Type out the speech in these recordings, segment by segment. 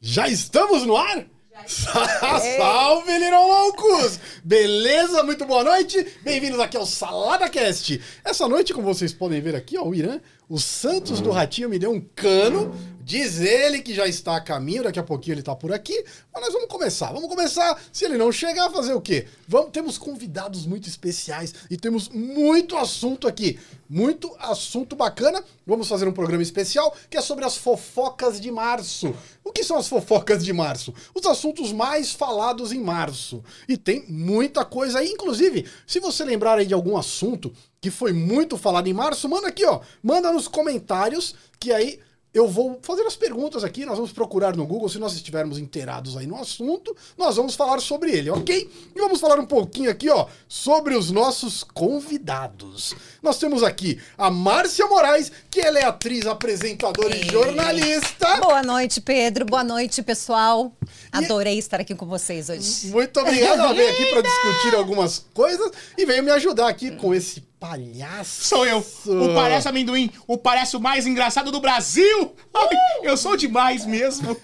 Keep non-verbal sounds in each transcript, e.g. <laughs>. Já estamos no ar? <laughs> Salve, Liron Loucos! Beleza? Muito boa noite! Bem-vindos aqui ao SaladaCast! Essa noite, como vocês podem ver aqui, ó, o Irã, o Santos do Ratinho me deu um cano. Diz ele que já está a caminho, daqui a pouquinho ele está por aqui. Mas nós vamos começar. Vamos começar. Se ele não chegar, fazer o quê? Vamos, temos convidados muito especiais e temos muito assunto aqui. Muito assunto bacana. Vamos fazer um programa especial que é sobre as fofocas de março. O que são as fofocas de março? Os assuntos mais falados em março. E tem muita coisa aí. Inclusive, se você lembrar aí de algum assunto que foi muito falado em março, manda aqui, ó. Manda nos comentários que aí eu vou fazer as perguntas aqui, nós vamos procurar no Google, se nós estivermos inteirados aí no assunto, nós vamos falar sobre ele, ok? E vamos falar um pouquinho aqui, ó, sobre os nossos convidados. Nós temos aqui a Márcia Moraes, que ela é atriz, apresentadora e jornalista. Boa noite, Pedro. Boa noite, pessoal. Adorei estar aqui com vocês hoje. Muito obrigado. Ela veio aqui para discutir algumas coisas e veio me ajudar aqui com esse palhaço. Sou eu, o Parece Amendoim, o Parece mais engraçado do Brasil. Ai, eu sou demais <laughs> mesmo.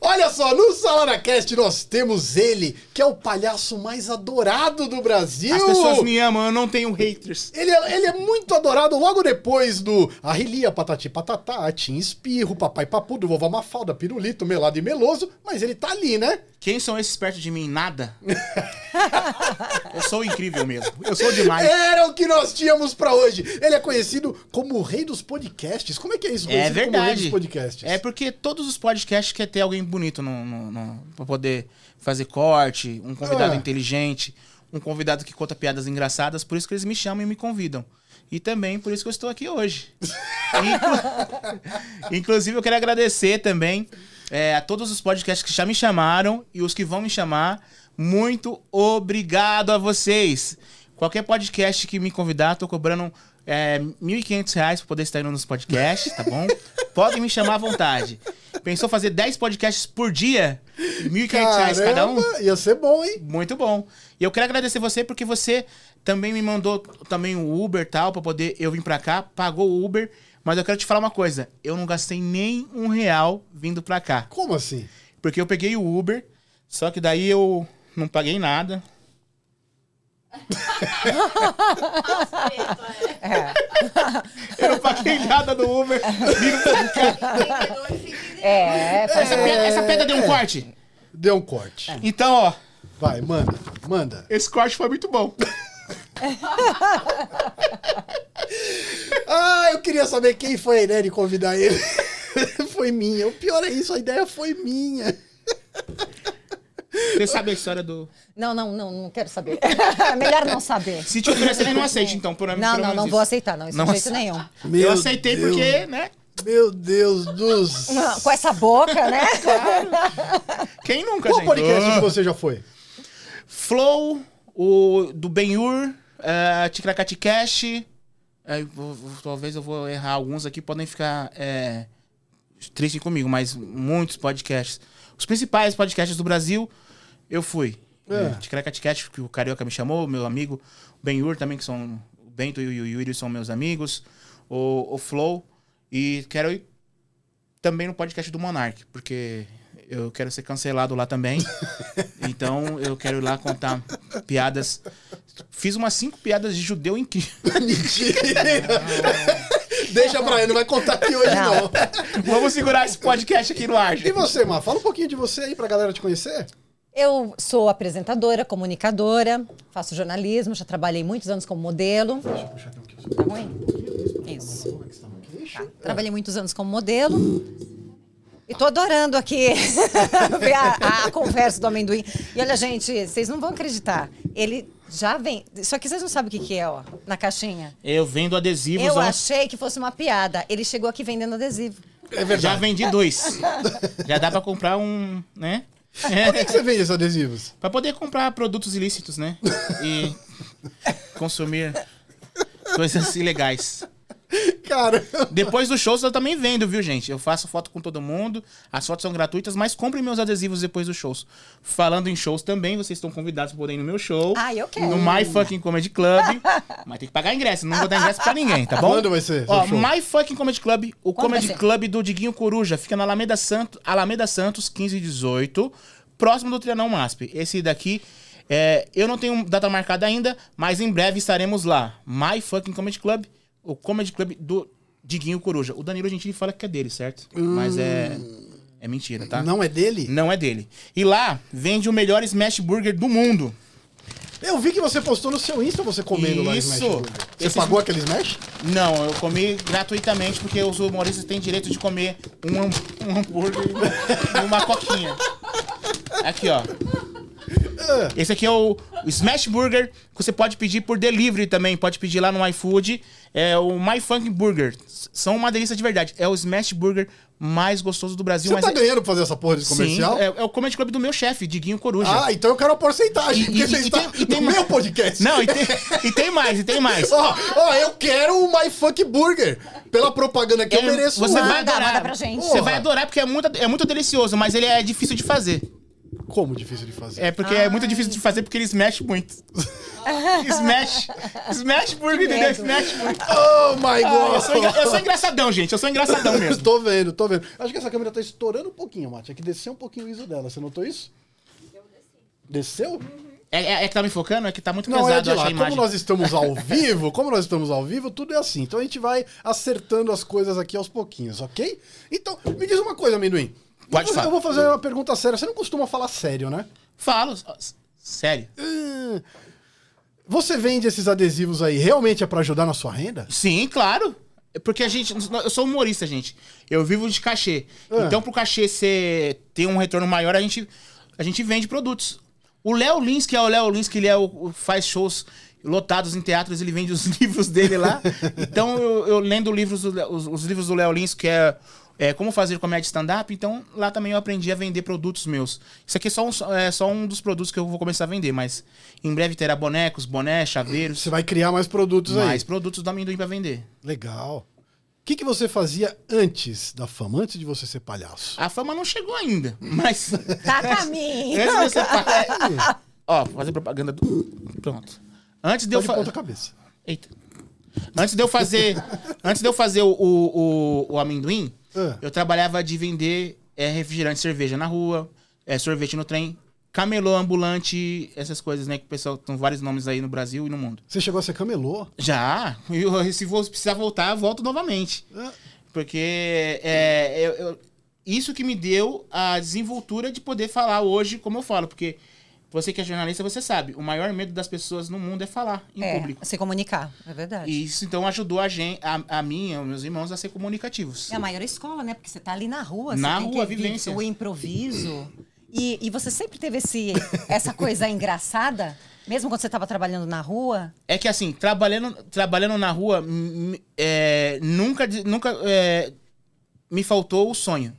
Olha só, no SalaraCast nós temos ele, que é o palhaço mais adorado do Brasil. As pessoas me amam, eu não tenho haters. Ele é, ele é muito adorado logo depois do Arrilia, Patati Patatá, Tim Espirro, Papai Papudo, Vovó Mafalda, Pirulito, Melado e Meloso, mas ele tá ali, né? Quem são esses perto de mim? <laughs> Nada. eu sou incrível mesmo. Eu sou demais. Era o que nós tínhamos pra hoje. Ele é conhecido como o rei dos podcasts. Como é que é isso? É Conhecido Como o rei verdade. dos podcasts. É porque todos os podcasts quer ter alguém bonito no, no, no- pra poder fazer corte, um convidado Ah. inteligente, um convidado que conta piadas engraçadas. Por isso que eles me chamam e me convidam. E também por isso que eu estou aqui <laughs> hoje. Inclu- Inclusive, eu quero agradecer também é, a todos os podcasts que já me chamaram e os que vão me chamar. Muito obrigado a vocês. Qualquer podcast que me convidar, tô cobrando é, R$ 1.500 reais pra poder estar indo nos podcasts, tá bom? Podem me chamar à vontade. Pensou fazer 10 podcasts por dia? R$ 1.500 reais cada um? Caramba, Ia ser bom, hein? Muito bom. E eu quero agradecer você porque você também me mandou também o Uber e tal, pra poder eu vir pra cá, pagou o Uber. Mas eu quero te falar uma coisa: eu não gastei nem um real vindo pra cá. Como assim? Porque eu peguei o Uber, só que daí eu não <laughs> paguei nada. Eu não paguei nada do Uber. É, tá- Essa pedra, essa pedra deu um corte. Deu um corte. Então, ó, Vai, manda, manda. esse corte foi muito bom. Ah, eu queria saber quem foi a ideia de convidar ele. <laughs> foi minha. O pior é isso, a ideia foi minha. Você sabe a história do. Não, não, não, não quero saber. <laughs> Melhor não saber. Se te oferecer, ele não aceita, então, por Não, não, não vou aceitar, não, isso Não de jeito aceita. nenhum. Meu eu aceitei Deus. porque, né? Meu Deus do céu. Não, Com essa boca, né? Quem nunca, Qual gente? podcast Ah. que você já foi? <laughs> Flow, o do Ben-Hur, uh, Ticracati Cash. Aí, vou- vou- talvez É, eu vou errar alguns aqui, podem ficar é, tristes comigo, mas muitos podcasts. Os principais podcasts do Brasil, eu fui. É. É. Ticracati Cash, que o Carioca me chamou, meu amigo. Ben-Hur também, que são... O Bento e o Yuri são meus amigos. O, o Flow. E quero ir também no podcast do Monark, porque eu quero ser cancelado lá também. então eu quero ir lá contar piadas. Fiz umas cinco piadas de judeu incrível. <laughs> Mentira! Deixa pra ele, não vai contar aqui hoje, não. Não. Vamos segurar esse podcast aqui no ar. E gente. você, Mar? Fala um pouquinho de você aí pra galera te conhecer. Eu sou apresentadora, comunicadora, faço jornalismo, já trabalhei muitos anos como modelo. Deixa eu puxar aqui um que eu Tá ruim? Isso. Como é que está no queixo? Trabalhei muitos anos como modelo. E tô adorando aqui <laughs> ver a, a conversa do amendoim. E olha, gente, vocês não vão acreditar. Ele já vem. Só que vocês não sabem o que, que é, ó, na caixinha. Eu vendo adesivos. Eu ó. achei que fosse uma piada. Ele chegou aqui vendendo adesivo. É Já verdade. vendi dois. Já dá pra comprar um, né? Por que que você vende esses adesivos? Pra poder comprar produtos ilícitos, né? E consumir coisas ilegais. Cara, Depois do show, eu também vendo, viu, gente? Eu faço foto com todo mundo, as fotos são gratuitas, mas comprem meus adesivos depois dos shows. Falando em shows também, vocês estão convidados pra poder ir no meu show. Ah, eu quero. No My Fucking Comedy Club. mas tem que pagar ingresso, não vou dar ingresso pra ninguém, tá bom? Quando vai ser Ó, seu show? My Fucking Comedy Club, o Quando vai Comedy ser? Club do Diguinho Coruja, fica na Alameda, Santo, Alameda Santos, 1518, próximo do Trianão MASP. Esse daqui. é, eu não tenho data marcada ainda, mas em breve estaremos lá. My Fucking Comedy Club, o Comedy Club do Diguinho Coruja. O Danilo Gentili fala que é dele, certo? Mas é. É mentira, tá? Hum. não é dele? Não é dele. E lá vende o melhor smash burger do mundo. Eu vi que você postou no seu Insta você comendo lá Isso. Smash Burger. Você Esses- pagou aquele Smash? Não, eu comi gratuitamente porque os humoristas têm direito de comer um, ham- um hambúrguer e uma coquinha. Aqui, ó. Esse aqui é o Smash Burger, que você pode pedir por delivery também. Pode pedir lá no iFood. É o My Funk Burger. S- São uma delícia de verdade. É o Smash Burger mais gostoso do Brasil. Você mas tá é- ganhando pra fazer essa porra de comercial? Sim, é, é o comedy club do meu chefe, Diguinho Coruja. Ah, então eu quero uma porcentagem, E- porque e- você e está tem- e tem no mais- meu podcast. Não, <laughs> e tem, e tem mais, e tem mais. Ó, ó, eu quero o My Funk Burger. Pela propaganda que eu É, mereço. Você um. vai Manda, adorar. manda pra gente. Você vai Porra. adorar porque é muito, é muito delicioso, mas ele é difícil de fazer. Como difícil de fazer. É porque é muito difícil de fazer porque ele smash muito. <laughs> smash. Smash burger, entendeu? medo. Smash muito. Oh my Ah, god! eu, <laughs> sou, engra- eu sou engraçadão, gente. Eu sou engraçadão mesmo. Tô vendo, tô vendo. Acho que essa câmera tá estourando um pouquinho, Mate. É que desceu um pouquinho o ISO dela. Você notou isso? Desceu? É, é- é que tá me focando? É que tá muito Não, é pesado de eu achei lá. a Como imagem. nós estamos <laughs> ao vivo, como nós estamos ao vivo, tudo é assim. Então a gente vai acertando as coisas aqui aos pouquinhos, ok? Então, me diz uma coisa, amendoim. Eu Pode vou- falar. Eu vou fazer uma pergunta séria. Você não costuma falar sério, né? Falo. s- Sério. Ah, Você vende esses adesivos aí realmente é pra ajudar na sua renda? Sim, claro. Porque a gente. Eu sou humorista, gente. Eu vivo de cachê. Ah. Então, pro cachê ser, ter um retorno maior, a gente, a gente vende produtos. O Léo Lins, que é o Léo Lins, que ele é o, o- faz shows lotados em teatros, ele vende os <laughs> livros dele lá. Então, eu, eu lendo livros do Léo- os, os livros do Léo Lins, que é, é, Como Fazer Comédia Stand-Up. Então, lá também eu aprendi a vender produtos meus. Isso aqui é só, um, é só um dos produtos que eu vou começar a vender, mas em breve terá bonecos, bonés, chaveiros, Você vai criar mais produtos aí. mais produtos do amendoim pra vender. Legal. O que, que você fazia antes da fama, antes de você ser palhaço? A fama não chegou ainda, mas. <laughs> Tá a caminho. antes de você falar. Ó, vou fazer propaganda do. Pronto. Antes de Deu eu de fa... ponta cabeça. Eita. Antes de eu fazer. Antes de eu fazer o, o, o- o amendoim, Ah. eu trabalhava de vender é, refrigerante, cerveja na rua, é, sorvete no trem, camelô ambulante, essas coisas, né? Que o pessoal tem vários nomes aí no Brasil e no mundo. Você chegou a ser camelô? Já, eu, se vou precisar voltar, eu volto novamente. Ah. Porque é, eu- eu- isso que me deu a desenvoltura de poder falar hoje como eu falo. Porque você que é jornalista, você sabe, o maior medo das pessoas no mundo é falar em É, público. se comunicar, é verdade. E isso então ajudou a, gente, a, a mim e aos meus irmãos a ser comunicativos. É a maior escola, né? Porque você tá ali na rua. Na você tem rua, a que vi- vivência. O improviso. E, e você sempre teve esse, essa coisa engraçada? Mesmo quando você tava trabalhando na rua? É que assim, trabalhando, trabalhando na rua, m- m- é, nunca, de- nunca é, me faltou o sonho.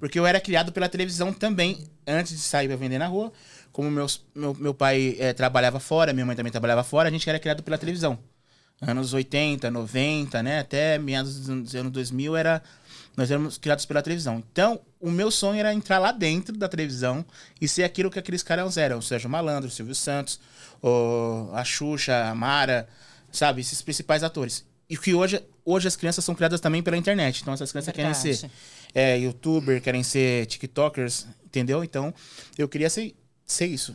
Porque eu era criado pela televisão também, antes de sair pra vender na rua. Como meus, meu, meu pai é, trabalhava fora, minha mãe também trabalhava fora, a gente era criado pela televisão. Anos 80, 90, né? Até meados dos anos- anos 2000, era, nós éramos criados pela televisão. Então, o meu sonho era entrar lá dentro da televisão e ser aquilo que aqueles caras eram. O Sérgio Malandro, o Silvio Santos, o, a Xuxa, a Mara, sabe? Esses principais atores. E que hoje, hoje as crianças são criadas também pela internet. Então, essas crianças querem Verdade. ser é, youtuber, querem ser tiktokers, entendeu? Então, eu queria ser, ser isso.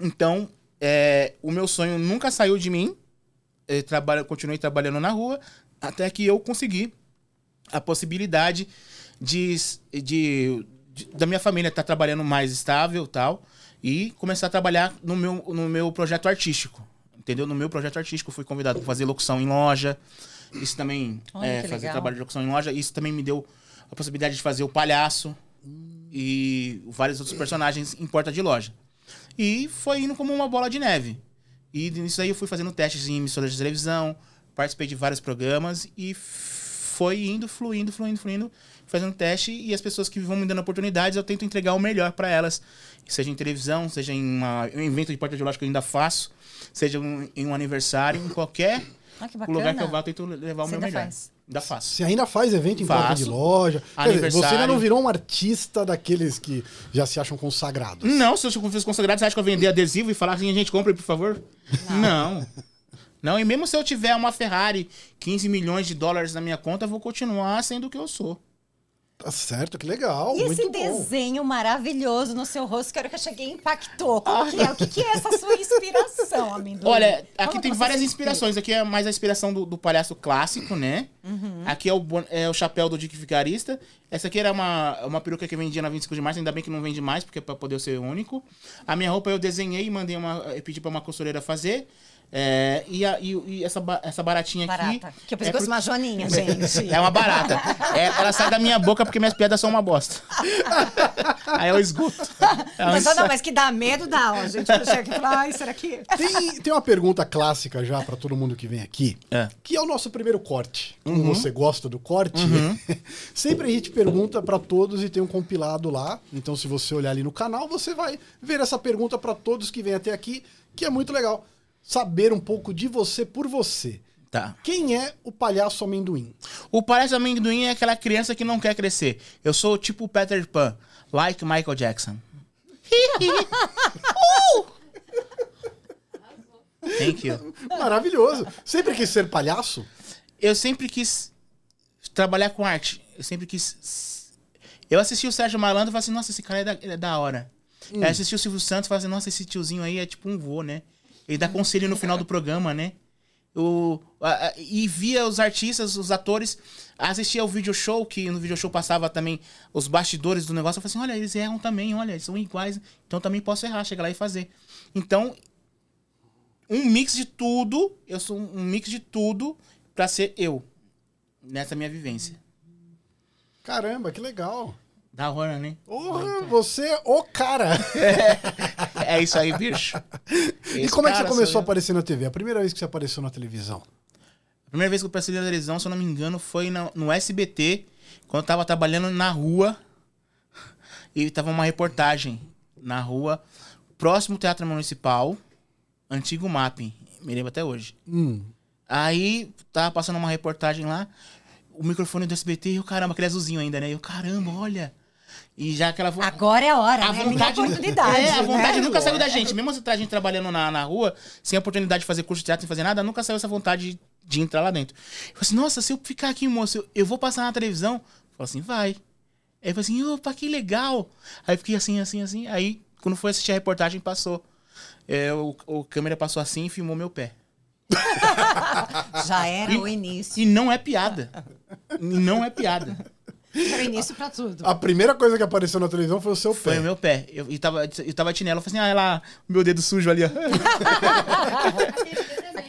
Então, é, o meu sonho nunca saiu de mim. Eu trabalho, continuei trabalhando na rua até que eu consegui a possibilidade de, s- de- de- da minha família estar trabalhando mais estável tal e começar a trabalhar no meu, no meu projeto artístico. Entendeu? No meu projeto artístico, eu fui convidado para fazer locução em loja. Isso também, Olha é, que fazer legal. trabalho de locução em loja, isso também me deu a possibilidade de fazer o palhaço e vários outros personagens em porta de loja. E foi indo como uma bola de neve. E nisso aí eu fui fazendo testes em emissoras de televisão, participei de vários programas e foi indo, fluindo, fluindo, fluindo, fazendo teste e as pessoas que vão me dando oportunidades, eu tento entregar o melhor para elas, seja em televisão, seja em uma- um evento de porta de loja que eu ainda faço, seja um- em um aniversário, em qualquer Ah, que O bacana. lugar que eu vá, eu tento levar o Você meu ainda melhor. faz? Ainda faço. Você ainda faz evento em porta Faço. de loja. Quer dizer, você ainda Aniversário. não virou um artista daqueles que já se acham consagrados. Não, se eu sou confesso consagrado, você acha que eu vou vender adesivo e falar assim, gente, compra, por favor? Não. não. e mesmo se eu tiver uma Ferrari, 15 milhões de dólares na minha conta, eu vou continuar sendo o que eu sou. Tá certo, que legal. E esse muito bom. desenho maravilhoso no seu rosto, que a hora que eu cheguei impactou. Como que é? O que, que é essa sua inspiração, amendoim? Olha, Como aqui que tem você várias se inspira? inspirações. Aqui é mais a inspiração do, do palhaço clássico, né? Uhum. Aqui é o, bon- é o chapéu do diquificarista. Essa aqui era uma, uma peruca que eu vendia na 25 de março, ainda bem que não vende mais, porque é pra poder ser único. A minha roupa eu desenhei e mandei uma. Eu pedi pra uma costureira fazer. É, e, a- e- e essa, ba- essa baratinha aqui. Barata. Que eu pensei é que fosse pro- uma joaninha, gente. <laughs> É uma barata. É, ela sai da minha boca porque minhas piadas são uma bosta. Aí eu esgoto. É um Ela Mas, ó, não, sai. mas que dá medo, dá, ó, gente. Eu chego aqui e falo, ai, será que... Tem, tem uma pergunta clássica já pra todo mundo que vem aqui, É. Uhum. que é o nosso primeiro corte. Como você gosta do corte, <laughs> sempre a gente pergunta pra todos e tem um compilado lá. Então, se você olhar ali no canal, você vai ver essa pergunta pra todos que vêm até aqui, que é muito legal. Saber um pouco de você por você. Tá. Quem é o palhaço amendoim? O palhaço amendoim é aquela criança que não quer crescer. Eu sou tipo o Peter Pan, like <laughs> Michael Jackson. Uh! Thank you. Maravilhoso. Sempre quis ser palhaço? Eu sempre quis trabalhar com arte. Eu sempre quis. Eu assisti o Sérgio Malandro e falei assim: nossa, esse cara é da, ele é da hora. Eu assisti o Silvio Santos e falei assim: nossa, esse tiozinho aí é tipo um vô, né? Ele dá conselho no final do programa, né? O, a- a- e via os artistas, os atores, assistia ao video show, que no video show passava também os bastidores do negócio. Eu falei assim: olha, eles erram também, olha, eles são iguais, então também posso errar, chegar lá e fazer. Então, um mix de tudo, eu sou um mix de tudo pra ser eu, nessa minha vivência. Caramba, que legal. Da hora, né? Porra, você é o cara. É isso aí, bicho. <laughs> e Esse como é que você cara começou sou a eu. aparecer na TV? A primeira vez que você apareceu na televisão? A primeira vez que eu passei na televisão, se eu não me engano, foi na- no SBT, quando eu tava trabalhando na rua. E tava uma reportagem na rua, próximo ao Teatro Municipal, antigo MAP, me lembro até hoje. Hum. Aí tava passando uma reportagem lá, o microfone do SBT, e eu, caramba, aquele azulzinho ainda, né? Eu, caramba, olha. E já aquela. vo- Agora é a hora, A né? vontade, Minha oportunidade, é, a vontade né? nunca saiu da gente. Mesmo tá a gente trabalhando na, na rua, sem a oportunidade de fazer curso de teatro, sem fazer nada, nunca saiu essa vontade de entrar lá dentro. Eu falei assim, nossa, se eu ficar aqui, moço, eu, eu vou passar na televisão. Eu falei assim, vai. Aí eu falei assim, opa, que legal. Aí eu fiquei assim, assim, assim. Aí, quando foi assistir a reportagem, passou. É, o, o câmera passou assim e filmou meu pé. Já era E- o início. E não é piada. E não é piada. Era o início pra tudo. Ah, A primeira coisa que apareceu na televisão foi o seu Foi pé. o meu pé. Eu, e tava, eu tava de chinelo. Eu falei assim, ah, ela, meu dedo <laughs> sujo ali, ó.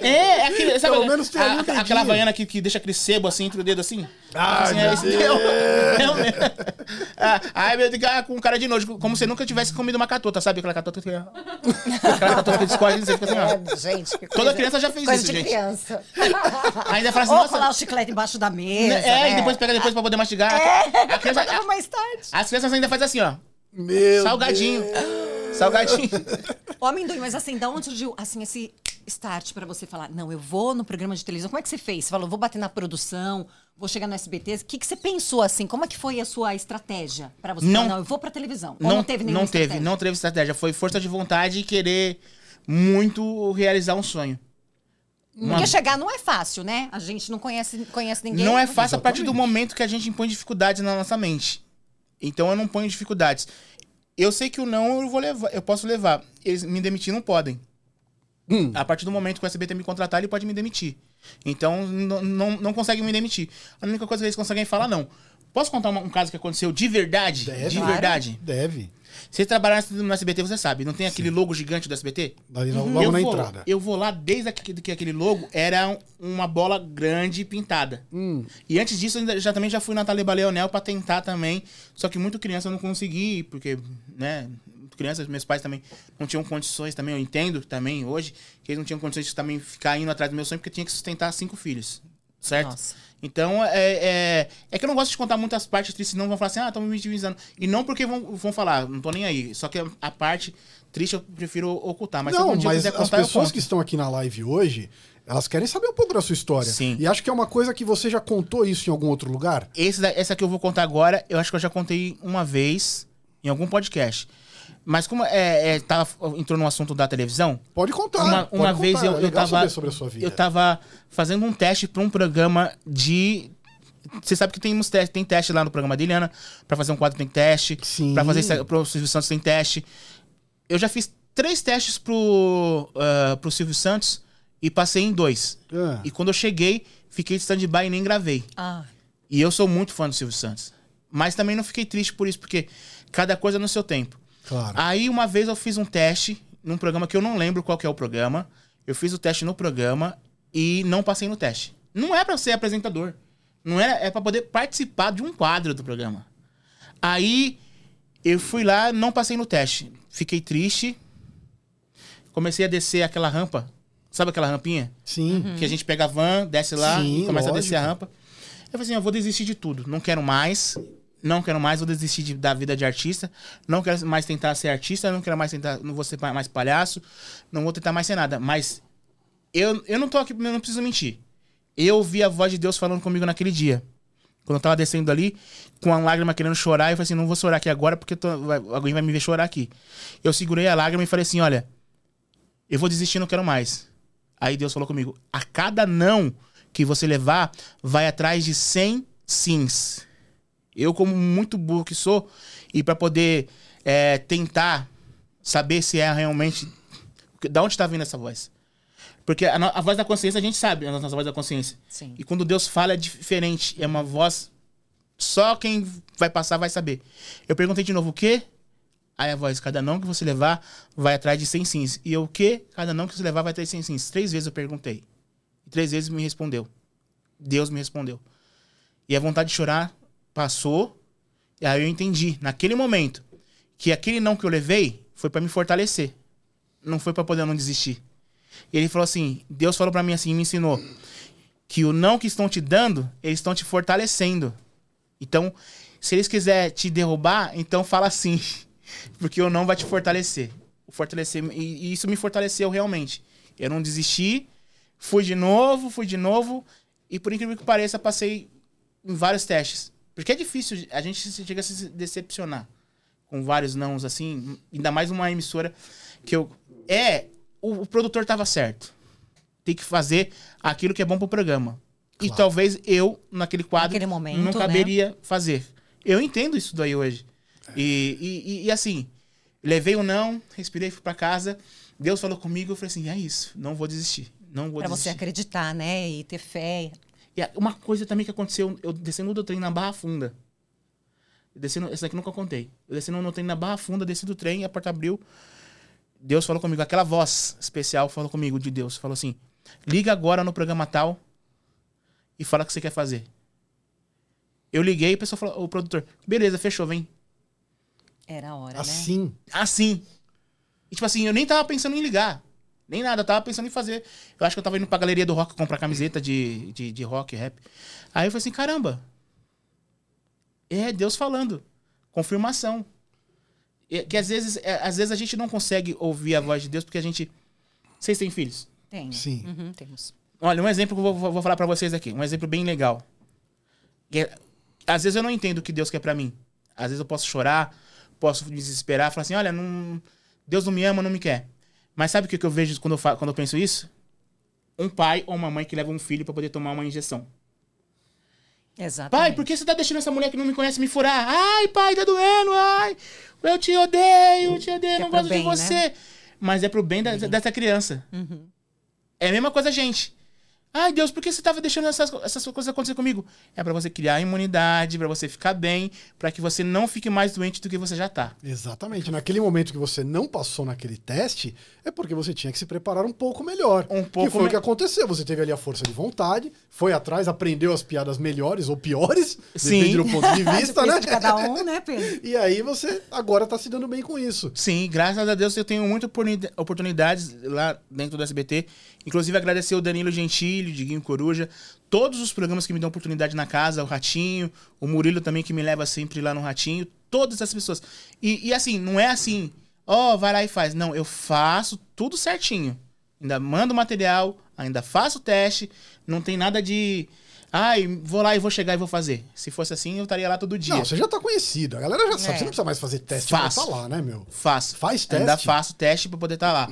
é, é aquele, sabe? Pelo menos tem ali a- o dedinho. aquela vaiana que, que deixa aquele sebo assim entre o dedo assim. Ai, assim, Ah, meu esse teu. É o meu. <laughs> Ah, Aí meu dedo ah, com cara de nojo, como se nunca tivesse comido uma catota, sabe? Aquela catota que. Aquela catota que descoge, você fica assim, ó. É, gente, que Toda coisa- criança já fez coisa isso, de gente. <laughs> criança. Ainda fala assim, Ou nossa. colar o chiclete embaixo da mesa. É, né? É. e depois pega depois pra poder mastigar. A criança- Botava mais tarde. as crianças ainda fazem assim, ó. Meu Salgadinho. <gasps> Salgadinho. Ô, amendoim, mas assim, da onde surgiu assim, esse start pra você falar? Não, eu vou no programa de televisão. Como é que você fez? Você falou, vou bater na produção, vou chegar no SBT. O que, que você pensou assim? Como é que foi a sua estratégia pra você Não. falar, não, eu vou pra televisão? Ou não teve nenhuma não teve, estratégia? não teve estratégia. Foi força de vontade e querer muito realizar um sonho. Porque chegar não é fácil, né? A gente não conhece, conhece ninguém. Não é fácil a partir do momento que a gente impõe dificuldades na nossa mente. Então eu não ponho dificuldades. Eu sei que o não eu vou levar, eu posso levar. Eles me demitir não podem. Hum. A partir do momento que o SBT me contratar, ele pode me demitir. Então não, não, não conseguem me demitir. A única coisa que eles conseguem é falar não. Posso contar uma- um caso que aconteceu de verdade? Deve. De Claro. verdade. Deve. Você trabalhar no SBT, você sabe, não tem aquele logo gigante do SBT? Daí logo logo Uhum. eu na vou, entrada. Eu vou lá desde que, que aquele logo era um- uma bola grande pintada. Hum. E antes disso, eu ainda- já também já fui na Taleba Leonel pra tentar também. Só que muito criança eu não consegui, porque, né? Crianças, meus pais também não tinham condições também, eu entendo também hoje, que eles não tinham condições de também ficar indo atrás do meu sonho, porque tinha que sustentar cinco filhos. certo? Nossa. Então, é, é, é que eu não gosto de contar muitas partes tristes, senão vão falar assim, ah, estão me vitimizando. E não porque vão, vão falar, não tô nem aí. Só que a, a parte triste eu prefiro ocultar. Mas se não, algum dia mas quiser as contar, eu pessoas conto. que estão aqui na live hoje, elas querem saber um pouco da sua história. Sim. E acho que é uma coisa que você já contou isso em algum outro lugar. Esse, da- essa que eu vou contar agora, eu acho que eu já contei uma vez em algum podcast. Mas como é, é, tava- entrou no assunto da televisão, Pode contar. uma, pode uma contar. vez eu, é eu legal tava. saber sobre a sua vida. Eu tava fazendo um teste pra um programa de. Você sabe que tem uns testes, tem teste lá no programa da Eliana. Pra fazer um quadro tem teste. Sim. Pra fazer esse- pro Silvio Santos tem teste. Eu já fiz três testes pro, ah, pro Silvio Santos e passei em dois. Ah. E quando eu cheguei, fiquei de stand-by e nem gravei. Ah, E eu sou muito fã do Silvio Santos. Mas também não fiquei triste por isso, porque cada coisa é no seu tempo. Claro. Aí uma vez eu fiz um teste num programa que eu não lembro qual que é o programa. Eu fiz o teste no programa e não passei no teste. Não é pra ser apresentador. Não é, é para poder participar de um quadro do programa. Aí eu fui lá, não passei no teste. Fiquei triste. Comecei a descer aquela rampa. Sabe aquela rampinha? Sim. Uhum. Que a gente pega a van, desce lá Sim, e começa a descer a lógico. rampa. Eu falei assim, eu vou desistir de tudo. Não quero mais. Não quero mais, vou desistir de- da vida de artista. Não quero mais tentar ser artista, não quero mais tentar, não vou ser pa- mais palhaço, não vou tentar mais ser nada. Mas eu, eu não tô aqui, eu não preciso mentir. Eu ouvi a voz de Deus falando comigo naquele dia. Quando eu tava descendo ali, com a lágrima querendo chorar, eu falei assim, não vou chorar aqui agora, porque eu tô- vai- alguém vai me ver chorar aqui. Eu segurei a lágrima e falei assim, olha, eu vou desistir, não quero mais. Aí Deus falou comigo: a cada não que você levar, vai atrás de 100 sims. Eu, como muito burro que sou, e para poder é, tentar saber se é realmente. Da onde está vindo essa voz? Porque a, no- a voz da consciência a gente sabe, a nossa voz da consciência. sim. E quando Deus fala é diferente, é uma voz. Só quem vai passar vai saber. Eu perguntei de novo o quê? Aí a voz, cada não que você levar vai atrás de 100 sims. E eu, o quê? Cada não que você levar vai atrás de 100 sims. Três vezes eu perguntei. E três vezes me respondeu. Deus me respondeu. E a vontade de chorar passou. E aí eu entendi, naquele momento, que aquele não que eu levei foi pra me fortalecer. Não foi pra poder não desistir. E ele falou assim: Deus falou pra mim assim, me ensinou que o não que estão te dando, eles estão te fortalecendo. Então, se eles quiserem te derrubar, então fala sim. <laughs> Porque o não vai te fortalecer. O fortalecer e, e isso me fortaleceu realmente. Eu não desisti, fui de novo, fui de novo. E por incrível que pareça, passei em vários testes. Porque é difícil, a gente se- chega a se decepcionar com vários nãos assim. Ainda mais uma emissora que eu. É, o- o produtor tava certo tem que fazer aquilo que é bom pro programa. E talvez eu, naquele quadro, Naquele momento, não né? caberia fazer. Eu entendo isso daí hoje. E, e- e- e assim, levei o não, respirei, fui pra casa. Deus falou comigo, eu falei assim, é isso, não vou desistir. Não vou Pra você desistir. acreditar, né? E ter fé. E a- uma coisa também que aconteceu, eu descendo do trem na Barra Funda. Eu Descendo, essa aqui eu nunca contei. Eu descendo no trem na Barra Funda, desci do trem, a porta abriu. Deus falou comigo, aquela voz especial falou comigo de Deus. Falou assim: liga agora no programa tal e fala o que você quer fazer. Eu liguei e o pessoal falou, o produtor, beleza, fechou, vem. Era a É, hora, né? Assim. Assim. E tipo assim, eu nem tava pensando em ligar. Nem nada, eu tava pensando em fazer. Eu acho que eu tava indo pra galeria do rock comprar camiseta de, de, de rock, rap. Aí eu falei assim, caramba. É Deus falando. Confirmação. E- que às vezes, é, às vezes a gente não consegue ouvir a voz de Deus porque a gente. Vocês têm filhos? Tem. Sim. Uhum, temos. Olha, um exemplo que eu vou- vou, vou falar pra vocês aqui. Um exemplo bem legal. Que é- às vezes eu não entendo o que Deus quer pra mim. Às vezes eu posso chorar, posso me desesperar, falar assim, olha, não- Deus não me ama, não me quer. Mas sabe o que que eu vejo quando eu, fa- quando eu penso isso? Um pai ou uma mãe que leva um filho pra poder tomar uma injeção. Exatamente. Pai, por que você tá deixando essa mulher que não me conhece me furar? Ai, pai, tá doendo, ai. Eu te odeio, eu te odeio, Que é não pro gosto de bem, né? você. Mas é pro bem da- dessa criança. Uhum. É a mesma coisa, gente. Ai, Deus, por que você tava deixando essas, co- essas coisas acontecer comigo? É pra você criar imunidade, pra você ficar bem, pra que você não fique mais doente do que você já tá. Exatamente. Naquele momento que você não passou naquele teste, é porque você tinha que se preparar um pouco melhor. Um pouco que foi o me- que aconteceu. Você teve ali a força de vontade, foi atrás, aprendeu as piadas melhores ou piores, Sim. depende do ponto de <laughs> vista, né? de cada um, né, Pedro? E aí você agora tá se dando bem com isso. Sim, graças a Deus eu tenho muitas oportunidades lá dentro do SBT. Inclusive agradecer o Danilo Gentili Filho, Diguinho Coruja, todos os programas que me dão oportunidade na casa, o Ratinho, o Murilo também que me leva sempre lá no Ratinho, todas as pessoas. E, e assim, não é assim, ó, vai lá e faz. Não, eu faço tudo certinho. Ainda mando o material, ainda faço o teste, não tem nada de. Ai, vou lá e vou chegar e vou fazer. Se fosse assim, eu estaria lá todo dia. Não, você já tá conhecido. A galera já sabe. É. Você não precisa mais fazer teste pra Faço. estar lá, né, meu? Faço. Faz teste? Ainda faço teste pra poder estar lá.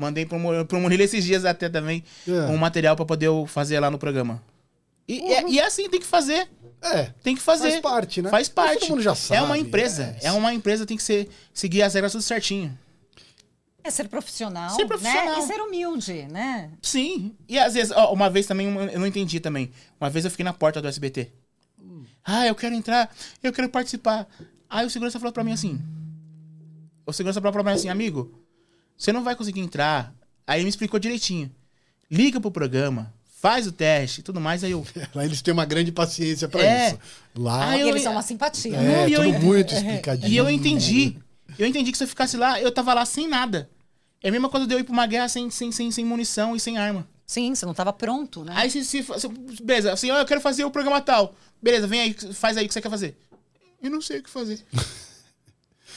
Mandei pro, Mu- pro Murilo esses dias até também É. um material pra poder eu fazer lá no programa. E, e é- e é assim, tem que fazer. É. <laughs> Tem que fazer. Faz parte, né? Faz parte. Todo mundo já sabe. É uma empresa. É, uma empresa, tem que ser, seguir as regras tudo certinho. É ser profissional, Ser profissional. né? E ser humilde, né? Sim. E às vezes, ó, uma vez também, uma- eu não entendi também. Uma vez eu fiquei na porta do SBT. Ah, eu quero entrar, eu quero participar. Aí o segurança falou pra mim assim. O segurança falou pra mim assim, amigo, você não vai conseguir entrar. Aí ele me explicou direitinho. Liga pro programa, faz o teste e tudo mais. Aí eu. Lá eles têm uma grande paciência pra É. isso. Lá Ah, E eu- eles são uma simpatia. né? é não, e eu tudo ent- muito explicadinho. E eu entendi. Eu entendi que se eu ficasse lá, eu tava lá sem nada. É a mesma coisa de eu ir pra uma guerra sem, sem, sem, sem munição e sem arma. Sim, você não estava pronto, né? Aí você, se se- beleza, assim, ó, eu quero fazer o programa tal. Beleza, vem aí, faz aí o que você quer fazer. Eu não sei o <laughs> que fazer.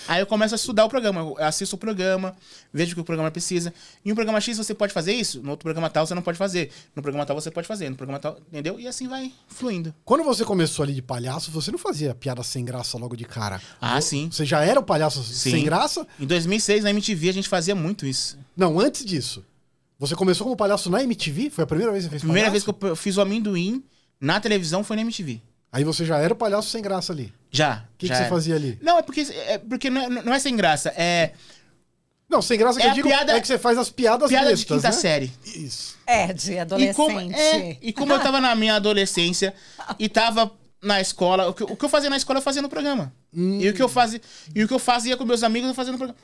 aí eu começo a estudar o programa, eu assisto o programa, vejo o que o programa precisa. Em um programa X você pode fazer isso, no outro programa tal você não pode fazer. No programa tal você pode fazer, no programa tal, entendeu? E assim vai fluindo. Quando você começou ali de palhaço, você não fazia piada sem graça logo de cara. Ah, sim. Você já era o palhaço sem Sim. graça? Em 2006 na MTV a gente fazia muito isso. Não, antes disso. Você começou como palhaço na MTV? Foi a primeira vez que você fez Primeira vez palhaço? que eu fiz o amendoim na televisão foi na MTV. Aí você já era o palhaço sem graça ali. Já. O que, que já você era. fazia ali? Não, é porque, é porque não, é, não é sem graça. É Não, sem graça que É eu a digo piada- é que você faz as piadas piada de bestas, quinta né? série. Isso. <laughs> É, de E adolescente. como, é, e como eu tava na minha adolescência e tava na escola, o que, o que eu fazia na escola eu fazia no programa. E, o que eu fazia, e o que eu fazia com meus amigos eu fazia no programa.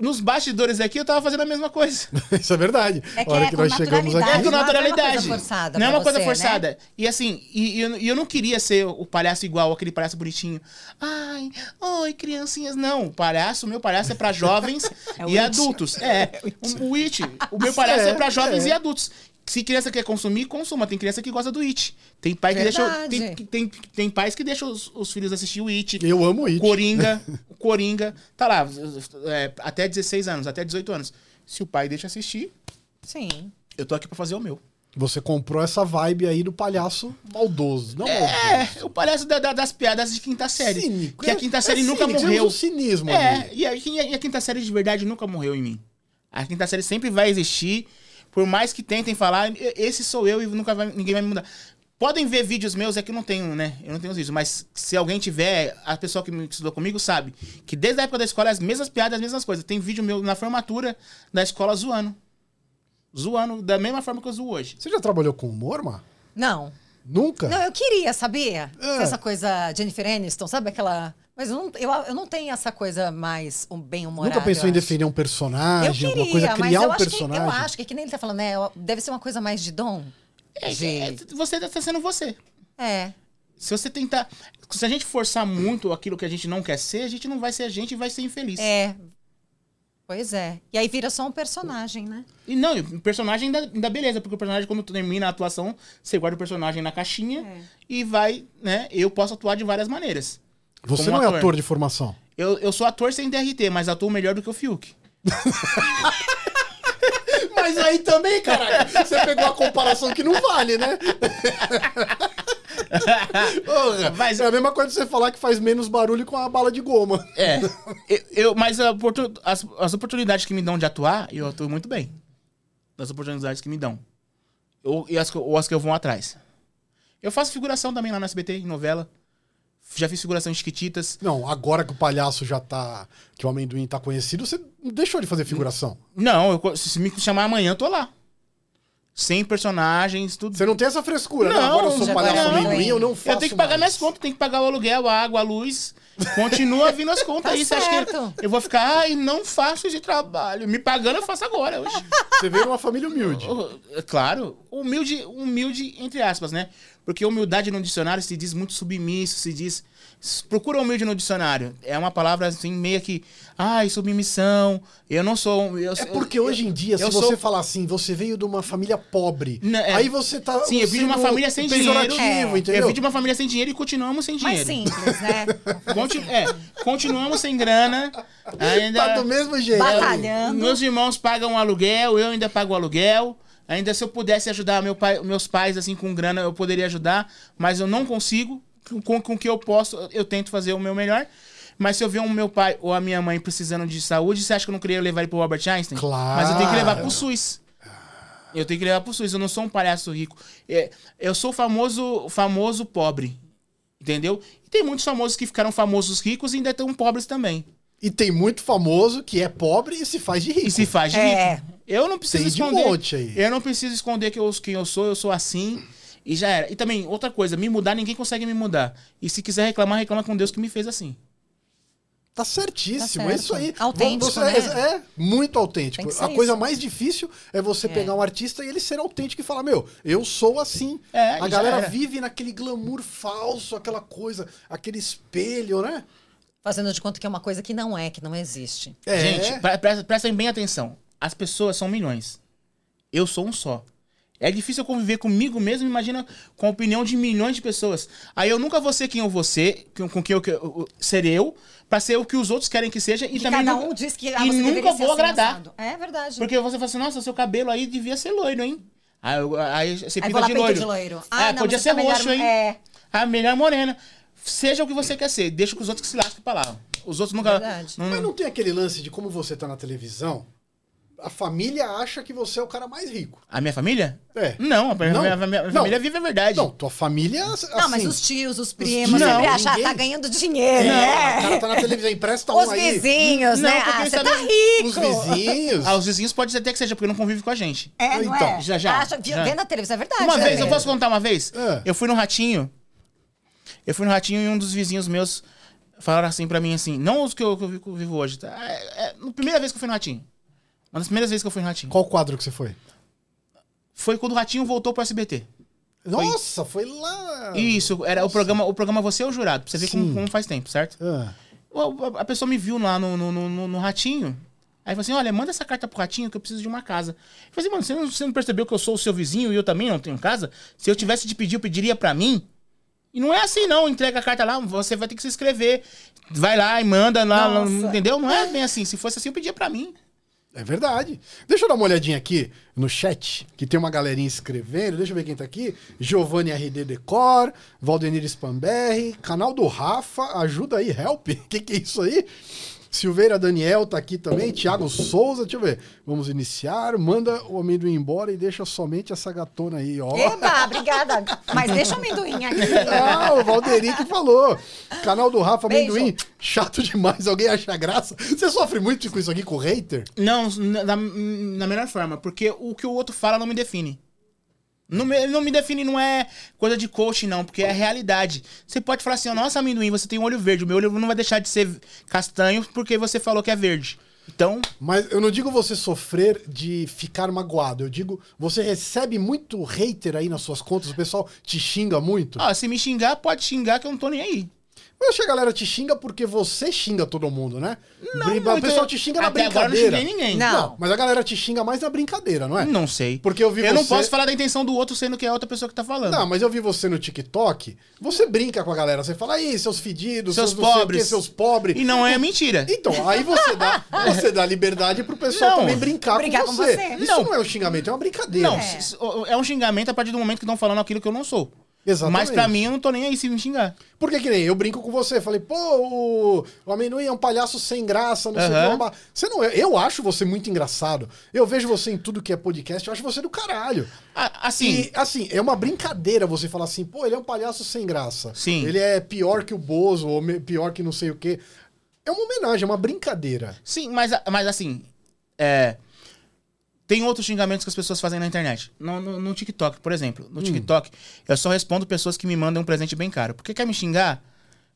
Nos bastidores aqui eu tava fazendo a mesma coisa. Isso é verdade. É que a hora é que com nós chegamos aqui. naturalidade. É com não é uma naturalidade. coisa forçada Não é pra uma coisa você, né? forçada. E assim, e, e eu, e eu não queria ser o palhaço igual, aquele palhaço bonitinho. Ai, oi, criancinhas. Não, o palhaço, o meu palhaço é pra jovens <laughs> É o e it. adultos. <laughs> É, o, o it. O meu palhaço é, pra jovens é. e adultos. Se criança quer consumir, consuma. Tem criança que gosta do it. Tem pai que deixa. Verdade. Tem, tem, tem pais que deixam os, os filhos assistir o it. Eu amo O It. Coringa, o Coringa, tá lá, é, até 16 anos, até 18 anos. Se o pai deixa assistir, Sim. eu tô aqui pra fazer o meu. Você comprou essa vibe aí do palhaço maldoso. Não maldoso. É, o palhaço da- da- das piadas de quinta série. Cínico. que a quinta É série nunca cínico, você morreu. usa o cinismo ali. É, e a, e a- e a quinta série de verdade nunca morreu em mim. A quinta série sempre vai existir. Por mais que tentem falar, "E- esse sou eu e nunca vai- ninguém vai me mudar. Podem ver vídeos meus, é que eu não tenho, né? Eu não tenho os vídeos, mas se alguém tiver, a pessoa que me estudou comigo sabe que desde a época da escola é as mesmas piadas, as mesmas coisas. Tem vídeo meu na formatura da escola zoando. Zoando da mesma forma que eu zoo hoje. Você já trabalhou com humor, Mar? Não. Nunca? Não, eu queria, sabia? Ah. Essa coisa Jennifer Aniston, sabe aquela... Mas eu não, eu, eu não tenho essa coisa mais um, bem-humorada. Nunca pensou eu em acho. defender um Eu personagem, queria, alguma coisa, mas criar eu um acho que, personagem? eu acho que, que nem ele tá falando, né? Deve ser uma coisa mais de dom. É, é, De... você tá sendo você. É. Se você tentar. Se a gente forçar muito aquilo que a gente não quer ser, a gente não vai ser a gente e vai ser infeliz. É. Pois é. E aí vira só um personagem, né? E não, e o personagem ainda, ainda beleza, porque o personagem, quando termina a atuação, você guarda o personagem na caixinha É. e vai, né? Eu posso atuar de várias maneiras. Você Como não é ator de formação. Eu, eu sou ator sem DRT, mas atuo melhor do que <laughs> o Fiuk. <laughs> Mas aí também, <laughs> caralho, você pegou a comparação que não vale, né? <laughs> Porra, Mas- É a mesma coisa de você falar que faz menos barulho com a bala de goma. <laughs> É. eu, eu- mas a oportu- as, as oportunidades que me dão de atuar, eu atuo muito bem. Das oportunidades que me dão. Ou, e as, que eu- ou as que eu vou atrás. Eu faço figuração também lá no SBT, em novela. Já fiz figuração em Chiquititas. Não, agora que o palhaço já tá. que o amendoim tá conhecido, você deixou de fazer figuração. Não, eu co- se me chamar amanhã, eu tô lá. Sem personagens, tudo. Você não tem essa frescura, né? Não, Agora eu sou já palhaço não. amendoim, eu não faço. Eu tenho que pagar mais. minhas contas, tenho que pagar o aluguel, a água, a luz. Continua <laughs> vindo as contas Tá aí. Você acha que eu, certo. eu vou ficar, ai, não faço esse trabalho. Me pagando, eu faço agora. Hoje. Você veio de uma família humilde. Oh, é Claro, humilde, humilde, entre aspas, né? Porque humildade no dicionário se diz muito submisso, se diz. s- Procura humilde no dicionário. É uma palavra assim, meio que. Ai, submissão. Eu não sou. um- Eu, É eu- porque hoje em dia, se eu você sou- falar assim, você veio de uma família pobre, Não, é. aí você tá. Sim, eu vim de uma sendo família sem dinheiro. pejorativo, É. entendeu? Eu vim de uma família sem dinheiro e continuamos sem Mais dinheiro. simples, <laughs> né? Conti- é, continuamos sem grana. <laughs> Ainda. Tá do mesmo jeito. Batalhando. Meus irmãos pagam um aluguel, eu ainda pago aluguel. Ainda se eu pudesse ajudar meu pai- meus pais assim com grana, eu poderia ajudar, mas eu não consigo. Com com o que eu posso, eu tento fazer o meu melhor. Mas se eu ver o meu pai ou a minha mãe precisando de saúde, você acha que eu não queria levar ele pro Albert Einstein? Claro. Mas eu tenho que levar pro SUS. Eu tenho que levar pro SUS, eu não sou um palhaço rico. É, eu sou famoso, famoso pobre. Entendeu? E tem muitos famosos que ficaram famosos ricos e ainda estão pobres também. E tem muito famoso que é pobre e se faz de rico. E se faz de É. rico. Eu não preciso Tem de esconder. É. monte aí. Eu não preciso esconder que eu, quem eu sou, eu sou assim. E já era. E também, outra coisa, me mudar, ninguém consegue me mudar. E se quiser reclamar, reclama com Deus que me fez assim. Tá certíssimo, Tá certo. é isso aí. Autêntico, Você- né? é, é muito Tem autêntico. que ser A coisa isso. mais difícil é você pegar um artista e ele ser autêntico e falar: Meu, eu sou assim. É, a já galera era. vive naquele glamour falso, aquela coisa, aquele espelho, né? Fazendo de conta que é uma coisa que não é, que não existe. É. Gente, pre- presta- prestem bem atenção. As pessoas são milhões. Eu sou um só. É difícil eu conviver comigo mesmo, imagina com a opinião de milhões de pessoas. Aí eu nunca vou ser quem eu vou ser, com com quem eu, que- eu- eu- ser eu, pra ser o que os outros querem que seja. E que também cada nunca- um diz que ah, e você nunca deveria ser vou assim, agradar. assado. É verdade. Porque você fala assim, nossa, seu cabelo aí devia ser loiro, hein? Aí, eu- aí você Aí pinta vou lá de peito loiro. de loiro. Ah, não, podia você ser tá melhor- roxo, hein? É. A melhor morena. Seja o que você quer ser, deixa com os outros que se lascam pra lá. Os outros nunca. Hum. Verdade. Não- Mas não tem aquele lance de como você tá na televisão, a família acha que você é o cara mais rico. A minha família? É. Não, é a minha, Não. a minha- a minha Não. família vive a verdade. Não, tua família. Assim, Não, mas os tios, os primos, tios, sempre não, achar, tá ninguém- ganhando É, dinheiro, o né? cara tá na televisão, empresta Os um aí. vizinhos, Não, né? porque Ah, você sabe- tá rico. Os vizinhos. Ah, os vizinhos pode ser até que seja, porque não convive com a gente. É, não Então, é? já, já, Acha, vi- já. Vê na televisão, é verdade. Uma né, vez, eu velho? posso contar uma vez? É. Eu fui no Ratinho. Eu fui no Ratinho e um dos vizinhos meus falaram assim pra mim, assim, não os que eu, que eu vi- que eu vivo hoje, tá? É, é, na primeira vez que eu fui no Ratinho. Uma das primeiras vezes que eu fui no Ratinho. Qual quadro que você foi? Foi quando o Ratinho voltou pro SBT. Nossa, foi lá. Isso, era o programa, o programa Você é o Jurado, pra você ver como, como faz tempo, certo? Ah. O- a- A pessoa me viu lá no, no, no- no- no Ratinho. Aí falou assim: olha, manda essa carta pro Ratinho que eu preciso de uma casa. Eu falei assim, mano, você não, você não percebeu que eu sou o seu vizinho e eu também não tenho casa? Se eu tivesse de pedir, eu pediria pra mim? E não é assim, não. Entrega a carta lá, você vai ter que se inscrever. Vai lá e manda lá, lá, Nossa. entendeu? Não é bem assim. Se fosse assim, eu pedia pra mim. É verdade. Deixa eu dar uma olhadinha aqui no chat, que tem uma galerinha escrevendo. Deixa eu ver quem tá aqui. Giovanni RD Decor, Valdenir Spamberri, canal do Rafa, ajuda aí, help. <laughs> O que, que é isso aí? Silveira Daniel tá aqui também, Thiago Souza, deixa eu ver. Vamos iniciar. Manda o amendoim embora e deixa somente essa gatona aí, ó. Eba, obrigada. Mas deixa o amendoim aqui. Ah, o Valderi que falou. Canal do Rafa Beijo. Amendoim. Chato demais. Alguém acha graça? Você sofre muito com isso aqui, com o hater? Não, na, na- na melhor forma, porque o que o outro fala não me define. Não me, não me define, não é coisa de coaching, não, porque é a realidade. Você pode falar assim, ó, nossa, amendoim, você tem um olho verde, o meu olho não vai deixar de ser castanho porque você falou que é verde. Então, Mas eu não digo você sofrer de ficar magoado. Eu digo, você recebe muito hater aí nas suas contas, o pessoal te xinga muito. ó, se me xingar, pode xingar que eu não tô nem aí. Eu acho que a galera te xinga porque você xinga todo mundo, né? Bri- o muito. pessoal te xinga na Até agora eu não brincadeira. xinguei ninguém. Não. mas a galera te xinga mais na brincadeira, não é? Não sei. Porque eu vi Eu não você- posso falar da intenção do outro sendo que é a outra pessoa que tá falando. Não, mas eu vi você no TikTok, você brinca com a galera, você fala, aí, seus fedidos, Seus seus, não sei o pobres." quê, seus pobres. E não é mentira. Então, aí você dá, você dá liberdade pro pessoal Não. também brincar, Brincar com com você. você. Isso Não. não. é um xingamento, é uma brincadeira. Não, É. s- s- é um xingamento a partir do momento que estão falando aquilo que eu não sou. Exatamente. Mas pra mim, eu não tô nem aí se me xingar. Porque que nem eu brinco com você, falei, pô, o, o amendoim é um palhaço sem graça, não sei o Aham. que. babá. Você não é. Eu acho você muito engraçado. Eu vejo você em tudo que é podcast, eu acho você do caralho. A- Assim, E, assim, é uma brincadeira você falar assim, pô, ele é um palhaço sem graça. Sim. Ele é pior que o Bozo, ou me- pior que não sei o quê. É uma homenagem, é uma brincadeira. Sim, mas, a- mas assim, é, tem outros xingamentos que as pessoas fazem na internet. No, no, no TikTok, por exemplo. Hum. No TikTok, eu só respondo pessoas que me mandam um presente bem caro. Porque quer me xingar?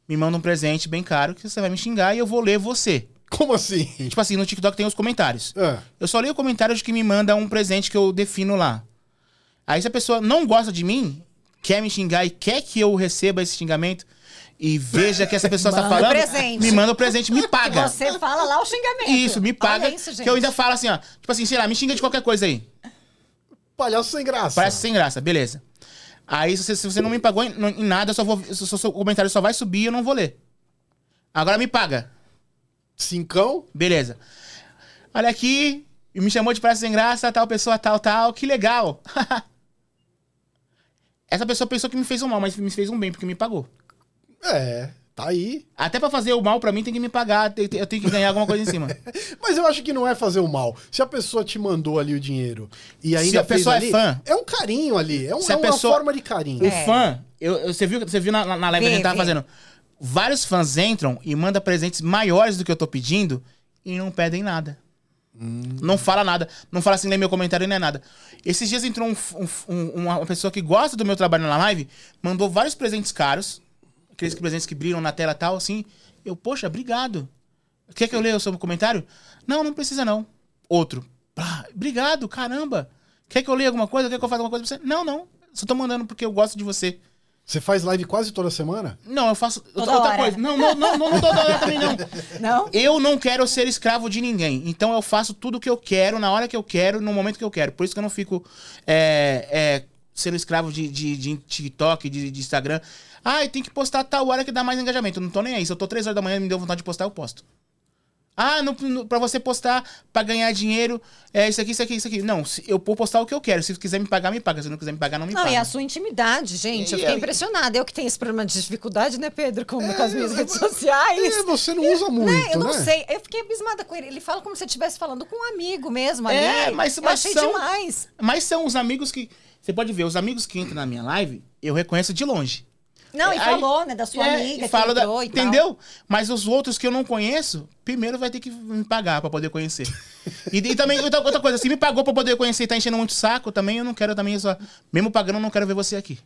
Me manda um presente bem caro que você vai me xingar e eu vou ler você. Como assim? <laughs> Tipo assim, no TikTok tem os comentários. Ah, Eu só leio o comentário de que me manda um presente que eu defino lá. Aí se a pessoa não gosta de mim, quer me xingar e quer que eu receba esse xingamento e veja que essa pessoa está Manda o falando, presente. me manda o presente, me Que paga. Você fala lá o xingamento. Isso, me paga. Olha isso, gente. que eu ainda falo assim, ó. Tipo assim, sei lá, me xinga de qualquer coisa aí. Palhaço sem graça. Parece sem graça, beleza. Aí, se você, se você não me pagou em, em nada, eu só vou, se o seu comentário só vai subir e eu não vou ler. Agora me paga. Cincão? Beleza. Olha aqui, e me chamou de praça sem graça, tal pessoa, tal, tal. Que legal. <laughs> Essa pessoa pensou que me fez um mal, mas me fez um bem, porque me pagou. É, tá aí. Até pra fazer o mal pra mim tem que me pagar, tem- tem- eu tenho que ganhar alguma coisa em cima. Mas eu acho que não é fazer o mal. Se a pessoa te mandou ali o dinheiro e ainda Se a fez pessoa é ali, fã. é um carinho ali. É, um- Se é a uma pessoa- forma de carinho. O É. fã, eu, eu- você viu, você viu na, na- na live que a Vi, gente tava vi. fazendo. Vários fãs entram e mandam presentes maiores do que eu tô pedindo e não pedem nada. Não fala nada. Não fala assim, lê meu comentário, nem é nada. Esses dias entrou um f- um f- um- uma pessoa que gosta do meu trabalho na live, mandou vários presentes caros. Aqueles que- presentes que brilham na tela e tal, assim. Eu, poxa, obrigado. Quer que eu leia o seu comentário? Não, não precisa não. Outro. Pá, obrigado, caramba. Quer que eu leia alguma coisa? Quer que eu faça alguma coisa pra você? Não, não. Só tô mandando porque eu gosto de você. Você faz live quase toda semana? Não, eu faço outra- Toda outra hora. coisa. Não, não, não, não, não toda hora também não. Não? Eu não quero ser escravo de ninguém. Então eu faço tudo o que eu quero, na hora que eu quero, no momento que eu quero. Por isso que eu não fico é, é, sendo escravo de, de, de TikTok, de, de Instagram. Ai, tem que postar tal hora que dá mais engajamento. Eu não tô nem aí. Se eu tô três horas da manhã e me deu vontade de postar, eu posto. Ah, não, não- pra você postar, pra ganhar dinheiro, é isso aqui, isso aqui, isso aqui. Não, se- eu vou postar o que eu quero. Se quiser me pagar, me paga. Se não quiser me pagar, não me Não, paga. e a sua intimidade, gente. Eu E fiquei aí? impressionada. Eu que tenho esse problema de dificuldade, né, Pedro? Com, com as minhas redes sociais. É, você não usa muito, né? É, Então, eu não sei. Eu fiquei abismada com ele. Ele fala como se eu estivesse falando com um amigo mesmo ali. É, mas- eu mas achei são- demais. Mas são os amigos que. Você pode ver, os amigos que entram na minha live, eu reconheço de longe. Não, e Aí- falou, né, da sua É, amiga e falo que da- entrou e tal. Entendeu? Mas os outros que eu não conheço, primeiro vai ter que me pagar pra poder conhecer. e, e também, outra, outra coisa, se me pagou pra poder conhecer e tá enchendo muito o saco, também eu não quero também. eu Só, mesmo pagando, eu não quero ver você aqui.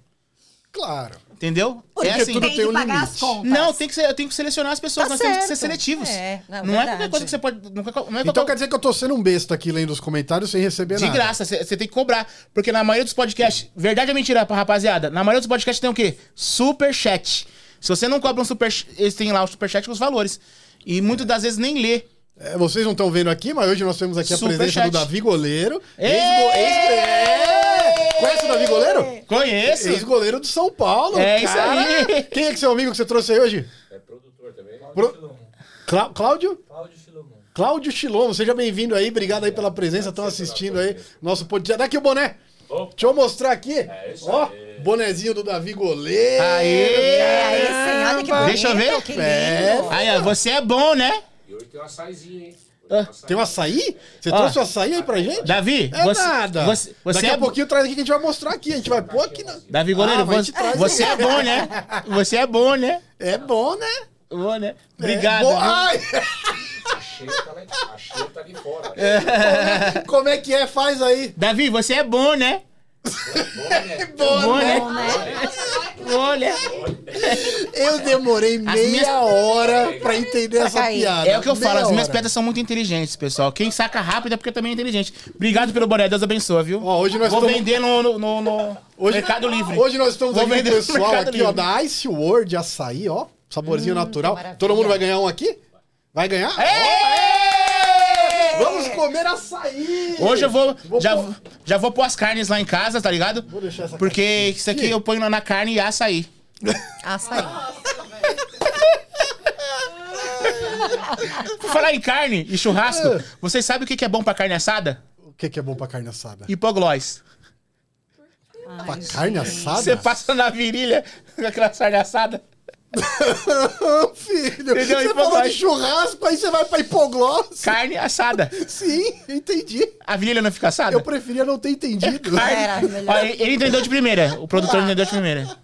Claro. Entendeu? Porque é assim. tudo tem tem um que pagar limite. as contas. Não, tem que ser, eu tenho que selecionar as pessoas, Tá nós temos que ser certo. seletivos. É, não, não é verdade. qualquer coisa que você pode. Não é, qual- não é Então qualquer quer dizer que eu tô sendo um besta aqui lendo os comentários sem receber De nada. graça, você tem que cobrar. Porque na maioria dos podcasts, verdade ou mentira, pa- rapaziada? Na maioria dos podcasts tem o quê? Superchat. Se você não cobra um super, eles têm lá o superchat com os valores. E muitas das vezes nem lê. É, vocês não estão vendo aqui, mas hoje nós temos aqui a Superchat. presença do Davi Goleiro. Ê! Ex-go- ex- é! Conhece o Davi Goleiro? Conheço. Ex-goleiro do São Paulo. É isso cara. aí. Quem é que seu amigo que você trouxe aí hoje? É produtor também. Pro- Cláudio Filomon. Clá- Cláudio? Cláudio Filomon. Cláudio Chilom, seja bem-vindo aí, obrigado aí pela presença, estão assistindo aí nosso podcast. Dá aqui o boné. Opa. É Deixa eu mostrar aqui. isso Ó, aí. bonezinho do Davi Goleiro. Aê! É, aí, sim, olha que bonito, Deixa eu ver. que É. lindo. Aí, ó, você é bom, né? E hoje tem um açaizinho, hein? Hoje açaí. Tem um açaí? Você Ó. trouxe o açaí aí pra gente? Davi, É você, nada. você, você Daqui é a pouquinho traz aqui que a gente vai mostrar aqui. A gente vai pôr aqui. na- Davi Goleiro, Ah, mas você, te traz você é bom, né? Você é bom, né? É bom, né? Bom, né? É Obrigado. bom. viu? Ai, <laughs> A cheia tá lá, a cheia tá ali fora. como é que é? Faz aí. Davi, você é bom, né? É bom, Bom, né? né? Bom, né? Bom, né? Eu demorei meia minhas- hora pra entender Pra essa cair. piada. É o que eu falo, Meia as minhas hora. pedras são muito inteligentes, pessoal. Quem saca rápido é porque também é inteligente. Obrigado pelo boné, Deus abençoa, viu? Ó, hoje nós Vou estamos- vender no, no, no- no Mercado Livre. Hoje nós estamos Vou aqui com o vender no pessoal Mercado aqui, ó, Livre. Hum, da Ice World açaí, ó. Saborzinho natural. maravilha. Todo mundo vai ganhar um aqui? Vai ganhar? É! Ê! Vamos comer açaí! Hoje eu vou. Já, pôr- já vou pôr as carnes lá em casa, tá ligado? Vou deixar essa Porque isso aqui eu ponho na- na carne e açaí. Açaí. Por falar em carne e churrasco, Ah. vocês sabem o que que é bom pra carne assada? O que, que é bom pra carne assada? Hipoglós. pra carne assada? <laughs> Você passa na virilha com aquela carne assada. Não, filho. Entendeu? Você Hipoglós. falou de churrasco, aí você vai pra hipoglós. Carne assada. Sim, entendi. A virilha não fica assada? Eu preferia não ter É entendido. Era melhor. Ó, ele ele entendeu de primeira. O produtor entendeu de primeira. <laughs>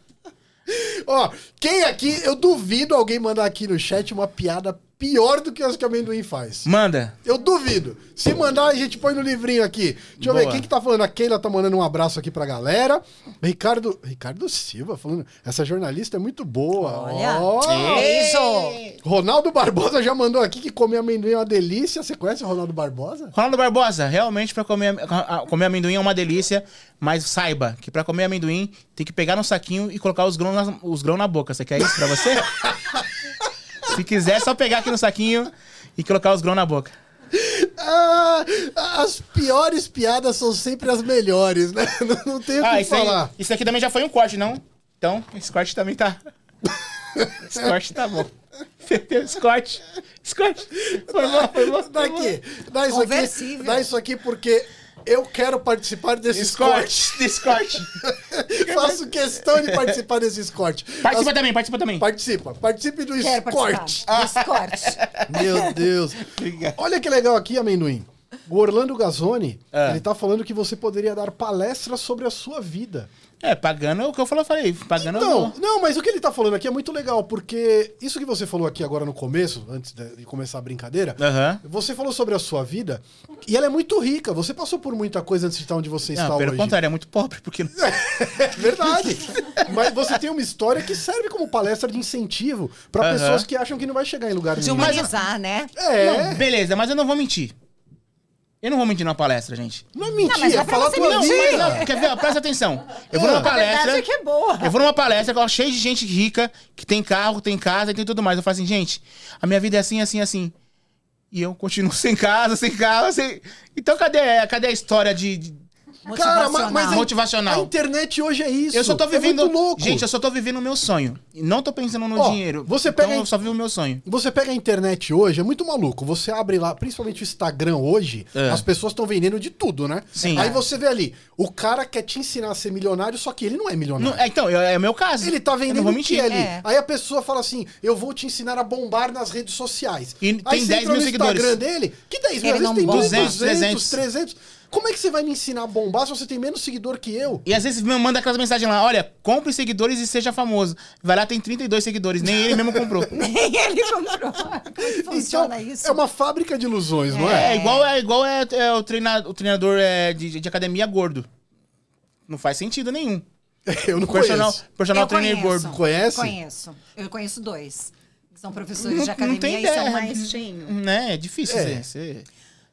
Ó, Quem aqui, eu duvido alguém mandar aqui no chat uma piada pior do que as que o amendoim faz. Manda. Eu duvido. Se mandar, a gente põe no livrinho aqui. Deixa eu ver Boa. quem que tá falando. A Keila tá mandando um abraço aqui pra galera. Ricardo, Ricardo Silva falando. Essa jornalista é muito boa. Olha. Ó. Beijo. Ronaldo Barbosa já mandou aqui que comer amendoim é uma delícia. Você conhece o Ronaldo Barbosa? Ronaldo Barbosa, realmente pra comer, a- a- comer amendoim é uma delícia, mas saiba que pra comer amendoim tem que pegar no saquinho e colocar os grãos na, os grãos na boca. Você quer isso pra <laughs> você? Se quiser, é só pegar aqui no saquinho e colocar os grãos na boca. Ah, as piores piadas são sempre as melhores, né? <laughs> Não, não tenho o Ah, que isso, aí- falar. isso aqui também já foi um corte, não? Então, esse corte <laughs> também tá. Esse corte tá bom. Entendeu? Esse corte. Esse corte. Foi bom, foi bom. Dá Foi bom. aqui. Dá isso aqui. Conversível. Dá isso aqui porque eu quero participar desses Esse cortes. <laughs> corte. Esse corte. Faço questão de participar desses cortes. Participa As- também, participa também. Participa, participe do Quero participar. esporte. Desse <laughs> corte. Meu Deus. Olha que legal aqui, amendoim. O Orlando Gazzoni, É. ele tá falando que você poderia dar palestras sobre a sua vida. É, pagando é o que eu falei, eu falei. Pagando Então. eu Não, vou. não, mas o que ele tá falando aqui é muito legal, porque isso que você falou aqui agora no começo, antes de começar a brincadeira, Aham. você falou sobre a sua vida e ela é muito rica. Você passou por muita coisa antes de estar onde você está tá Não, pelo hoje. contrário, é muito pobre, porque. <laughs> É verdade. Mas você tem uma história que serve como palestra de incentivo pra Aham. pessoas que acham que não vai chegar em lugar De nenhum. humanizar, né? É, Não, beleza, mas eu não vou mentir. Eu não vou mentir numa palestra, gente. não é Não, mas mentira, dá é pra falar você tua mentir. vida. Não, quer ver? ó, Presta atenção. Eu vou numa A verdade palestra. é que é boa. Eu vou numa palestra que eu cheio de gente rica, que tem carro, tem casa e tem tudo mais. Eu falo assim, gente, a minha vida é assim, assim, assim. E eu continuo <laughs> sem casa, sem carro, sem. Então cadê, cadê a história de. de- Cara, Motivacional. mas, mas a- Motivacional. A internet hoje é isso. Eu só tô vivendo. É muito louco. Gente, eu só tô vivendo o meu sonho. E não tô pensando no Ó, dinheiro. você então pega- eu só vivo o meu sonho. Você pega a internet hoje, é muito maluco. Você abre lá, principalmente o Instagram hoje, É. as pessoas estão vendendo de tudo, né? Sim. Aí você vê ali, o cara quer te ensinar a ser milionário, só que ele não é milionário. Não- é, então, eu- é o meu caso. Ele tá Eu vendendo não vou o que mentir. ali? É. Aí a pessoa fala assim: eu vou te ensinar a bombar nas redes sociais. E Aí tem 10 entra mil no Instagram seguidores. dele, que 10 mil? Ele Às vezes não tem bomba. 200, 300. 300. Como é que você vai me ensinar a bombar se você tem menos seguidor que eu? E às vezes me manda aquelas mensagens lá, olha, compre seguidores e seja famoso. Vai lá, tem 32 seguidores, nem ele mesmo comprou. <laughs> <laughs> Nem ele comprou. Como é Então, que funciona isso? É uma fábrica de ilusões, não é? É, igual é igual é, é o, treina, o treinador é, de, de academia gordo. Não faz sentido nenhum. Eu não é Personal, conheço. personal Eu trainer conheço. gordo. Conhece? Conheço. Eu conheço dois. São professores de Não, não academia tem e são ideia. mais cheinhos. Né? É difícil. É. Você, você-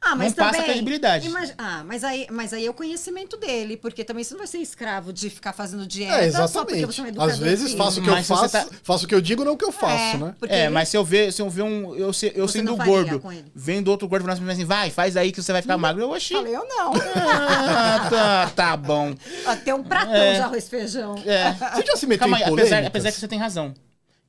Ah, mas Não passa também, credibilidade. imagi- ah, mas aí, mas aí é o conhecimento dele, porque também você não vai ser escravo de ficar fazendo dieta É, só porque você é um exatamente. educador Às vezes físico. faço o que eu Mas você faço, tá- faço o que eu digo, não o que eu faço, É, né? porque É, ele- mas se eu ver, se eu ver um. Eu, se- eu Você sendo não faria gordo, com ele? vendo outro gordo falando assim, vai, faz aí que você vai ficar magro. Eu achei. Falei, eu <laughs> não. Ah, <laughs> tá, tá bom. Até um pratão de arroz e feijão. É. Ah, Você já se meteu Calma em aí, polêmicas? apesar, apesar que você tem razão.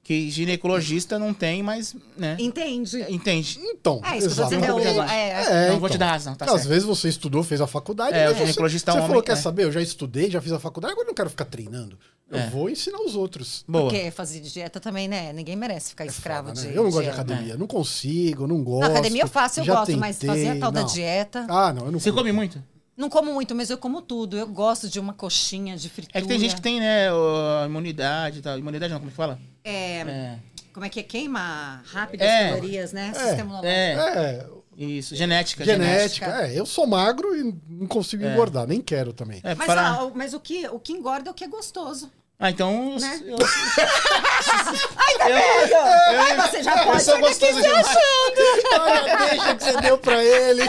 Que ginecologista não tem, mas. Né, Entende? entende. Então, É, isso que eu tô exatamente. dizendo, é o- é. não então. vou te dar razão, tá Às certo. vezes você estudou, fez a faculdade. É, né? o ginecologista é você, você um homem, falou, quer é. saber? Eu já estudei, já fiz a faculdade, agora eu não quero ficar treinando. Eu vou ensinar os outros. Boa. Porque fazer dieta também, né? Ninguém merece ficar escravo Né? de Eu não gosto de dieta. academia, não consigo, não gosto. Na academia eu faço, eu já gosto, mas fazer a tal da não. dieta. Ah, não, eu não Você curto. come muito? Não como muito, mas eu como tudo. Eu gosto de uma coxinha de fritura. É que tem gente que tem, né, o- imunidade e tal. Imunidade não, como é que fala? É, É. Como é que é? Queima rápido as É. calorias, né? É. Sistema imunológico. É, É, isso. Genética. genética. É, eu sou magro e não consigo engordar, nem quero também. É, Mas, fala- ó, mas o, que, o que engorda é o que é gostoso. Ah, então. Né? <laughs> Eu, tá Ai, você já eu pode. sou gostoso demais. <laughs> Olha a deixa que você deu pra ele.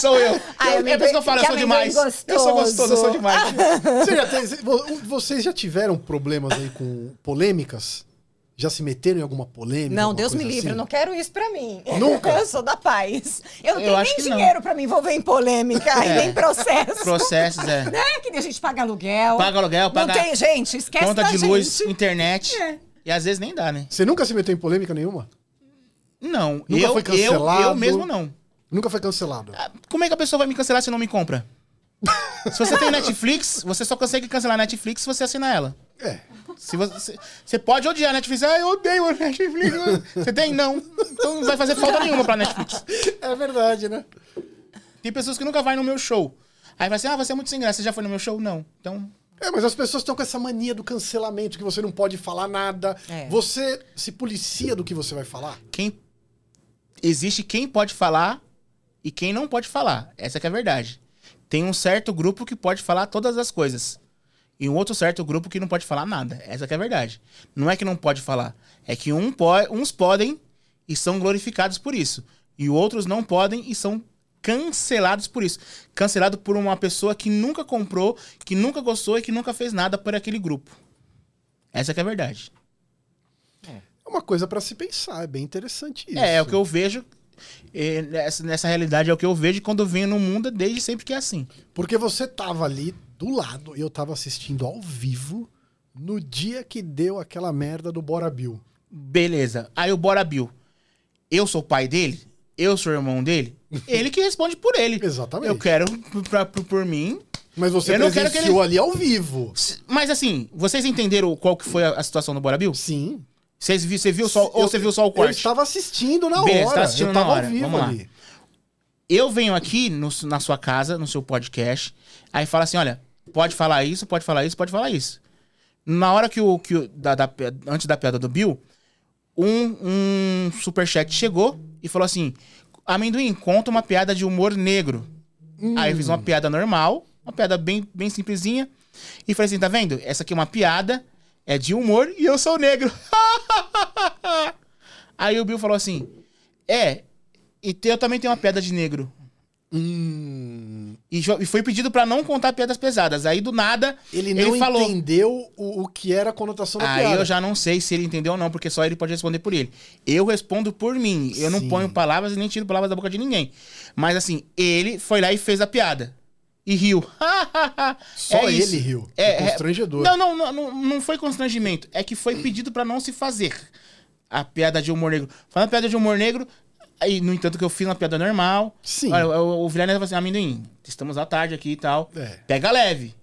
Sou eu. Ai, eu é amendoim- por isso que eu falo, eu que sou amendoim demais. Eu sou gostoso, eu gostoso. sou demais. Você já tem- vo- um, vocês já tiveram problemas aí com polêmicas? Já se meteram em alguma polêmica? Não, alguma Deus me coisa livre, eu assim? não quero isso pra mim. Nunca? <laughs> Eu sou da paz. Eu não Eu tenho acho nem que não. dinheiro pra me envolver em polêmica e É. nem processo. <laughs> Processos, é. Né? Que nem a gente paga aluguel. Paga aluguel, Não paga tem, gente, esquece conta da de luz, gente. internet. É. E às vezes nem dá, né? Você nunca se meteu em polêmica nenhuma? Não. Nunca eu, foi cancelado. Eu, eu mesmo não. Nunca foi cancelado. Ah, Como é que a pessoa vai me cancelar se não me compra? <laughs> se você tem Netflix, você só consegue cancelar Netflix se você assinar ela. É. Se você, você pode odiar a Netflix. Ah, eu odeio <laughs> a Netflix. Você tem? Não. Então não vai fazer falta nenhuma pra Netflix. É verdade, né? Tem pessoas que nunca vai no meu show. Aí vai assim, ah, você é muito sem graça. Você já foi no meu show? Não. Então, É, mas as pessoas estão com essa mania do cancelamento, que você não pode falar nada. É. Você se policia do que você vai falar. Quem existe quem pode falar e quem não pode falar. Essa que é a verdade. Tem um certo grupo que pode falar todas as coisas. E um outro certo grupo que não pode falar nada. Essa que é a verdade. Não é que não pode falar. É que um po uns podem e são glorificados por isso. E outros não podem e são cancelados por isso. Cancelado por uma pessoa que nunca comprou, que nunca gostou e que nunca fez nada por aquele grupo. Essa que é a verdade. É uma coisa pra se pensar, é bem interessante isso. É, é o que eu vejo. eh, Nessa, nessa realidade é o que eu vejo quando eu venho no mundo desde sempre que é assim. Porque você tava ali do lado e eu tava assistindo ao vivo no dia que deu aquela merda do Bora Bill. Beleza. Aí o Bora Bill. Eu sou o pai dele? Eu sou o irmão <laughs> dele? Ele que responde por ele. Exatamente. Eu quero pra, por- por mim. Mas você Eu não quero que presenciou ali ao vivo. S- Mas assim, vocês entenderam qual que foi a, a situação do Bora Bill? Sim. Vocês vi- Você viu só, ou Eu- você viu só o Eu corte? estava assistindo na Beleza, hora. tá assistindo eu na tava hora. ao vivo Vamos lá. ali. Eu venho aqui no su- na sua casa, no seu podcast, aí fala assim: olha, pode falar isso, pode falar isso, pode falar isso. Na hora que o. Que o- da- da pi- antes da piada do Bill, um, um superchat chegou e falou assim: Amendoim, conta uma piada de humor negro. Aí eu fiz uma piada normal, uma piada bem, bem simplesinha. E falei assim: tá vendo? Essa aqui é uma piada, é de humor e eu sou negro. <laughs> Aí o Bill falou assim: é, e te- eu também tenho uma piada de negro. Hum, E, jo- e foi pedido pra não contar piadas pesadas. Aí do nada, ele Ele não falou. entendeu o, o que era a conotação da aí piada. eu já não sei se ele entendeu ou não, porque só ele pode responder por ele. Eu respondo por mim. Eu não Sim. ponho palavras e nem tiro palavras da boca de ninguém. Mas assim, ele foi lá e fez a piada. E riu. <laughs> Só É ele isso. riu. É, é- constrangedor. Não, não, não, não, não foi constrangimento. É que foi pedido pra não se fazer a piada de humor negro. Falando piada de humor negro, aí, no entanto, que eu fiz uma piada normal. Sim. Olha, o, o Vilhena falou assim: amendoim, estamos à tarde aqui e tal. É. Pega leve.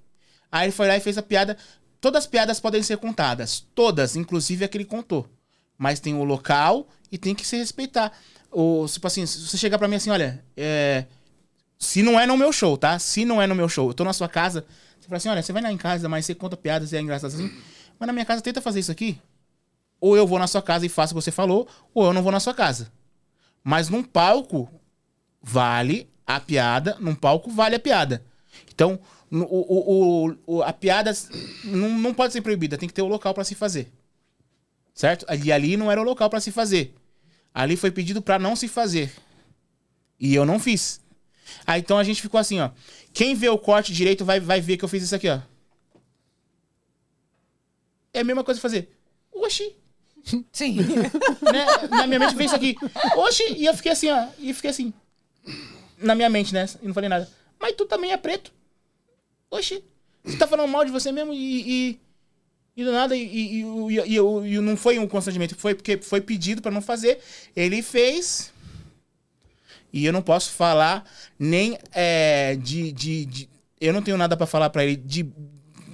Aí ele foi lá e fez a piada. Todas as piadas podem ser contadas. Todas, inclusive a que ele contou. Mas tem o local e tem que se respeitar. Ou, tipo assim, se você chegar pra mim assim, olha, é, se não é no meu show, tá? Se não é no meu show, eu tô na sua casa, você fala assim, olha, você vai lá em casa, mas você conta piadas, você é engraçado assim. Mas na minha casa tenta fazer isso aqui. Ou eu vou na sua casa e faço o que você falou, ou eu não vou na sua casa. Mas num palco vale a piada, num palco vale a piada. Então, no- o, o- o- o- a piada não, não pode ser proibida, tem que ter o local pra se fazer. Certo? E ali não era o local pra se fazer. Ali foi pedido pra não se fazer. E eu não fiz. Aí então a gente ficou assim, ó. Quem vê o corte direito vai, vai ver que eu fiz isso aqui, ó. É a mesma coisa que fazer. Oxi, Sim. <laughs> né? Na minha mente veio isso aqui. Oxi, e eu fiquei assim, ó. E fiquei assim. Na minha mente, né? E não falei nada. Mas tu também é preto. Oxi. Você tá falando mal de você mesmo e. e e do nada, e, e, e, o- e o- e o- não foi um constrangimento, foi porque foi pedido pra não fazer. Ele fez. E eu não posso falar nem é, de, de, de- Eu não tenho nada pra falar pra ele de,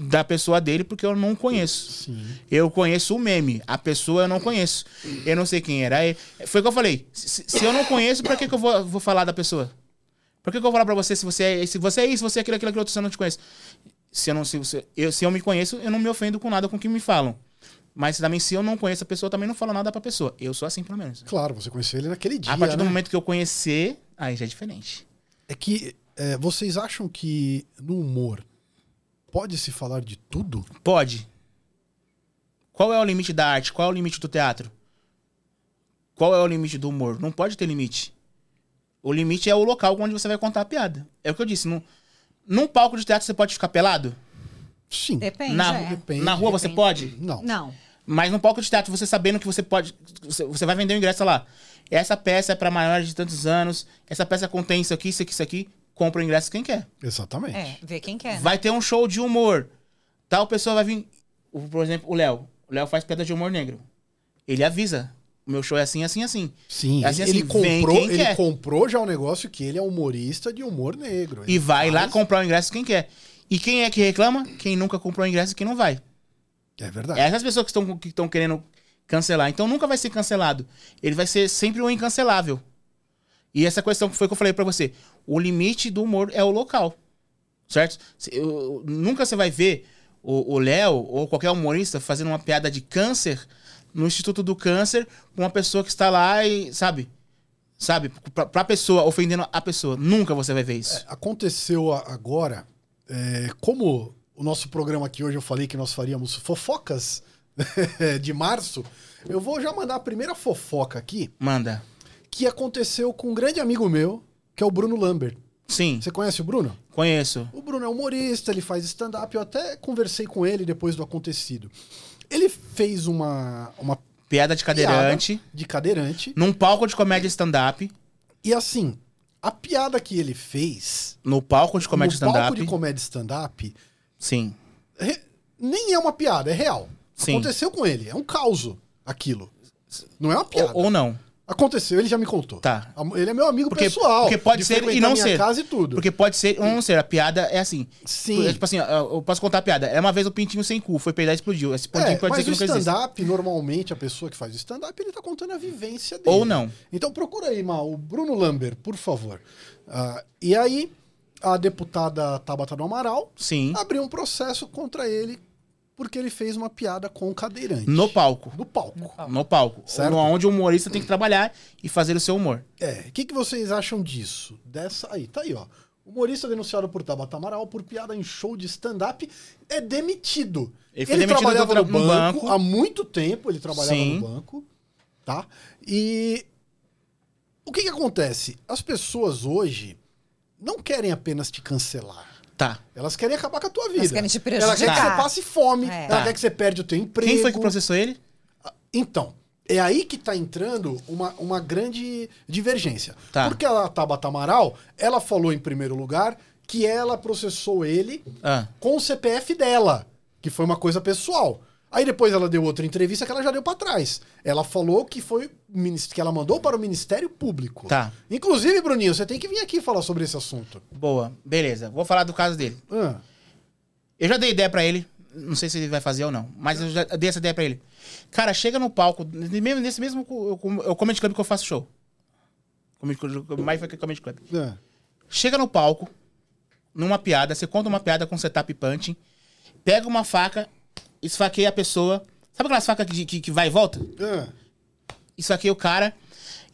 da pessoa dele, porque eu não conheço. Sim. Eu conheço o meme, a pessoa eu não conheço. Eu não sei quem era. É- Foi o que eu falei. Se, se eu não conheço, pra que, que eu vou, vou falar da pessoa? Pra que, que eu vou falar pra você se você é, se você é isso, você é aquilo, aquilo, aquilo outro, se eu não te conheço? Se eu, não, se, você- eu, se eu me conheço, eu não me ofendo com nada com o que me falam. Mas também, se eu não conheço a pessoa, eu também não falo nada pra pessoa. Eu sou assim, pelo menos. Claro, você conheceu ele naquele dia. a partir do né? momento que eu conhecer, aí já é diferente. É que é, vocês acham que no humor pode se falar de tudo? Pode. Qual é o limite da arte? Qual é o limite do teatro? Qual é o limite do humor? Não pode ter limite. O limite é o local onde você vai contar a piada. É o que eu disse. Num, num palco de teatro você pode ficar pelado? Sim. Depende. na, é. Depende. na rua você Depende. pode? Não. Não. Mas num palco de teatro, você sabendo que você pode. Você, você vai vender o ingresso sei lá. Essa peça é para maiores de tantos anos. Essa peça contém isso aqui, isso aqui, isso aqui. Compra o ingresso quem quer. Exatamente. É, vê quem quer. né? Vai ter um show de humor. Tal pessoa vai vir. o- Por exemplo, o Léo. O Léo faz piada de humor negro. Ele avisa. O meu show é assim, assim, assim. Sim, Assim, ele, assim, vem comprou, quem ele quer. comprou já o negócio que ele é humorista de humor negro. E Ele vai lá faz- comprar o ingresso quem quer. E quem é que reclama? Quem nunca comprou o ingresso e quem não vai. É verdade. Essas pessoas que estão que estão querendo cancelar. Então nunca vai ser cancelado. Ele vai ser sempre um incancelável. E essa questão que foi que eu falei pra você. O limite do humor é o local. Certo? Se- eu- eu- nunca você vai ver o- o o Léo ou qualquer humorista fazendo uma piada de câncer no Instituto do Câncer com uma pessoa que está lá e, sabe? Sabe? Pra, pra pessoa, ofendendo a pessoa. Nunca você vai ver isso. Aconteceu a- agora, é, como o nosso programa aqui hoje eu falei que nós faríamos fofocas <laughs> é, de março, eu vou já mandar a primeira fofoca aqui, Manda. que aconteceu com um grande amigo meu, que é o Bruno Lambert. Sim, Você conhece o Bruno? conheço. O Bruno é humorista, ele faz stand-up. Eu até conversei com ele depois do acontecido. Ele fez uma, uma Piada de cadeirante. piada de cadeirante. Num palco de comédia stand-up. E assim, a piada que ele fez No palco de comédia no palco stand-up. de comédia stand-up Sim. re- nem é uma piada, é real. Sim. Aconteceu com ele, é um caos aquilo. Não é uma piada. Ou, ou não. Aconteceu, ele já me contou. Tá. Am- Ele é meu amigo Porque- pessoal. porque pode de ser e frequentar não minha ser. casa e tudo. Porque pode ser ou não ser. A piada é assim. Sim. É tipo assim, ó, eu posso contar a piada. É uma vez o pintinho sem cu, foi peidar e explodiu. Esse pontinho É, pode ser mas que o nunca exista. stand-up, normalmente, a pessoa que faz o stand-up, ele tá contando a vivência dele. Ou não. Então procura aí, Mal, o Bruno Lambert, por favor. Ah, e aí, a deputada Tabata do Amaral Sim. abriu um processo contra ele porque ele fez uma piada com o cadeirante. No palco. No palco. No palco. Ah. Certo. Onde o humorista tem que trabalhar e fazer o seu humor. É, o que, que vocês acham disso? Dessa aí, tá aí, ó. Humorista denunciado por Tabata Amaral por piada em show de stand-up é demitido. Ele foi demitido do trabalhava tra- no no banco, banco. há muito tempo, ele trabalhava Sim. no banco, tá? E o que, que acontece? As pessoas hoje não querem apenas te cancelar. Tá. Elas querem acabar com a tua vida. Elas querem te Ela quer que prejudicar. você passe fome, É. ela Tá. quer que você perde o teu emprego. Quem foi que processou ele? Então, é aí que tá entrando uma, uma grande divergência. Tá. Porque a Tabata Amaral, ela falou em primeiro lugar que ela processou ele Ah. com o CPF dela, que foi uma coisa pessoal. Aí depois ela deu outra entrevista que ela já deu pra trás. Ela falou que foi minis- que ela mandou para o Ministério Público. Tá. Inclusive, Bruninho, você tem que vir aqui falar sobre esse assunto. Boa. Beleza. Vou falar do caso dele. Ah, Eu já dei ideia pra ele. Não sei se ele vai fazer ou não, mas eu já dei essa ideia pra ele. Cara, chega no palco, nesse mesmo, nesse mesmo co- co- é o comedy club que eu faço show. Comedy club, mais foi que comedy club. ah. Chega no palco, numa piada, você conta uma piada com setup punching, pega uma faca, esfaqueia a pessoa. Sabe aquelas facas que, que, que vai e volta? Ah. Esfaqueia o cara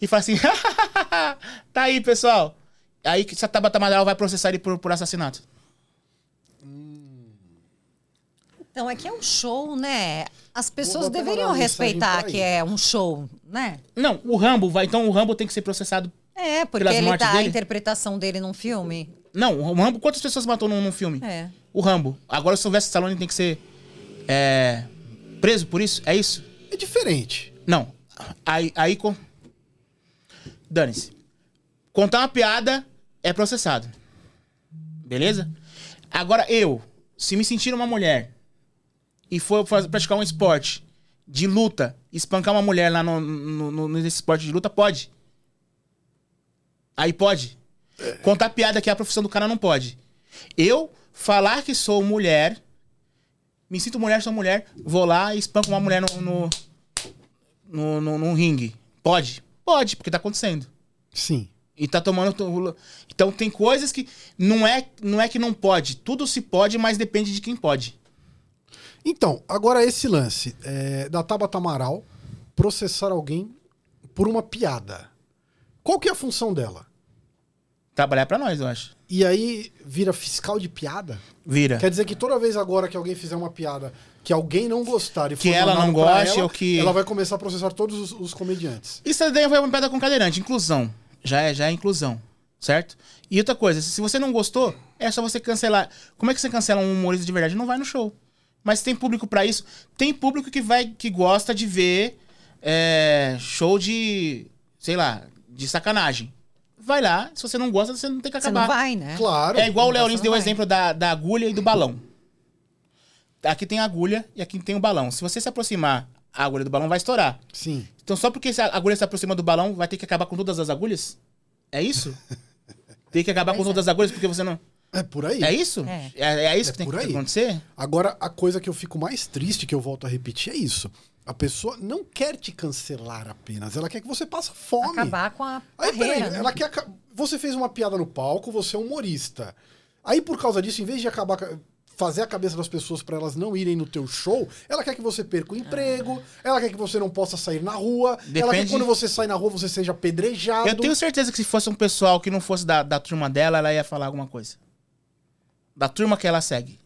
e fala assim: <laughs> tá aí, pessoal. Aí que se a Tabata Amaral vai processar ele por, por assassinato. Então é que é um show, né? As pessoas botar uma deveriam mensagem respeitar pra que ele. é um show, né? Não, o Rambo vai. Então o Rambo tem que ser processado. É, porque Pelas ele mortes dá a dele? interpretação dele num filme. Não, o Rambo, quantas pessoas matou num, num filme? É. O Rambo. Agora o Sylvester Stallone tem que ser. É, preso por isso? É isso? É diferente. Não. Aí. aí com... Dane-se. Contar uma piada é processado. Beleza? Agora eu, se me sentir uma mulher e for faz- praticar um esporte de luta, espancar uma mulher lá no, no- no- nesse esporte de luta, pode. Aí pode. Contar piada que é a profissão do cara não pode. Eu falar que sou mulher, me sinto mulher, sou mulher, vou lá e espanco uma mulher no- no, no, no, num ringue. Pode? Pode, porque tá acontecendo. Sim. E tá tomando. to- Então tem coisas que não é, não é que não pode. Tudo se pode, mas depende de quem pode. Então, agora esse lance é, da Tabata Amaral processar alguém por uma piada. Qual que é a função dela? Trabalhar é pra nós, eu acho. E aí vira fiscal de piada? Vira. Quer dizer que toda vez agora que alguém fizer uma piada que alguém não gostar e for Que ela mandado não pra goste ela, ou que- ela vai começar a processar todos os, os comediantes. Isso daí foi uma piada com cadeirante. Inclusão. Já é, já é inclusão. Certo? E outra coisa, se você não gostou, é só você cancelar. Como é que você cancela um humorista de verdade? Não vai no show. Mas tem público pra isso. Tem público que vai que gosta de ver é, show de. sei lá, de sacanagem. Vai lá, se você não gosta, você não tem que Você acabar. não vai, né? Claro. É igual o Não Léo Lins passa, deu o não vai. exemplo da, da agulha e do balão. Aqui tem a agulha e aqui tem o balão. Se você se aproximar, a agulha do balão vai estourar. Sim. Então, só porque a agulha se aproxima do balão, vai ter que acabar com todas as agulhas? <laughs> É isso? tem que acabar com Pois é. todas as agulhas porque você não. É por aí. É isso? É. É, é isso É que tem por que aí. acontecer? Agora, a coisa que eu fico mais triste, que eu volto a repetir, é isso. A pessoa não quer te cancelar apenas. Ela quer que você passe fome. Acabar com a Aí, peraí, carreira. né? ela quer. aca- Você fez uma piada no palco, você é humorista. Aí, por causa disso, em vez de acabar. ca- fazer a cabeça das pessoas pra elas não irem no teu show, ela quer que você perca o emprego, ela quer que você não possa sair na rua, ela quer que Depende- quando você sai na rua você seja apedrejado. Eu tenho certeza que se fosse um pessoal que não fosse da, da turma dela, ela ia falar alguma coisa. Da turma que ela segue.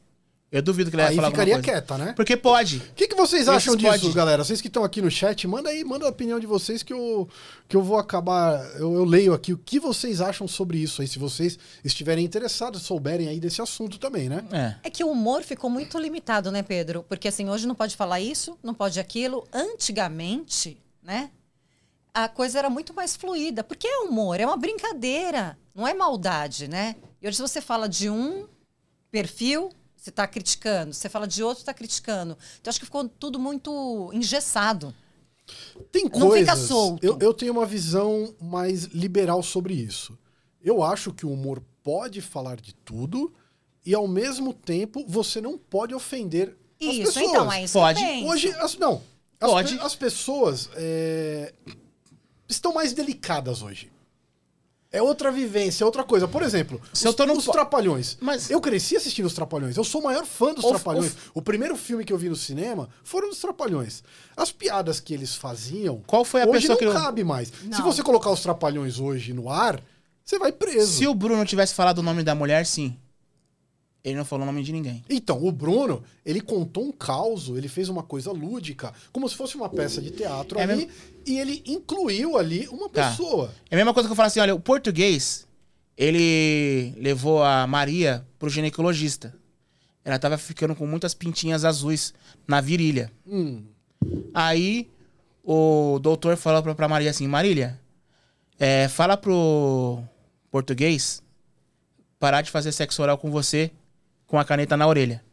Eu duvido que ela ia Aí falar alguma ficaria coisa. quieta, né? Porque pode. O que, que vocês acham Esses disso, pode- galera? Vocês que estão aqui no chat, manda aí, manda a opinião de vocês que eu, que eu vou acabar. Eu, eu leio aqui o que vocês acham sobre isso aí, se vocês estiverem interessados, souberem aí desse assunto também, né? É. É que o humor ficou muito limitado, né, Pedro? Porque assim, hoje não pode falar isso, não pode aquilo. Antigamente, né? A coisa era muito mais fluida. Porque é humor, é uma brincadeira, não é maldade, né? E hoje você fala de um perfil, você está criticando. Você fala de outro, está criticando. Então acho que ficou tudo muito engessado. Tem Não coisas. fica solto. Eu, eu tenho uma visão mais liberal sobre isso. Eu acho que o humor pode falar de tudo e, ao mesmo tempo, você não pode ofender as Isso, pessoas. então, é isso Pode. que eu penso. Hoje, as, não. As, Pode. pe- as pessoas é, estão mais delicadas hoje. É outra vivência, é outra coisa. Por exemplo, Se os, eu tô num os po- Trapalhões. Mas- Eu cresci assistindo os Trapalhões. Eu sou o maior fã dos Of- Trapalhões. O primeiro filme que eu vi no cinema foram os Trapalhões. As piadas que eles faziam Qual foi a hoje pessoa não que eu- cabe mais. Se Não. você colocar os Trapalhões hoje no ar, você vai preso. Se o Bruno tivesse falado o nome da mulher, sim. Ele não falou o nome de ninguém. Então, o Bruno, ele contou um caos, ele fez uma coisa lúdica, como se fosse uma peça de teatro É ali, mesmo? e ele incluiu ali uma Tá. pessoa. É a mesma coisa que eu falo assim, olha, o português, ele levou a Maria pro ginecologista. Ela tava ficando com muitas pintinhas azuis na virilha. Hum, Aí o doutor falou pra, pra Maria assim, Marília, é, fala pro português parar de fazer sexo oral com você com a caneta na orelha.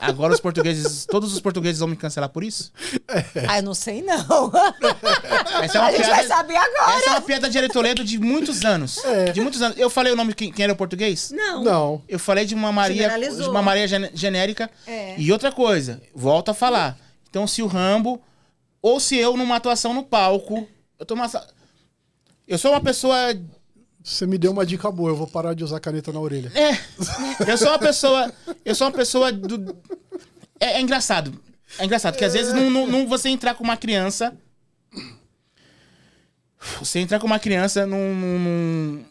Agora os portugueses, todos os portugueses vão me cancelar por isso? Ah, eu não sei, não. Essa é <laughs> uma a gente vai piada, saber agora. essa é uma piada de Ari Toledo de muitos anos. É. De muitos anos. Eu falei o nome de quem, quem era o português? Não. não. Eu falei de uma Maria, Generalizou. de uma Maria gene- genérica. É. E outra coisa, volto a falar. Então, se o Rambo, ou se eu numa atuação no palco, eu tô uma... sa- Eu sou uma pessoa. Você me deu uma dica boa, eu vou parar de usar caneta na orelha. É. Eu sou uma pessoa. Eu sou uma pessoa do. É, é engraçado. É engraçado, porque às vezes não, não- não- você entrar com uma criança. Você entrar com uma criança num- num-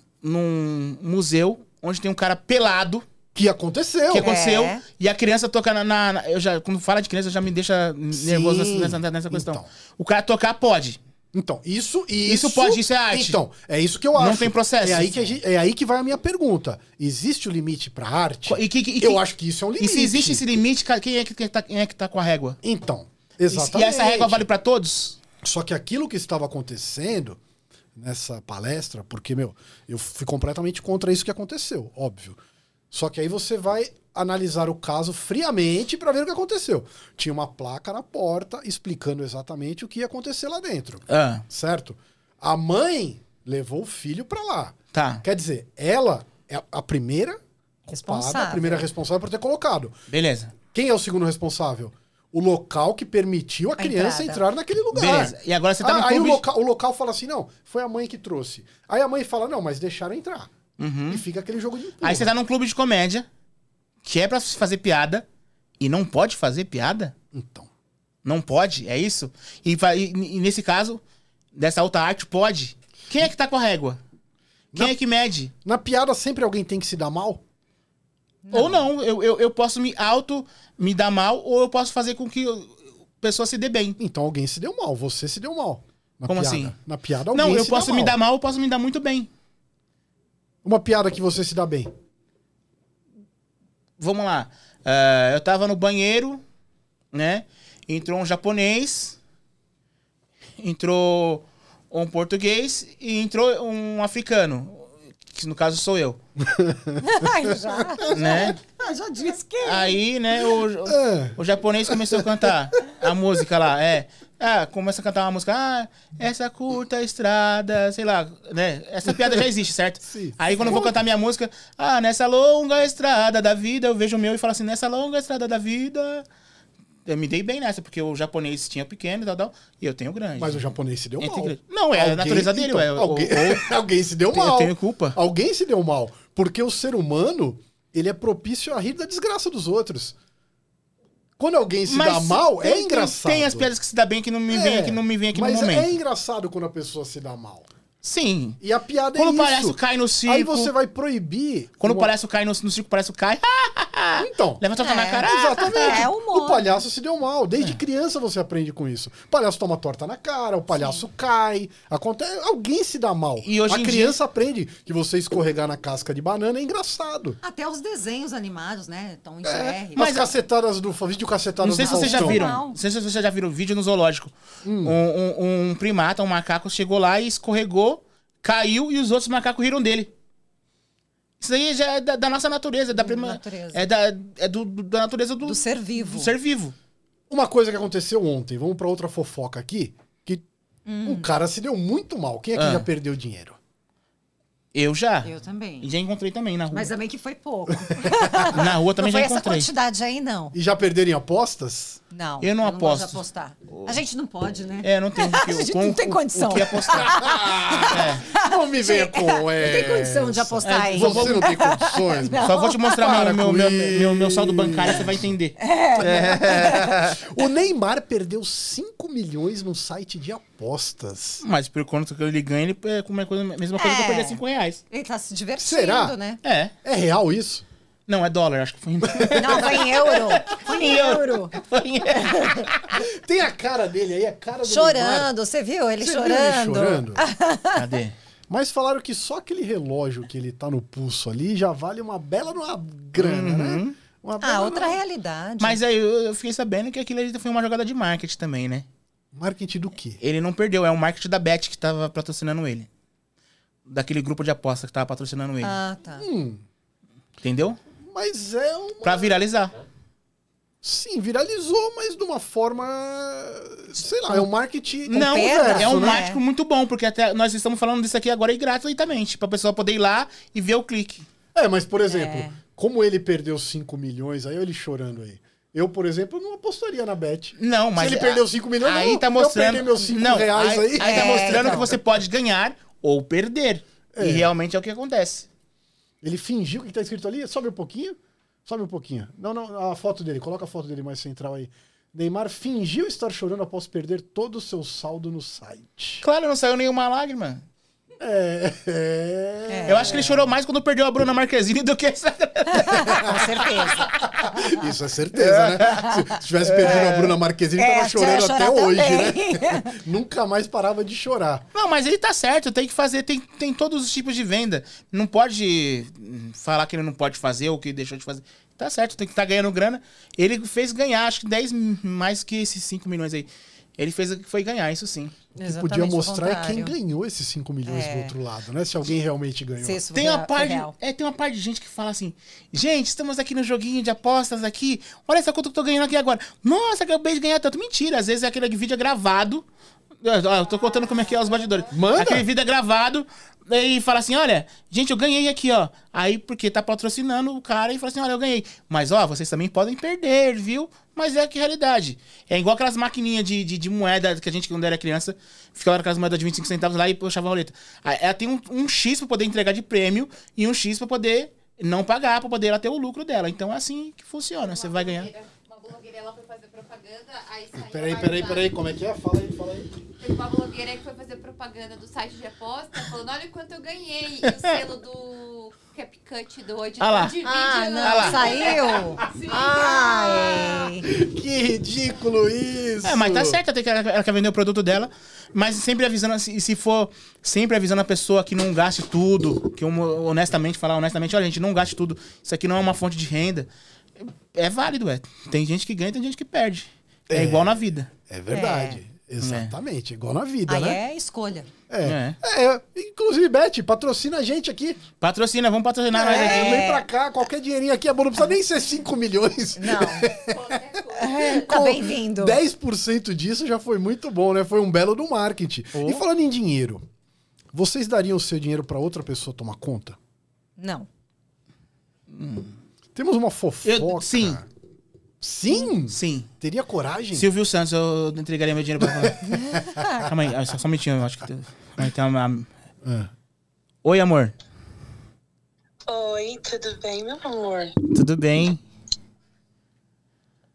num museu onde tem um cara pelado. Que aconteceu. que aconteceu. É. E a criança toca na, na- na- Eu já, quando fala de criança, já me deixa nervoso Sim. nessa, nessa- nessa questão. Então. O cara tocar pode. Então, isso e Isso pode, isso é arte. Então, é isso que eu Não acho. tem processo. É aí que, a gente- é aí que vai a minha pergunta. Existe o limite pra arte? E, que, e, que- eu acho que isso é um limite. e se existe esse limite, cara, quem é que, quem tá, quem é que tá com a régua? Então, E se- exatamente. E essa régua vale pra todos? Só que aquilo que estava acontecendo nessa palestra, porque, meu, eu fui completamente contra isso que aconteceu, óbvio. Só que aí você vai analisar o caso friamente para ver o que aconteceu. Tinha uma placa na porta explicando exatamente o que ia acontecer lá dentro, Ah, certo? A mãe levou o filho para lá. tá. Quer dizer, ela é a primeira culpada, a Responsável. primeira responsável por ter colocado. Beleza. Quem é o segundo responsável? O local que permitiu a, A criança entrada. entrar naquele lugar. Beleza. E agora você tá Ah, no aí o clube. local, o local fala assim: não, foi a mãe que trouxe. Aí a mãe fala: não, mas deixaram entrar. E fica aquele jogo de empurra. Uhum. Aí você tá num clube de comédia, que é pra se fazer piada, e não pode fazer piada? Então. Não pode? É isso? E, fa- e- e nesse caso, dessa alta arte, pode? Quem é que tá com a régua? Quem Não. é que mede? Na piada sempre alguém tem que se dar mal? Ou não, eu, eu, eu posso me auto me dar mal, ou eu posso fazer com que a pessoa se dê bem. Então alguém se deu mal, você se deu mal. Na Como piada. assim? Na piada alguém não, eu se posso dá me mal. dar mal, eu posso me dar muito bem. Uma piada que você se dá bem. Vamos lá. Ah, eu tava no banheiro, né? Entrou um japonês, entrou um português e entrou um africano. Que no caso sou eu, <laughs> Ai, já. né? Ah, já disse que. Aí, né, o, É. O japonês começou a cantar a música lá, é. Ah, começa a cantar uma música, ah, essa curta estrada, sei lá, né? Essa piada já existe, <laughs> certo? Sim. Aí quando eu vou cantar minha música, ah, nessa longa estrada da vida, eu vejo o meu e falo assim, nessa longa estrada da vida, Eu me dei bem nessa, porque o japonês tinha pequeno e tal, tal, e eu tenho grande. Mas o japonês se deu Entre mal. grande- Não, é a natureza dele, então, ué. O- Alguém, <laughs> alguém se deu Eu tenho- mal. eu tenho culpa. Alguém se deu mal. Porque o ser humano, ele é propício a rir da desgraça dos outros. Quando alguém se dá mal, tem- é engraçado. Tem, tem as piadas que se dá bem que não me vem, É, que não me vem aqui no mas momento. é engraçado quando a pessoa se dá mal. Sim. E a piada Quando o é palhaço isso. cai no circo. Aí você vai proibir... Quando Ah, o uma- palhaço cai no, no circo, o palhaço cai. Então, Levanta a tua na É. cara. Exatamente. É humor. O palhaço se deu mal. É. Desde criança você aprende com isso. O palhaço toma torta na cara, o palhaço cai. Acontece, alguém se dá mal. E hoje a em criança aprende que você escorregar na casca de banana é engraçado. Até os desenhos animados, né? Estão em GR. Mas As cacetadas do fa- vídeo cacetadas é- Não sei do se vocês já Faustão. viram. Não. Hum. Não sei se vocês já viram o vídeo no zoológico. Um, um- um primata, um macaco, chegou lá e escorregou, caiu e os outros macacos riram dele. Isso aí já é da, da nossa natureza, é da prima- natureza. É, da, é do, do- da natureza do, Do ser vivo. do ser vivo. Uma coisa que aconteceu ontem, vamos pra outra fofoca aqui, que Hum. um cara se deu muito mal. Quem é que Ah. já perdeu dinheiro? Eu já. Eu também. E já encontrei também na rua. Mas também que foi pouco. <laughs> Na rua também não foi já essa encontrei. quantidade aí, não. E já perderam em <laughs> apostas? Não. Eu não gosto de aposto. apostar. A gente não pode, né? É, <laughs> não tem o que, A gente com- não tem o- condição. O que é apostar. Não me venha Gente, com Ah! não tem condição essa. de É, apostar em- Você não tem condições. <laughs> Não. Só vou <laughs> te mostrar Para meu, com meu, isso. meu, meu, meu saldo bancário, você vai entender. O Neymar perdeu 5 milhões num site de apostas. Mas por conta que ele ganha, ele é como é coisa- a mesma coisa que eu É. perder 5 reais. Ele tá se divertindo, Será? né? É. É real isso? Não, é dólar, acho que foi. <laughs> Não, foi em euro. Foi em euro. foi Tem a cara dele aí, a cara do Neymar. Chorando, você viu ele Você viu ele chorando? Ah. chorando? Cadê? Mas falaram que só aquele relógio que ele tá no pulso ali já vale uma bela numa grana, né? Uma Ah, bela outra numa- realidade. Mas aí eu eu fiquei sabendo que aquilo ali foi uma jogada de marketing também, né? Marketing do quê? Ele não perdeu, é o marketing da Bet que tava patrocinando ele. Daquele grupo de aposta que tava patrocinando ele. Ah, <laughs> tá. Hum, Entendeu? mas é um... Pra viralizar. Sim, viralizou, mas de uma forma... Sei lá, é um marketing... não, perda, é um né? marketing muito bom, porque até nós estamos falando disso aqui agora e gratuitamente, pra pessoa poder ir lá e ver o clique. É, mas por exemplo, É. como ele perdeu 5 milhões, aí olha ele chorando aí. Eu, por exemplo, não apostaria na Bet. Não, mas. Se ele perdeu 5 milhões, aí não, tá mostrando. eu perdi meus 5 não, reais aí. aí. aí tá É, mostrando que então. você pode ganhar ou perder. É. E realmente é o que acontece. Ele fingiu que tá escrito ali, sobe um pouquinho, sobe um pouquinho. Não, não, a foto dele, coloca a foto dele mais central aí. Neymar fingiu estar chorando após perder todo o seu saldo no site. Claro, não saiu nenhuma lágrima. É, é. É, Eu acho que ele chorou mais quando perdeu a Bruna Marquezine do que essa. <laughs> com certeza. <laughs> Isso é certeza, né? Se- Se tivesse perdido a Bruna Marquezine, É, tava acho que eu ia chorando até chorar hoje, né? também. <laughs> Nunca mais parava de chorar. Não, mas ele tá certo, tem que fazer, tem, tem todos os tipos de venda. Não pode hum, falar que ele não pode fazer ou que deixou de fazer. Tá certo, tem que estar ganhando grana. Ele fez ganhar, acho que 10 mi- mais que esses 5 milhões aí. Ele fez o que foi ganhar, isso sim. O que Exatamente podia o mostrar é quem contrário. É. ganhou esses 5 milhões do outro lado, né? Se alguém realmente ganhou. Se isso Tem uma, for parte, real. é, tem uma parte de gente que fala assim: gente, estamos aqui no joguinho de apostas aqui, olha essa quanto que eu tô ganhando aqui agora. Nossa, acabei de ganhar tanto. Mentira, às vezes é aquele vídeo é gravado. Eu, eu tô contando como é que é os bastidores. Manda. Aquele vídeo é gravado e fala assim: olha, gente, eu ganhei aqui, ó. Aí porque tá patrocinando o cara e fala assim: olha, eu ganhei. Mas ó, vocês também podem perder, viu? Mas é que realidade. É igual aquelas maquininhas de, de, de moeda que a gente, quando era criança, ficava com aquelas moedas de 25 centavos lá e puxava a roleta. Aí Ela tem um, um X pra poder entregar de prêmio e um X pra poder não pagar, pra poder ela ter o lucro dela. Então é assim que funciona. Você vai ganhar. Uma blogueira, ela foi fazer propaganda, aí saiu Peraí, lá peraí, embaixo. peraí, como é que é? Fala aí, fala aí. Teve uma blogueira que foi fazer propaganda do site de aposta, falando, olha quanto eu ganhei. E o selo do CapCut do editor Ah lá. de vídeo. Ah, não, lá. saiu? Sim. Ai. Que ridículo isso! É, mas tá certo, até que ela, ela quer vender o produto dela. Mas sempre avisando, assim, e se for sempre avisando a pessoa que não gaste tudo, que hon- honestamente, falar honestamente, olha, gente, não gaste tudo, isso aqui não é uma fonte de renda. É válido, é. Tem gente que ganha, tem gente que perde. É, igual na vida. É verdade. Exatamente, igual na vida, Aí né? é escolha. É. É, Inclusive, Beth, patrocina a gente aqui. Patrocina, vamos patrocinar nós é, aqui. vem pra cá, qualquer dinheirinho aqui é bom, não precisa nem ser 5 milhões. Não, Qualquer coisa. tá Com bem-vindo. 10% disso já foi muito bom, né? Foi um belo do marketing. Oh. E falando em dinheiro, vocês dariam o seu dinheiro pra outra pessoa tomar conta? Não. Temos uma fofoca. Eu- sim. Sim? Sim. Teria coragem? Silvio Santos, eu entregaria meu dinheiro pra Calma aí, ah, só, só um minutinho, eu acho que tem, calma aí, tem uma... É. Ah. Oi, amor. Oi, tudo bem, meu amor? Tudo bem?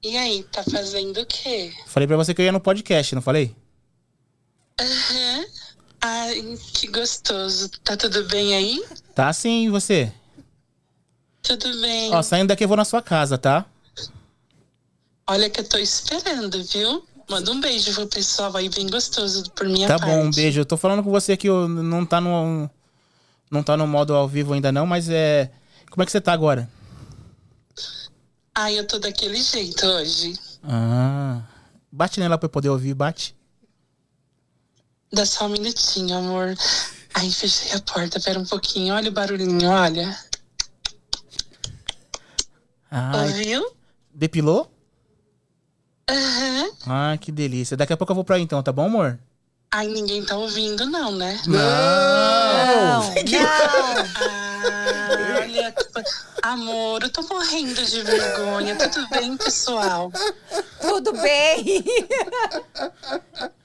E aí, tá fazendo o quê? Falei pra você que eu ia no podcast, não falei? Aham. Ai, que gostoso. Tá tudo bem aí? Tá sim, e você? Tudo bem. Ó, saindo daqui eu vou na sua casa, tá? Olha que eu tô esperando, viu? Manda um beijo pro pessoal aí, bem gostoso por minha Tá parte. bom, um beijo. Eu tô falando com você aqui, eu não tá no. Não tá no modo ao vivo ainda não, mas é. Como é que você tá agora? Ai, eu tô daquele jeito hoje. Ah. Bate nela pra eu poder ouvir, bate. Dá só um minutinho, amor. Aí fechei a porta, pera um pouquinho. Olha o barulhinho, olha. Ai, Ouviu? Ah, depilou? Aham. Ah, que delícia. Daqui a pouco eu vou pra aí então, tá bom, amor? Ai, ninguém tá ouvindo, não, né? Não, não. Ah, olha, amor, eu tô morrendo de vergonha. Tudo bem, pessoal? Tudo bem.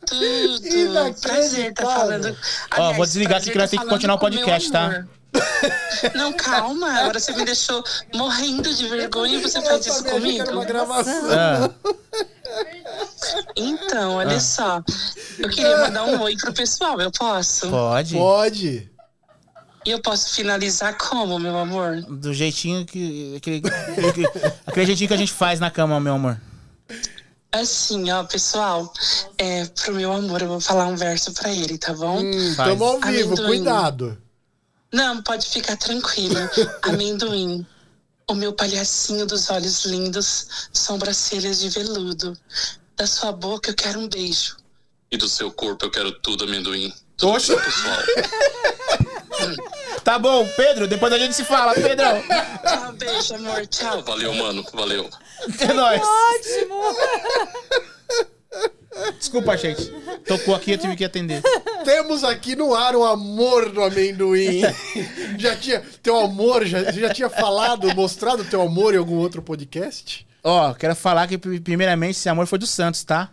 Tudo. Inacreditável. Prazer tá falando. Ó, vou desligar aqui prazer que nós tá tem que falando continuar o com meu podcast, tá? amor. Não, calma. Agora você me deixou morrendo de vergonha e você faz isso também achei que era uma comigo. gravação. <laughs> Ah, Então, olha só. Eu queria mandar um oi pro pessoal, eu posso? pode. Pode. E eu posso finalizar como, meu amor? Do jeitinho que. Aquele, aquele, aquele jeitinho que a gente faz na cama, meu amor. Assim, ó, pessoal, é, pro meu amor, eu vou falar um verso pra ele, tá bom? Faz. Estamos ao vivo, Amendoim. cuidado. Não, pode ficar tranquilo. Amendoim. O meu palhacinho dos olhos lindos, sobrancelhas de veludo. Da sua boca eu quero um beijo. E do seu corpo eu quero tudo, amendoim. Oxe. Tá bom, Pedro, depois a gente se fala, Pedrão. Tchau, beijo, amor. Tchau. Valeu, mano. Valeu. É nóis. Ótimo. Desculpa, gente. Tocou aqui, eu tive que atender. Temos aqui no ar o amor do <laughs> amendoim. já tinha. Teu amor, já, você já tinha falado, mostrado teu amor em algum outro podcast? Ó, quero falar que, pri- primeiramente, esse amor foi do Santos, tá?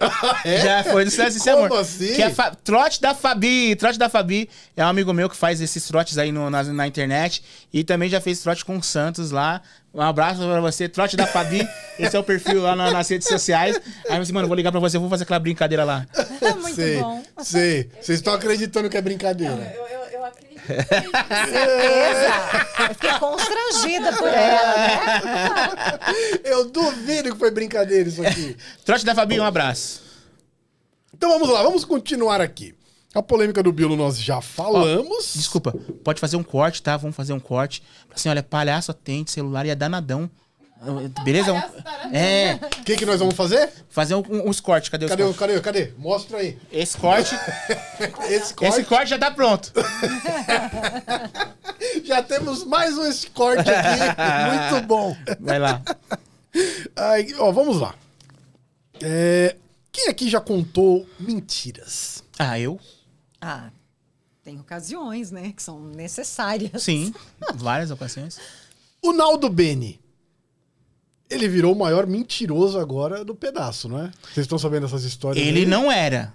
<laughs> É? Já foi do Santos esse Como amor. assim? Que é fa- trote da Fabi. Trote da Fabi é um amigo meu que faz esses trotes aí no- na, na internet. E também já fez trote com o Santos lá. Um abraço pra você, trote <laughs> da Fabi. Esse é o perfil lá na- nas redes sociais. Aí eu disse, mano, vou ligar pra você, vou fazer aquela brincadeira lá. Tá muito sei, bom. sei. Vocês estão acreditando que é brincadeira. Eu, eu, eu acredito. Certeza. Eu fiquei constrangida por ela, né? Eu duvido que foi brincadeira isso aqui. Trote da Fabi, um abraço. Então vamos lá, vamos continuar aqui. A polêmica do Bilo nós já falamos. Desculpa, pode fazer um corte, tá? Vamos fazer um corte. Assim, olha, palhaço atende, celular e é danadão. Beleza? É, O que, que nós vamos fazer? fazer um- uns cortes. Cadê os Cadê, o- cortes? cadê, cadê? Mostra <laughs> aí. Esse corte, Esse <laughs> corte. esse corte já tá pronto. Já temos mais um corte aqui. <laughs> Muito bom. <laughs> Vai lá. Ai, ó, vamos lá. É, quem aqui já contou mentiras? Ah, eu? Ah, tem ocasiões, né? Que são necessárias. Sim. Várias ocasiões. O Naldo Bene. Ele virou o maior mentiroso agora do pedaço, não é? Vocês estão sabendo essas histórias? Ele dele? não era.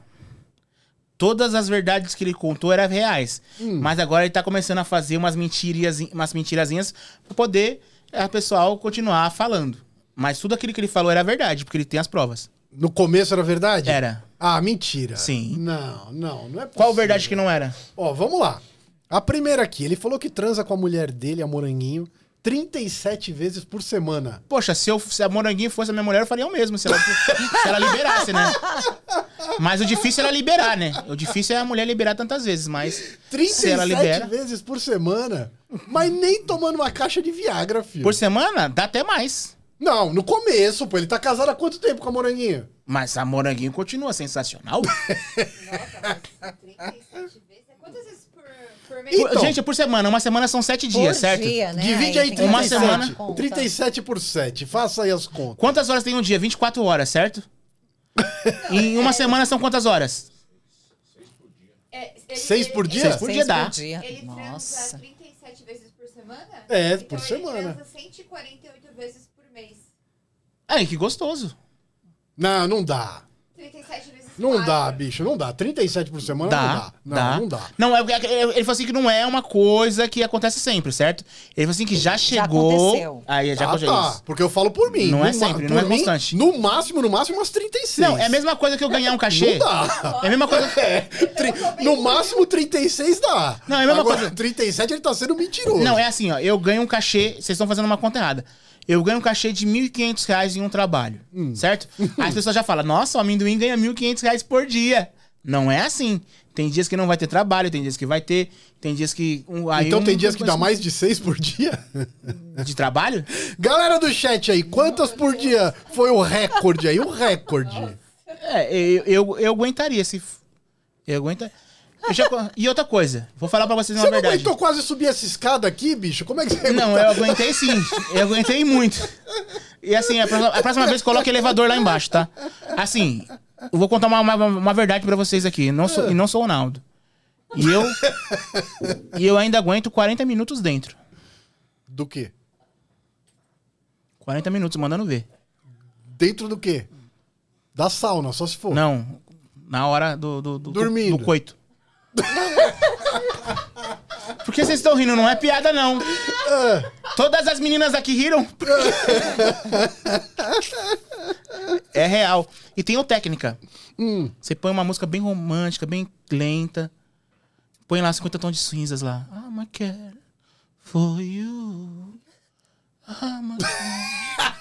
Todas as verdades que ele contou eram reais. Hum. Mas agora ele tá começando a fazer umas, mentiras, umas mentirazinhas pra poder é, o pessoal continuar falando. Mas tudo aquilo que ele falou era verdade, porque ele tem as provas. No começo era verdade? Era. Ah, mentira. Sim. Não, não, não é possível. Qual verdade que não era? Ó, vamos lá. A primeira aqui. Ele falou que transa com a mulher dele, a Moranguinho, 37 vezes por semana. Poxa, se, eu, se a moranguinho fosse a minha mulher, eu faria o mesmo, se ela, <laughs> se ela liberasse, né? Mas o difícil era liberar, né? O difícil é a mulher liberar tantas vezes, mas. se ela 37 libera. vezes por semana. Mas nem tomando uma caixa de Viagra, filho. Por semana, dá até mais. Não, no começo, pô. Ele tá casado há quanto tempo com a Moranguinho? Mas a moranguinho continua sensacional. Nossa, mas 37 vezes? é Quantas vezes por, por <laughs> mês? Então. Gente, é por semana. Uma semana são sete Por dias, certo? dia, né? Divide aí tem uma que 37. fazer semana. uma conta. 37 por 7. Faça aí as contas. Quantas horas tem um dia? 24 <laughs> horas, certo? em uma semana são quantas horas? É, ele- Seis ele- por ele- dia? Seis por Seis dia dá. dia. Ele né? transa Nossa. 37 vezes por semana? É, Então por ele semana. transa 148 vezes por mês. Ai, que gostoso. Não, não dá. 37 vezes Não quatro. dá, bicho, não dá. 37 por semana Dá, não dá. dá. Não, não dá. Não, é- é- é- ele falou assim que não é uma coisa que acontece sempre, certo? Ele falou assim que já chegou. aconteceu. Aí já Ah, aconteceu tá, isso. porque eu falo por mim. Não No é sempre, ma- não é por mim, constante. No máximo, no máximo, umas 36. Não, é a mesma coisa que eu ganhar um cachê. Não dá. <laughs> É a mesma coisa. É, tri- no máximo 36 dá. Não, é a mesma Agora, coisa. 37 ele tá sendo mentiroso. Não, é assim, ó. Eu ganho um cachê. Vocês estão fazendo uma conta errada. Eu ganho um cachê de R$ 1.500 reais em um trabalho, Hum. <laughs> certo? Aí as pessoas já falam, nossa, o amendoim ganha R$ 1.500 reais por dia. Não é assim. Tem dias que não vai ter trabalho, tem dias que vai ter, tem dias que... um- aí Então um- tem dias que dá mais de 6 por dia? <laughs> De trabalho? Galera do chat aí, quantas por dia foi o recorde aí? O recorde. É, eu, eu, eu aguentaria se... f- Eu aguentaria. e outra coisa, vou falar pra vocês uma Você não verdade. aguentou quase subir essa escada aqui, bicho? Como é que você Não, aguenta? eu aguentei sim. Eu aguentei muito. E assim, a próxima, a próxima vez coloque elevador lá embaixo, tá? Assim, eu vou contar uma, uma, uma verdade pra vocês aqui. Não sou, e não sou o Naldo. E eu. e eu ainda aguento 40 minutos dentro. Do quê? 40 minutos, mandando ver. Dentro do quê? Da sauna, só se for. Não, na hora do. do, do Dormindo. Do coito. Por que vocês estão rindo? Não é piada, não. Todas as meninas aqui riram. é real. E tem o técnica. Hum. Você põe uma música bem romântica, bem lenta. Põe lá 50 tons de cinzas lá. I'm a cat for you. I'm a cat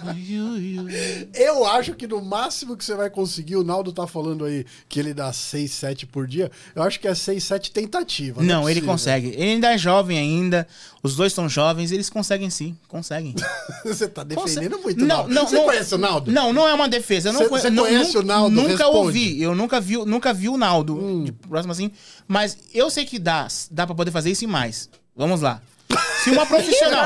for you, you. Eu acho que no máximo que você vai conseguir, o Naldo tá falando aí que ele dá 6, 7 por dia. Eu acho que é 6, 7 tentativa. Não, é ele possível. consegue. Ele ainda é jovem ainda. Os dois são jovens, eles conseguem sim, conseguem. <laughs> Você tá defendendo Conse- muito, Não, Naldo. não, você não. conhece o Naldo? Não, não é uma defesa. Eu não Cê- conhe- cê não- conhece nu- o Naldo? Nunca Responde. Hum. ouvi. Eu nunca vi, nunca vi o Naldo de próximo assim. Mas eu sei que dá, dá para poder fazer isso e mais. Vamos lá. <laughs> Se uma profissional.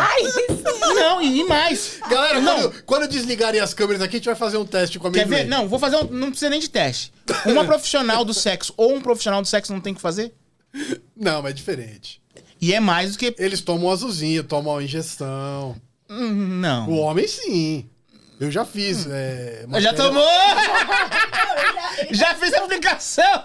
não, e e mais. Galera, não. Quando, quando desligarem as câmeras aqui, a gente vai fazer um teste com a minha Quer ver? Não, vou fazer um. Não precisa nem de teste. Uma profissional do sexo ou um profissional do sexo não tem o que fazer? Não, mas é diferente. E é mais do que. Eles tomam um azulzinho, tomam a injeção. Hum, O Não. homem, sim. Eu já fiz. é, Hum. Já matéria- tomou! Ele já, ele Já fiz a aplicação!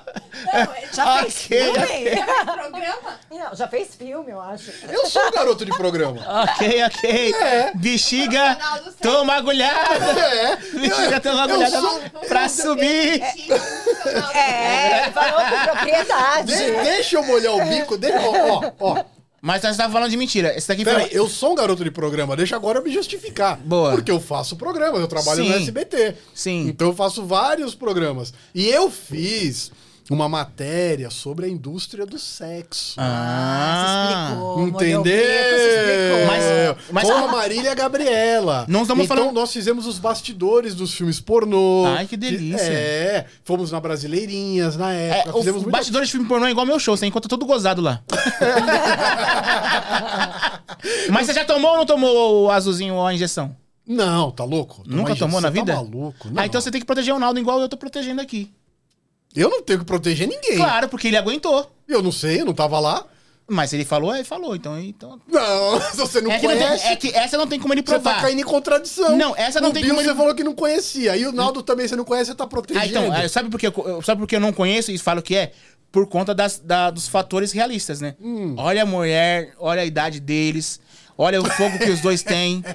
não, ele Já Ok, fez filme? já no programa. Não, já fez filme, eu acho. Eu sou um garoto de <laughs> programa. Ok, ok. Bexiga, Profissional do sexo. toma agulhada. É. Bexiga, toma agulhada pra subir. Tinha um profissional do É, ele falou com propriedade. De- deixa eu molhar o bico. Deixa, ó, ó, ó. Mas você tá falando de mentira. Esse daqui Pera, foi... aí, eu sou um garoto de programa, deixa agora eu me justificar. Então, Boa. Porque eu faço programas, eu trabalho no Sim. SBT. Sim. Então eu faço vários programas. E eu fiz uma matéria sobre a indústria do sexo. Ah, se Ah, explicou. molhou o Entendeu? bico, se explicou. Mas- mas- Com a Marília Gabriela. Não estamos então, falando- nós fizemos os bastidores dos filmes pornô. Ai, que delícia. É, fomos na Brasileirinhas na é, época. o fizemos f- muita bastidor de filme pornô é igual meu show, você encontra todo <laughs> gozado lá. Mas você já tomou ou não tomou o azulzinho ou a injeção? Não, tá louco? Tomar Nunca tomou injeção, na vida? Tá maluco? Não. Ah, então você tem que proteger o Naldo igual eu tô protegendo aqui. Eu não tenho que proteger ninguém. Claro, porque ele aguentou. Eu não sei, eu não tava lá. Mas se ele falou, ele falou. Então, então... Não, <laughs> se você não é, que não tem- conhece, é que essa não tem como ele você provar. tá caindo em contradição. Não, essa não o tem Bill, como ele- você falou que não conhecia. E o Naldo também você não conhece, você tá protegendo. Ah, então, ah, sabe por, que eu, eu- sabe por que eu não conheço e falo que é? Por conta das, da- dos fatores realistas, né? Hum. Olha a mulher, olha a idade deles, olha o fogo que os dois têm. <laughs>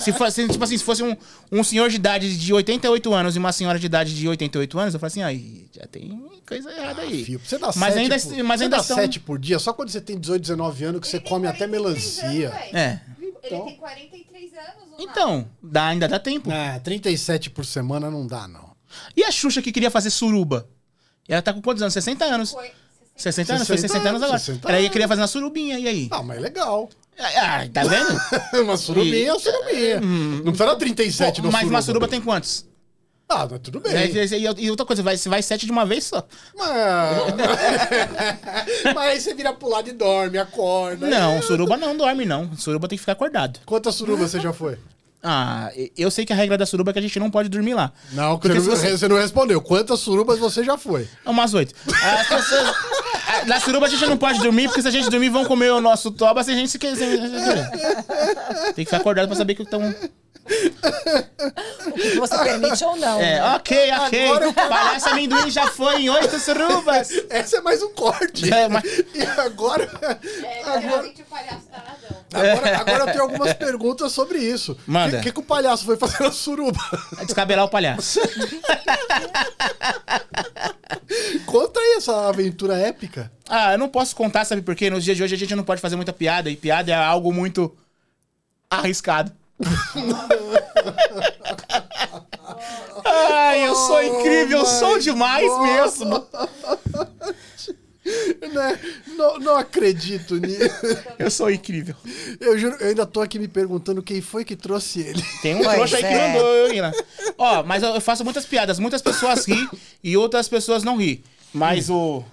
Se fosse, tipo assim, se fosse um, um senhor de idade de 88 anos e uma senhora de idade de 88 anos, eu falo assim, aí, já tem coisa errada aí. Filho, você dá mas sete ainda, assim- por... mas você ainda dá são... sete por dia, só quando você tem 18, 19 anos que você Ele tem come até 43 anos, melancia. velho. É. Ele tem 43 anos. o Naldo. Então, dá, ainda dá tempo. Ah, 37 por semana não dá, não. E a Xuxa que queria fazer suruba? Ela tá com quantos anos? 60 anos. Foi- 60 anos? Foi 60 60 anos agora. 60 Ela ia anos. querer fazer uma surubinha, e aí? Ah, mas é legal. <laughs> Ah, tá vendo? uma surubinha é uma surubinha. Não precisa dar 37 no Mas suruba. uma suruba tem é- quantos? Ah, mas tudo bem. E, e- e outra coisa, vai, se vai sete de uma vez só. Mas... <laughs> mas aí você vira pro lado e dorme, acorda. Não, suruba tá. não dorme, não. Suruba tem que ficar acordado. Quantas surubas você já foi? Ah, e- eu sei que a regra da suruba é que a gente não pode dormir lá. Não, Porque você, se não, você- você não respondeu. Quantas surubas você já foi? É umas oito. As pessoas. a- Na suruba a gente não pode dormir, porque se a gente dormir, vão comer o nosso toba se a gente se quer. se a gente- Tem que ficar acordado pra saber que estão. O que você permite ou não. É, né? ok, ok. Agora eu- Palhaça amendoim já foi em oito surubas. Essa é mais um corte. É, mas- <laughs> E agora, É, agora, geralmente o palhaço tá razão. agora, agora eu tenho algumas perguntas sobre isso. Manda. O que, que, que o palhaço foi fazer na suruba? <laughs> Descabelar o palhaço. Conta aí essa aventura épica. Ah, eu não posso contar, sabe por quê? Nos dias de hoje a gente não pode fazer muita piada, e piada é algo muito arriscado. Ai, eu sou incrível, eu sou my demais God. mesmo. Né? Não, não acredito nisso. Eu sou incrível. <laughs> Eu juro, eu ainda tô aqui me perguntando quem foi que trouxe ele. Tem um Pois trouxa aí que é. mandou eu ir lá. Ó, mas eu eu faço muitas piadas. Muitas pessoas riem e outras pessoas não riem. Mas o...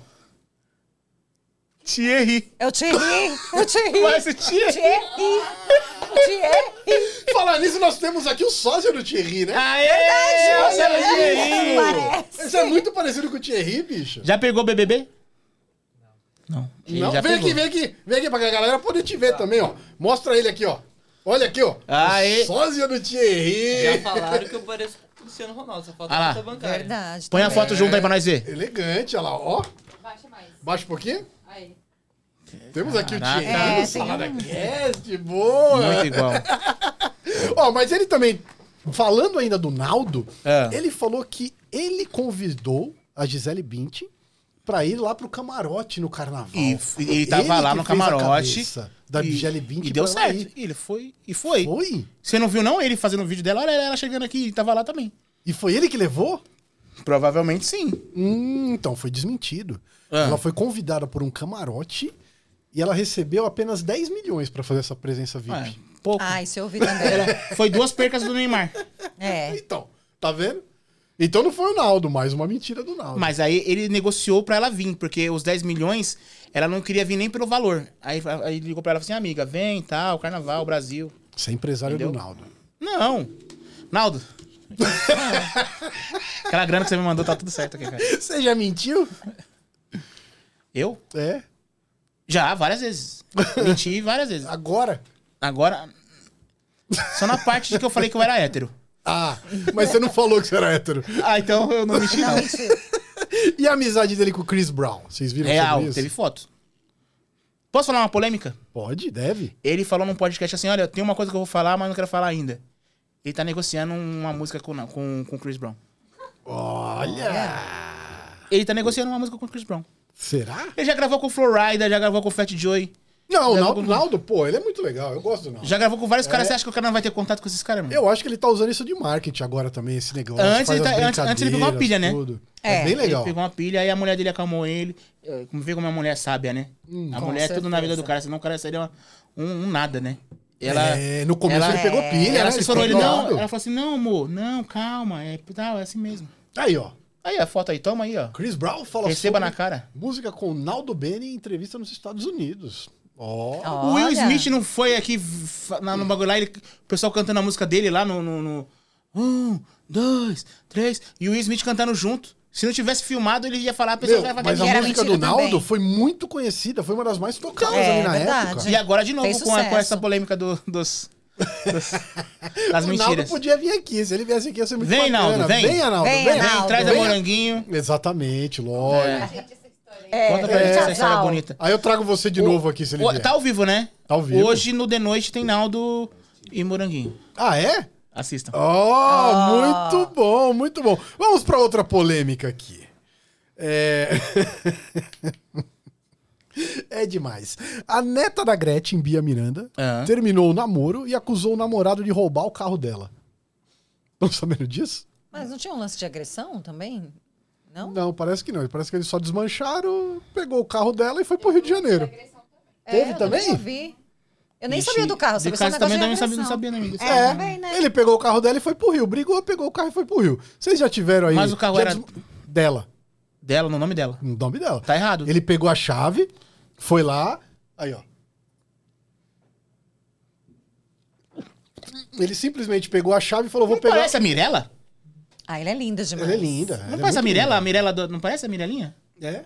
Thierry. Eu te ri, eu te ri. Mas o Thierry... Thierry, Thierry. Falar nisso, nós temos aqui o sósia do Thierry, né? Aê! você é o Thierry! Parece. Isso é muito parecido com o Thierry, bicho. Já pegou o BBB? Não. Ele Não, já vem pegou. aqui, vem aqui, vem aqui pra que a galera poder te ver também, ó. Mostra ele aqui, ó. Olha aqui, ó. Aê. O Sósia do Thierry. Já falaram que eu pareço com o Cristiano Ronaldo, só falta Ah lá. conta bancária. Verdade. Põe a também. foto junto aí pra nós ver. Elegante, olha lá, ó. Baixa mais. Baixa um pouquinho. Aí. Temos aqui Caraca. o Thierry É, do tem um- Salada Cast, boa. Muito igual. Ó, mas ele também, falando ainda do Naldo, É. ele falou que ele convidou a Gisele Bündchen pra ir lá pro camarote no carnaval. <laughs> E, e ele tava Ele lá que fez no a camarote. cabeça Da e- Gisele Bündchen E deu pra ela certo. ir. E Ele foi. E foi. Foi? Você não viu, não? Ele fazendo o vídeo dela, olha ela chegando aqui e tava lá também. E foi ele que levou? Provavelmente sim. Hum, então, foi desmentido. Ah. Ela foi convidada por um camarote e ela recebeu apenas 10 milhões pra fazer essa presença VIP. Ué, pouco. Ah, isso eu vi também. Foi duas percas do Neymar. É. Então, tá vendo? Então não foi o Naldo, mais uma mentira do Naldo. Mas aí ele negociou pra ela vir, porque os 10 milhões, ela não queria vir nem pelo valor. Aí, aí ligou pra ela e falou assim, amiga, vem, tal, carnaval, Brasil. Você é empresário do Entendeu? Naldo. <laughs> Não. <laughs> Naldo. Aquela grana que você me mandou tá tudo certo aqui, cara. Você já mentiu? Eu? É. Já, várias vezes. Menti várias vezes. Agora? Agora. Só na parte de que eu falei que eu era hétero. <laughs> Ah, mas você não falou que você era hétero. Ah, então eu não menti, não. E a amizade dele com o Chris Brown? Vocês viram Real, sobre isso? teve foto. Posso falar uma polêmica? Pode, deve. Ele falou num podcast assim: olha, tem uma coisa que eu vou falar, mas não quero falar ainda. Ele tá negociando uma música com com, com o Chris Brown. Olha! Ele tá negociando uma música com o Chris Brown. Será? Ele já gravou com o Florida, já gravou com o Fat Joy, Não, o Deve Naldo, com- Naldo, pô, ele é muito legal. Eu gosto do Naldo. já gravou com vários caras. Você acha que o cara não vai ter contato com esses caras, mano? Eu acho que ele tá usando isso de marketing agora também, esse negócio. Antes Faz ele as tá- antes- antes ele pegou uma pilha, né? brincadeiras, tudo. É, É, bem Ele legal. pegou uma pilha, aí a mulher dele acalmou ele. É, Como vê como a mulher é sábia, né? Hum, a com mulher é tudo na vida certeza. do cara, senão o cara seria uma- um, um nada, né? Ela, É, no começo ela- ele pegou pilha, ela né? assessorou ele, ficou não. bolado. Ela falou assim: não, amor, não, calma, é, tal, é assim mesmo. Aí, ó. Aí a foto aí, toma aí, ó. Chris Brown fala Receba sobre na cara. música com Naldo Bene em entrevista nos Estados Unidos. Ó. O Will Olha. Smith não foi aqui fa- na- no bagulho lá, ele- o pessoal cantando a música dele lá no, no- no- Um, dois, três. E o Will Smith cantando junto. Se não tivesse filmado, ele ia falar, a pessoa Meu, vai falar mas que a era música do mentira Naldo também. foi muito conhecida, foi uma das mais tocadas É, ali na verdade. época. E agora de Fez novo com, a- com sucesso. essa polêmica do- dos, <laughs> dos- das o Naldo mentiras. podia vir aqui. Se ele viesse aqui, ia ser muito Vem, bacana. Naldo, vem. Vem, Naldo, Vem, vem. Naldo. Vem, traz a Vem. moranguinho. Exatamente, lógico. É. Gente, essa história aí. É, Conta pra é, gente essa história casal. bonita. Aí eu trago você de novo aqui, se ele O- vier. tá ao vivo, né? Tá ao vivo. Hoje no The Noite tem Naldo e Moranguinho. Ah, é? Assistam. Ah. Oh, muito bom, muito bom. Vamos para outra polêmica aqui. É... <laughs> é demais. A neta da Gretchen, Bia Miranda, Ah. terminou o namoro e acusou o namorado de roubar o carro dela. Estão sabendo disso? Mas não tinha um lance de agressão também? Não? Não, parece que não. Parece que eles só desmancharam, pegou o carro dela e foi pro Rio de Janeiro. Teve É, eu também? não vi. Eu nem Ixi, sabia do carro, de sabia só casa o negócio também, também de sabia, não agressão. sabia nem disso. É, também, né? Ele pegou o carro dela e foi pro Rio. Brigou, pegou o carro e foi pro Rio. Vocês já tiveram aí. Mas o carro já era- Dela. Dela, no nome dela. O nome dela. Tá errado. Ele pegou a chave, foi lá, aí ó. Ele simplesmente pegou a chave e falou: vou Não pegar. Parece a Mirella? Ah, ela é linda demais. Ela é linda. ela Não é parece a muito Mirella? A Mirella do- Não parece <laughs> a Mirelinha? linda. É.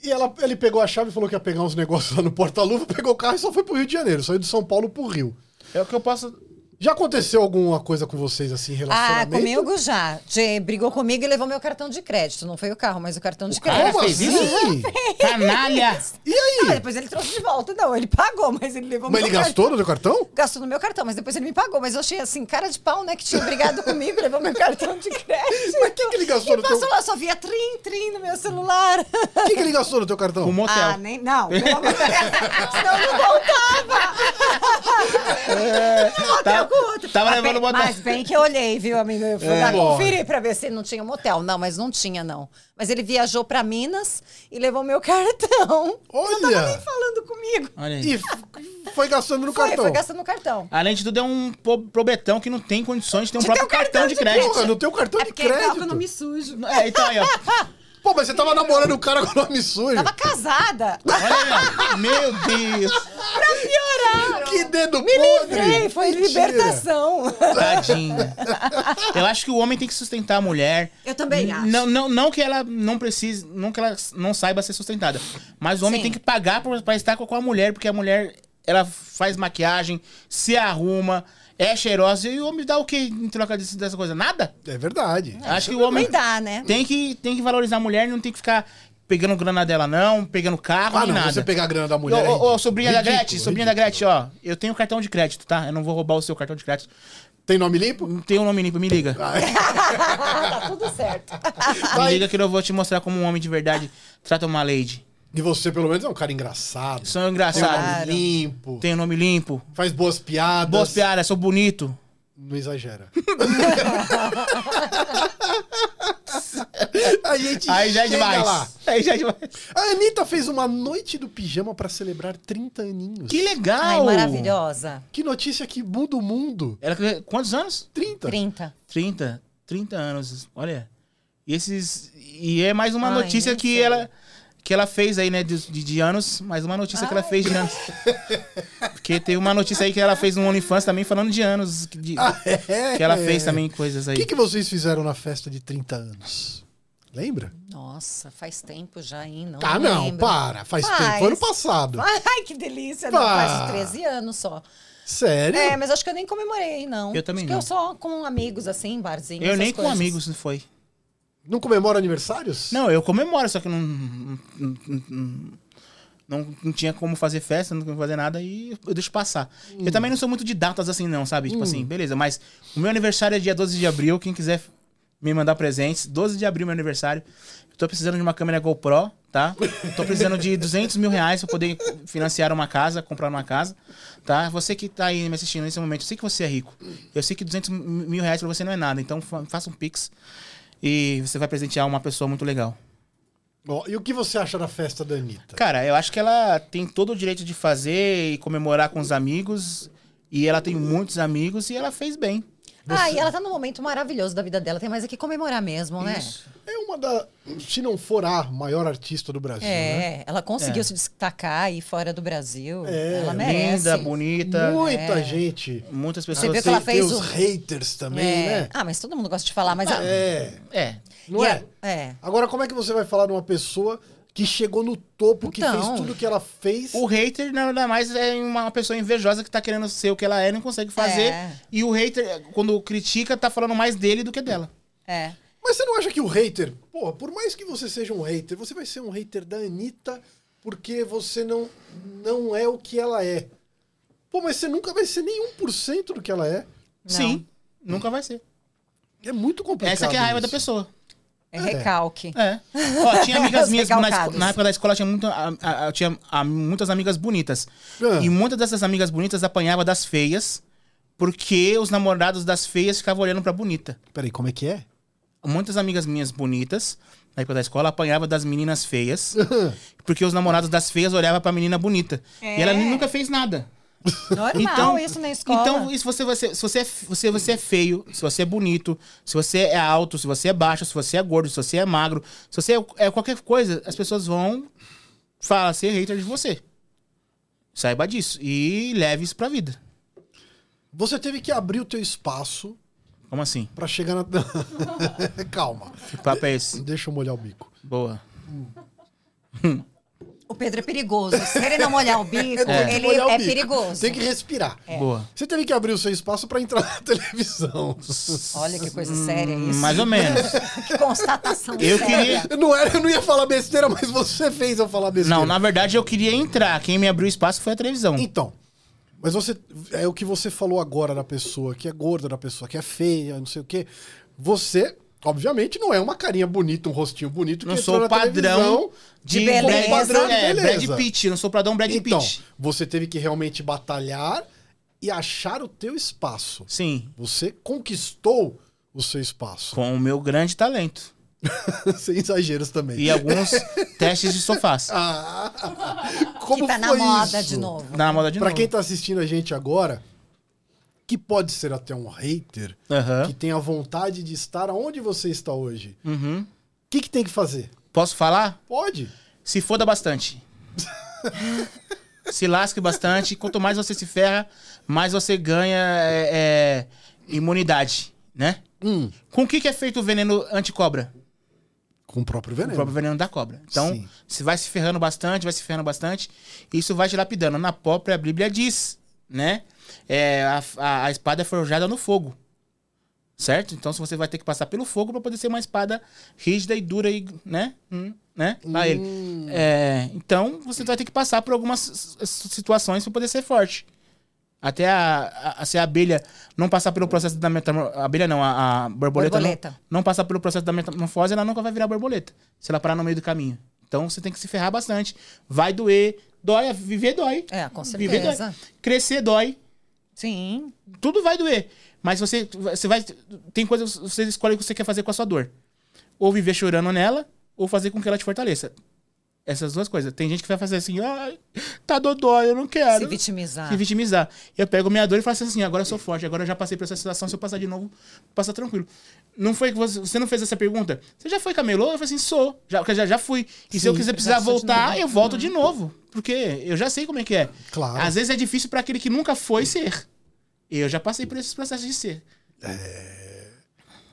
E ela, ele pegou a chave e falou que ia <laughs> pegar uns negócios lá no porta-luva, pegou o carro e só foi pro Rio de Janeiro. Saiu de São Paulo pro Rio. É o que eu posso. Já aconteceu alguma coisa com vocês assim, em Ah, relacionamento? comigo já. Jay brigou comigo e levou meu cartão de crédito. Não foi o carro, mas o cartão de crédito. Como fez assim? Canalha! E aí? Ah, depois ele trouxe de volta. Não, ele pagou, mas ele levou Mas meu ele cartão. gastou no teu cartão? Gastou no meu cartão, mas depois ele me pagou. Mas eu achei assim, cara de pau, né? Que tinha brigado comigo, <laughs> levou meu cartão de crédito. Mas o que, que ele gastou e no passou teu... lá, só via trim, trim no meu celular. O que, que ele gastou no teu cartão? O motel. Ah, nem. Não, pelo amor de Deus. <laughs> Senão eu não voltava. tá- motel com outro. tava Mas levando bem- o motel. Mas bem que eu olhei, viu, amigo? Eu fui É. lá Porra. conferir pra ver se não tinha motel. Não, mas não tinha, não. Mas ele viajou pra Minas e levou meu <laughs> cartão. Não tava nem Olha! falando comigo. Olha aí. E f- foi gastando no Foi, cartão. foi gastando no cartão. Além de tudo, é um po- probetão que não tem condições de ter um De ter próprio um cartão, cartão de de crédito. Porra, no teu cartão É de porque ele crédito. tava com o nome sujo. É, então aí, ó. Pô, mas você tava namorando o cara com o nome sujo. Tava casada. Olha é aí, ó. Meu Deus. Que dedo Me podre! livrei, foi Mentira. libertação. Tadinha. Eu acho que o homem tem que sustentar a mulher. Eu também acho. Não, não, não que ela não precise, não que ela não saiba ser sustentada. Mas o homem Sim. tem que pagar por- pra estar com com a mulher, porque a mulher, ela faz maquiagem, se arruma, é cheirosa. E o homem dá o quê em troca disso- dessa coisa? Nada? É verdade. acho que o homem Nem dá, né? tem que, tem que valorizar a mulher, não tem que ficar pegando grana dela, não, pegando carro, Ah, nem não, nada. você pegar a grana da né? Ô, mulher. é ô, ô, ridículo. sobrinha da Ridículo, Gretchen, sobrinha da ridículo. Gretchen, ó. Eu tenho cartão de crédito, tá? Eu não vou roubar o seu cartão de crédito. Tem nome limpo? Não tem um nome limpo, me liga. tá tudo <laughs> certo. Me Ah, Vai. liga que eu vou te mostrar como um homem de verdade trata uma lady. E você, pelo menos, é um cara engraçado. Tem Sou um nome engraçado. Claro. limpo. Tenho nome limpo. Faz boas piadas. Boas piadas, sou bonito. Não <laughs> exagera. a gente Aí já é chega demais. lá. Aí já é demais. A Anitta fez uma noite do pijama pra celebrar 30 aninhos. Que legal. Ai, maravilhosa. Que notícia que muda o mundo. Ela, quantos anos? 30. 30. 30. 30 anos. Olha. E esses. E é mais uma Ai, notícia nem que sei. ela. Que ela fez aí, né, de, de, de anos, mais uma notícia que ela fez de anos. Porque teve uma notícia aí que ela fez no OnlyFans também falando de anos. de- Ah, É. que ela fez também coisas O aí. que, que vocês fizeram na festa de 30 anos? Lembra? Nossa, faz tempo já, hein? Não ah, não, lembro. para. Faz, tempo. Faz. Foi ano passado. <laughs> Ai, que delícia. Não, Pá. faz 13 anos só. Sério? É, mas acho que eu nem comemorei, não. Eu também acho não. Que eu só com amigos, assim, barzinho. Eu essas nem com coisas. amigos não foi. Não comemora aniversários? Não, eu comemoro, só que não. Não, não- não- não tinha como fazer festa, não tinha como fazer nada e eu deixo passar. Eu também não sou muito de datas assim, não, sabe? Tipo assim, beleza, mas o meu aniversário é dia 12 de abril. Quem quiser me mandar presentes, 12 de abril é meu aniversário. Eu tô precisando de uma câmera GoPro, tá? Tô precisando de 200 mil reais pra poder financiar uma casa, comprar uma casa, tá? Você que tá aí me assistindo nesse momento, eu sei que você é rico. Eu sei que 200 mil reais pra você não é nada, então fa- faça um pix e você vai presentear uma pessoa muito legal. Ó, e o que você acha da festa da Anitta? Tá. Cara, eu acho que ela tem todo o direito de fazer e comemorar com os amigos. E ela tem muitos amigos e ela fez bem. Ah, e ela tá num momento maravilhoso da vida dela. Tem mais é que comemorar mesmo, né? É uma da. Se não for a maior artista do Brasil, né? É, ela conseguiu É. se destacar aí fora do Brasil. É, ela merece. Uh. Linda, bonita. Muita gente. Muitas pessoas. É. Você viu que Tem- ela fez tem os o- haters também, É. né? Ah, mas todo mundo gosta de falar, mas... a- É. É. Não e é? a- É. Agora, como é que você vai falar de uma pessoa que chegou no topo, que Então. fez tudo que ela fez? O hater nada mais é uma pessoa invejosa que tá querendo ser o que ela é e não consegue fazer. É. E o hater, quando critica, tá falando mais dele do que dela. É. Mas você não acha que o hater, porra, por mais que você seja um hater, você vai ser um hater da Anitta porque você não, não é o que ela é. Pô, mas você nunca vai ser nem 1% do que ela é. Não. Sim. Nunca vai ser. É muito complicado. Essa que é a raiva isso. da pessoa. É recalque. É. Ó, tinha amigas As minhas na, esco- recalcadas. na época da escola, tinha, muito, a- a- eu tinha a- muitas amigas bonitas. Ah. E muitas dessas amigas bonitas apanhava das feias, porque os namorados das feias ficavam olhando pra bonita. Peraí, como é que <laughs> é? Muitas amigas minhas bonitas, na época da escola, apanhava das meninas feias, É. porque os namorados das feias olhavam pra menina bonita. E ela É. nunca fez nada. Normal Então- isso na escola. Então, e se você, você- se, você é, f- se você é feio, se você é bonito, se você é alto, se você é baixo, se você é gordo, se você é magro, se você é, é qualquer coisa, as pessoas vão falar ser hater de você. Saiba disso. E leve isso pra vida. Você teve que abrir o teu espaço Como assim? pra chegar na... <laughs> Calma. Que papo é esse? Deixa eu molhar o bico. Boa. O Pedro é perigoso. Se ele não molhar <laughs> o Tem bico, que ele molhar o é bico. perigoso. É. Tem que respirar. Boa. Você teve que abrir o seu espaço pra entrar na <laughs> televisão. Olha que coisa séria Hum, isso. Mais ou <laughs> menos. <laughs> Que constatação Eu séria. queria- Eu não, era, eu não ia falar besteira, mas você fez eu falar besteira. Não, na verdade eu queria entrar. Quem me abriu espaço foi a televisão. Então, mas você é o que você falou agora da pessoa que é gorda, da pessoa que é feia, não sei o quê. Você, obviamente, não é uma carinha bonita, um rostinho bonito. Não que sou entrou o na televisão. padrão de, de beleza. Brad- Padrão de é, beleza. Brad Pitt. Não sou o padrão Brad Então, Pitt. você teve que realmente batalhar e achar o teu espaço. Sim, Você conquistou o seu espaço. com o meu grande talento. <laughs> Sem exageros também. E alguns testes de sofás. <laughs> Ah, que como tá na foi moda isso? de novo. Na moda de Pra novo. quem tá assistindo a gente agora, que pode ser até um hater, Aham. que tem a vontade de estar onde você está hoje, o Uhum. que, que tem que fazer? Posso falar? Pode. Se foda bastante. se lasque bastante. Quanto mais você se ferra, mais você ganha é, é, imunidade, né? Hum, Com o que, que é feito o veneno anticobra? com o próprio O veneno. próprio veneno da cobra. Então, Sim. você vai se ferrando bastante, vai se ferrando bastante. Isso vai te lapidando. Na própria Bíblia diz, né? É, a, a- a espada é forjada no fogo. Certo? Então, se você vai ter que passar pelo fogo para poder ser uma espada rígida e dura e, né? Hum, né? Lá ele. Hum, É, então você vai ter que passar por algumas s- s- situações para poder ser forte. Até a, a- a- se a abelha não passar pelo processo da metamorfose. A abelha não, a, a borboleta, Borboleta. Não, não passar pelo processo da metamorfose, ela nunca vai virar borboleta. Se ela parar no meio do caminho. Então você tem que se ferrar bastante. Vai doer, dói, viver dói. É, com Viver certeza. Crescer dói. Sim. Tudo vai doer. Mas você, você vai. Tem coisas. Você escolhe o que você quer fazer com a sua dor. Ou viver chorando nela, ou fazer com que ela te fortaleça. Essas duas coisas. Tem gente que vai fazer assim, ai, tá dodói, eu não quero. Se vitimizar. Se vitimizar. Eu pego minha dor e faço assim, agora eu sou forte, agora eu já passei por essa situação, se eu passar de novo, passa tranquilo. Não foi que você, você não fez essa pergunta? Você já foi camelô? Eu falei assim, sou. Já, já, já fui. E se eu quiser precisar já sou de voltar, novo. né? Uhum. eu volto de novo. Porque eu já sei como é que é. Claro. Às vezes é difícil pra aquele que nunca foi ser. Eu já passei por esses processos de ser.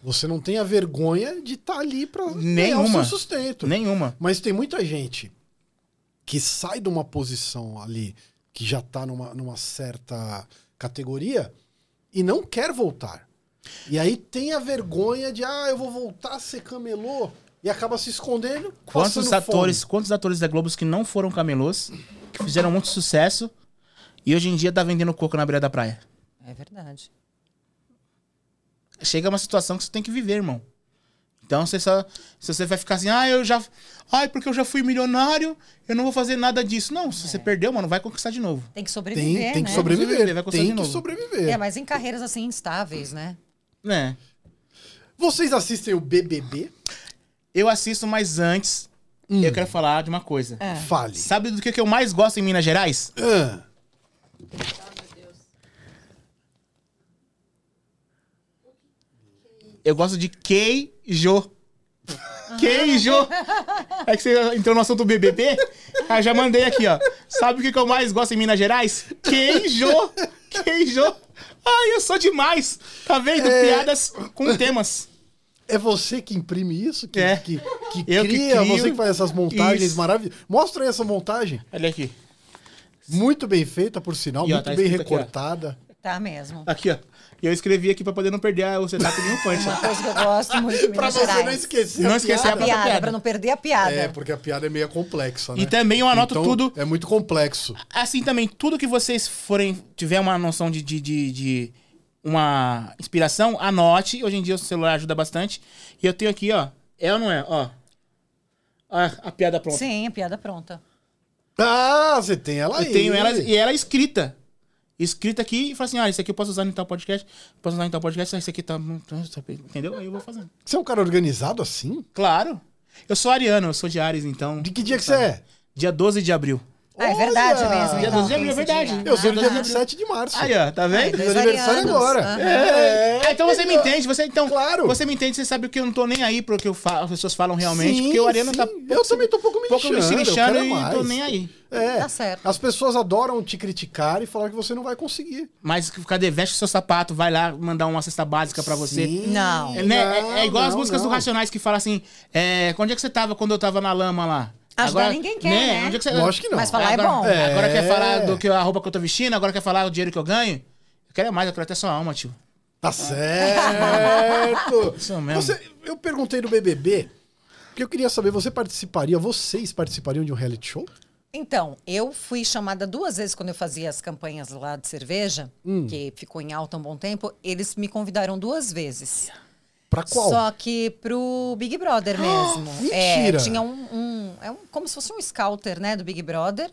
Você não tem a vergonha de estar ali pra ganhar o Nenhuma. seu sustento. Nenhuma. Mas tem muita gente que sai de uma posição ali que já tá numa, numa certa categoria e não quer voltar. E aí tem a vergonha de, ah, eu vou voltar a ser camelô e acaba se escondendo. Quantos passando atores, quantos atores da Globo que não foram camelôs, que fizeram muito sucesso, e hoje em dia tá vendendo coco na beira da praia? É verdade. chega uma situação que você tem que viver, irmão. Então você só. Se você vai ficar assim, ah, eu já. Ai, porque eu já fui milionário, eu não vou fazer nada disso. Não, se você perdeu, mano, vai conquistar de novo. Tem que Fome. Tem, sobreviver, tem né? que Sobreviver, sobreviver. vai custar de Tem que novo. sobreviver. É, mas em carreiras assim instáveis, né? Né? Vocês assistem o BBB? Eu assisto, mas antes, eu quero falar de uma coisa. É. Fale. Sabe do que que eu mais gosto em Minas Gerais? Ah, Eu gosto de queijo. Queijo! É que você entrou no assunto BBB? Ah, já mandei aqui, ó. Sabe o que, que eu mais gosto em Minas Gerais? Queijo! Queijo! Ai, eu sou demais! Tá vendo? Piadas com temas. é você que imprime isso? Que, É. que, que Eu que cria? crio. você que faz essas montagens Isso. maravilhosas? Mostra aí essa montagem. Olha aqui. Muito bem feita, por sinal. E, ó, muito tá bem escrito aqui, ó. recortada. Tá mesmo. Aqui, ó. E eu escrevi aqui pra poder não perder o setup do meu punch. Uma ó. coisa que eu gosto muito <laughs> de Pra Minas você Gerais. não esquecer Não a esquecer piada. A Bota a piada, piada. pra não perder a piada. É, porque a piada é meio complexa, né? E também eu anoto Então, tudo. É muito complexo. Assim também, tudo que vocês forem. tiver uma noção de. de, de, de uma inspiração, anote. Hoje em dia o celular ajuda bastante. E eu tenho aqui, ó. É ou não é? Ó. A, a piada pronta. Sim, a piada pronta. Ah, você tem ela aí. Eu tenho ela e ela é escrita. Escrita aqui e fala assim: ah, isso aqui eu posso usar em tal podcast, posso usar em tal podcast, isso aqui tá. Entendeu? Aí eu vou fazendo. Você é um cara organizado assim? Claro. Eu sou ariano, eu sou de Ares, então. De que dia que você é? Dia 12 de abril. Ah, é verdade Olha! mesmo. Dia então, 12 de abril, é tem esse verdade. dia. Eu sou Ah, do dia tá. 27 de março. Aí, ó, tá Ai, vendo? dois aniversário arianos. agora. Aham. É. Ah, então você me entende, você então. Claro. Você me entende, você sabe que eu não tô nem aí pro que eu falo, as pessoas falam realmente, porque o Ariano sim. tá Eu também tô um pouco me pouco me se lixando, eu lixando quero e mais. tô nem aí. É. Tá certo. As pessoas adoram te criticar e falar que você não vai conseguir. Mas cadê? Veste o seu sapato, vai lá mandar uma cesta básica pra você. Sim. Não. É, né? É- é igual não, as músicas não. do Racionais que falam assim: é, onde é que você tava quando eu tava na lama lá? Ajudar Agora, ninguém quer, né? né? Onde é que você- Lógico que não. Mas falar é agora, bom. É. Agora quer falar do que a roupa que eu tô vestindo, agora quer falar o dinheiro que eu ganho. Eu quero é mais, eu quero até sua alma, tio. Tá certo! <laughs> Isso mesmo. Você- eu perguntei no BBB, porque eu queria saber, você participaria, vocês participariam de um reality show? Então, eu fui chamada duas vezes quando eu fazia as campanhas lá de cerveja, que ficou em alta um bom tempo. Eles me convidaram duas vezes. Pra qual? Ah, Só que pro Big Brother mesmo. mentira! É, tinha um, um- é um. Como se fosse um scouter, né, do Big Brother.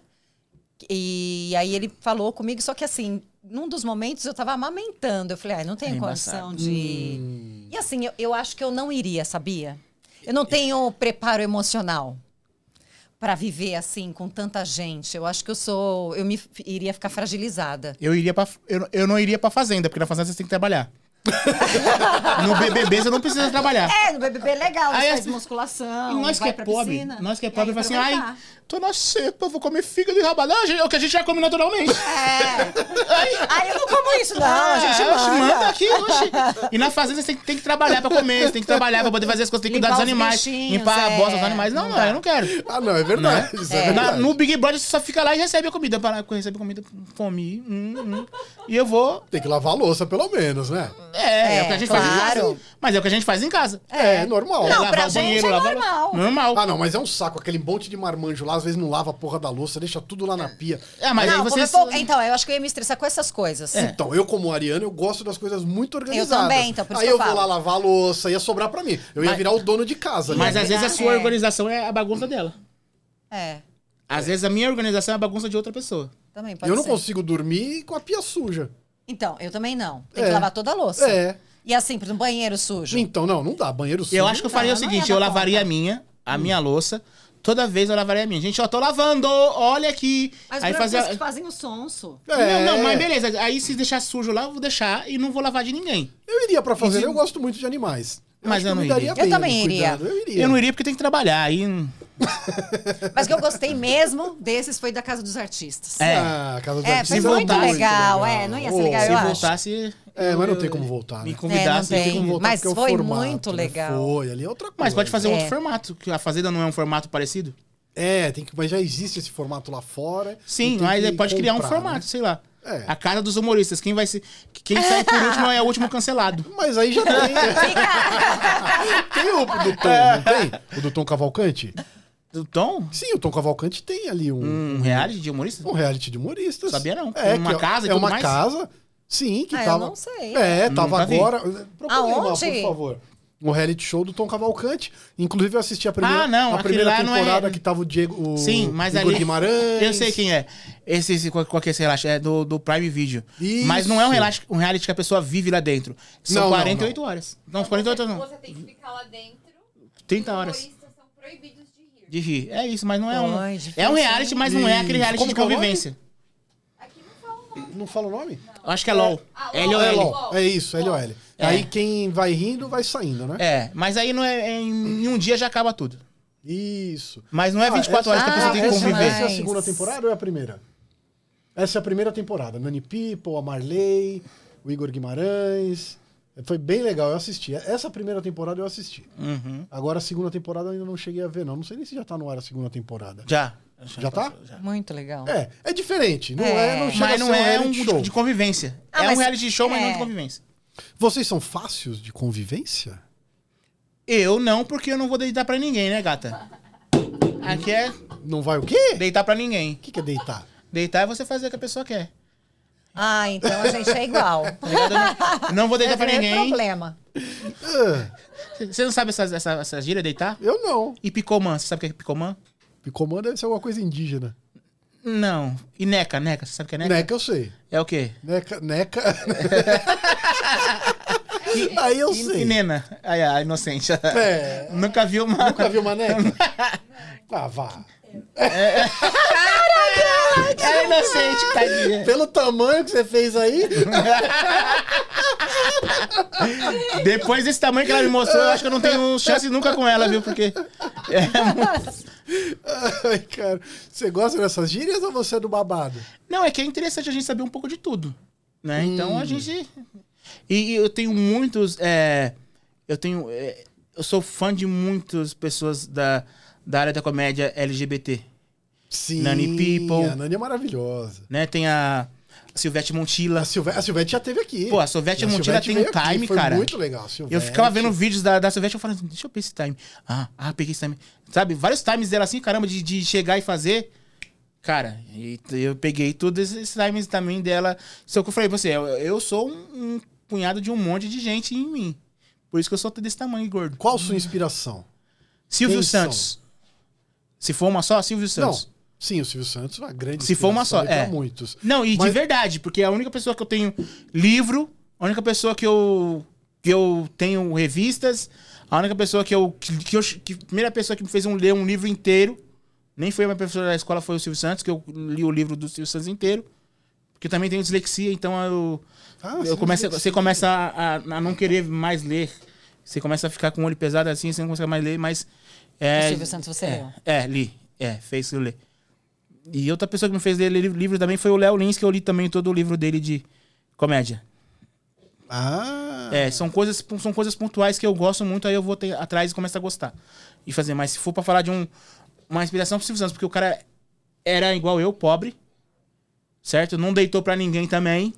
E aí ele falou comigo, só que assim, num dos momentos eu tava amamentando. Eu falei, ai, não tenho É embaçado. condição de. Hum. E assim, eu, eu acho que eu não iria, sabia? Eu não tenho preparo emocional pra viver assim com tanta gente. Eu acho que eu sou. Eu me f- iria ficar fragilizada. Eu, iria pra, eu, eu não iria pra fazenda, porque na fazenda você tem <laughs> que trabalhar. no BBB você não precisa trabalhar. É, no BBB é legal, Aí faz as- musculação. E nós que vai é pra pobre, piscina. nós que é E pobre, aí tá." vai assim, aproveitar. ai, tô na cepa, vou comer fígado e rabalhão, é o que a gente já come naturalmente. <laughs> É. Ai, eu não como isso, não. A gente É, oxe, manda. aqui, oxe. E na fazenda você tem, que- tem que trabalhar pra comer, você tem que trabalhar pra poder fazer as coisas, tem que cuidar Limpar dos os animais, bichinhos, limpar a é, bosta dos animais. Não, não não, dá. eu não quero. Ah, não, é verdade. Isso é, Né? Na- verdade. no Big Brother você só fica lá e recebe a comida. Para lá, recebe a comida, fome. hum, hum. E eu vou. Tem que lavar a louça, pelo menos, né? É, é, É, o que a gente faz em claro. casa. Mas é o que a gente faz em casa. É, normal. Não, lavar pra o gente banheiro, é lavar- normal. Normal. Ah, não, mas é um saco. Aquele monte de marmanjo lá, às vezes não lava a porra da louça, deixa tudo lá na É. pia. Ah, mas não, como aí você. é pouco- Então, eu acho que eu ia me estressar com essas coisas. Então, eu como ariano, eu gosto das coisas muito organizadas. É. também, então, por isso Aí que eu eu vou falo. lá lavar a louça, ia sobrar pra mim. Eu ia Mas- virar o dono de casa. Mas né? às vezes a sua É. organização é a bagunça dela. É, Às vezes a minha organização é a bagunça de outra pessoa. também pode Eu não ser. consigo dormir com a pia suja. Então, eu também não. Tem É. que lavar toda a louça. É. E assim, por exemplo, banheiro sujo. Então, não, não dá. Banheiro sujo. Eu acho que eu não, faria o não ia seguinte: dar eu lavaria conta. a minha, a minha louça. Toda vez eu lavaria a minha. Gente, ó, tô lavando, olha aqui. aí fazer. fazem o sonso. É. Não, não, mas beleza. Aí se deixar sujo lá, eu vou deixar e não vou lavar de ninguém. Eu iria pra fazer, eu gosto muito de animais. Mas acho que eu não me daria iria. bem Eu também iria. cuidando, Eu iria. Eu não iria porque tem que trabalhar. Aí. Mas o que eu gostei mesmo desses foi da Casa dos Artistas. É. Ah, a casa dos É, Artistas foi muito legal, é, não ia ser legal, Oh, Se eu acho. voltasse. É, mas não tem eu- como voltar, Me né? convidasse. É, não tem tem. como voltar Mas porque é o foi formato, muito né? legal. Foi, ali é outra coisa. Mas pode fazer um É. outro formato, que a Fazenda não é um formato parecido? É, tem que, mas já existe esse formato lá fora. e Sim, tem mas que aí pode criar um comprar, formato, sei lá. É. A casa dos humoristas. Quem vai se. Quem sai por último é o último cancelado. né? Mas aí já tem. <laughs> tem o do Tom, não tem? O do Tom Cavalcante? Do Tom? Sim, o Tom Cavalcante tem ali Então, um, Um reality de humorista? um reality de humoristas. Sabia não. É, Tem uma que é- casa e é tudo uma mais? Hum, casa. Sim, que Ah, eu tava. não sei. É, tava Nunca vi. agora. Procura aí, Mal, Aonde? por favor. Um reality show do Tom Cavalcante. Inclusive, eu assisti a primeira, Ah, não, a aquele primeira lá não é- temporada que tava o Diego. O Sim, mas Igor ali. Guimarães. Eu sei quem é. Esse, esse qual, qual que é esse relax? É do, do Prime Video. Isso. Mas não é um reality, um reality que a pessoa vive lá dentro. São Não, não, 48 horas. Não, 48 horas não. Você tem que ficar lá dentro. 30 Os horas. humoristas são proibidos de rir. De rir. É isso, mas não é um. Ai, difícil, É um reality, mas não é aquele reality Como de que é o nome? convivência. Aqui não fala o nome. Não fala o nome? Acho que é LOL. Ah, LOL. L ou É, L. LOL. É isso, LOL. É. Aí quem vai rindo vai saindo, né? É, mas aí não é, é em em um dia já acaba tudo. Isso. Mas não é 24 horas que a essa- pessoa tem que essa- conviver. Essa Ah, é a Mas- segunda temporada ou é a primeira? Essa é a primeira temporada. Nani People, a Marley, o Igor Guimarães. Foi bem legal, eu assisti. Essa primeira temporada eu assisti. Uhum. Agora a segunda temporada eu ainda não cheguei a ver, não. Não sei nem se já tá no ar a segunda temporada. Já. Já tá? passou, Muito legal. É, é diferente. Não é, É. não chega Mas a não ser é um reality show. de convivência. Ah, é um mas- reality show, mas não de é. convivência. Vocês são fáceis de convivência? Eu não, porque eu não vou deitar pra ninguém, né, gata? Aqui é Não vai o quê? deitar pra ninguém. O que, que é deitar? Deitar é você fazer o que a pessoa quer. Ah, então a gente é igual. Tá ligado? Eu não- Não vou deitar pra Esse é o ninguém. problema. Ah, Você não sabe essa, essa, essa gíria, deitar? eu não. E picomã, você sabe o que é picomã? Picomã deve ser alguma coisa indígena. Não. E neca, neca, você sabe o que é neca? Neca eu sei. É o quê? Neca. Neca. <laughs> Aí eu E- sei. E nena. Ai, ai, inocente. É. <laughs> Nunca vi uma... Nunca viu uma <laughs> neca? Ah, vá. <laughs> Era é inocente, tadinha. Pelo tamanho que você fez aí, <laughs> Depois desse tamanho que ela me mostrou, eu acho que eu não tenho chance nunca com ela, viu? Porque. Ai, cara. Você gosta dessas gírias ou você é do babado? Não, é que é interessante a gente saber um pouco de tudo. Né? Então a gente. E, e eu tenho muitos. é, Eu tenho. é, eu sou fã de muitas pessoas da, da área da comédia LGBT. Sim. Nani People. A Nani é maravilhosa. Né? Tem a Silvete Montila. A, Silve... a Silvete já teve aqui. Pô, a Silvete A Montila tem um veio aqui, time, foi cara. muito legal. a Silvete. Eu ficava vendo vídeos da, da Silvete, eu falando assim, deixa eu ver esse time. Ah, ah, peguei esse time. Sabe, vários times dela assim, caramba, de, de chegar e fazer. Cara, e t- eu peguei todos esses times também dela. Só que eu falei pra você, eu, eu sou um, um punhado de um monte de gente em mim. Por isso que eu sou desse tamanho, gordo. Qual sua inspiração? Silvio Quem Santos. Se for uma só, Silvio Santos. Não. Sim, o Silvio Santos é uma grande Se for uma inspiração só, aí é. pra muitos. Não, e Mas- de verdade, porque a única pessoa que eu tenho livro, a única pessoa que eu, que eu tenho revistas, a única pessoa que eu. Que, que eu que, a primeira pessoa que me fez um, ler um livro inteiro, nem foi uma professora da escola, foi o Silvio Santos, que eu li o livro do Silvio Santos inteiro. Porque eu também tenho dislexia, então eu, Ah, eu Silvio começo, Santos. você começa a, a- a não querer mais ler. Você começa a ficar com o olho pesado assim, você não consegue mais ler, mas. O É, Silvio Santos, você leu. é, li. É, fez eu ler. E outra pessoa que me fez ler li- livro também foi o Léo Lins, que eu li também todo o livro dele de comédia. Ah, É, são coisas, são coisas pontuais que eu gosto muito, aí eu vou ter- atrás e começo a gostar. E fazer, mas se for pra falar de um, uma inspiração pro Silvio Santos, porque o cara era igual eu, pobre, certo? Não deitou pra ninguém também.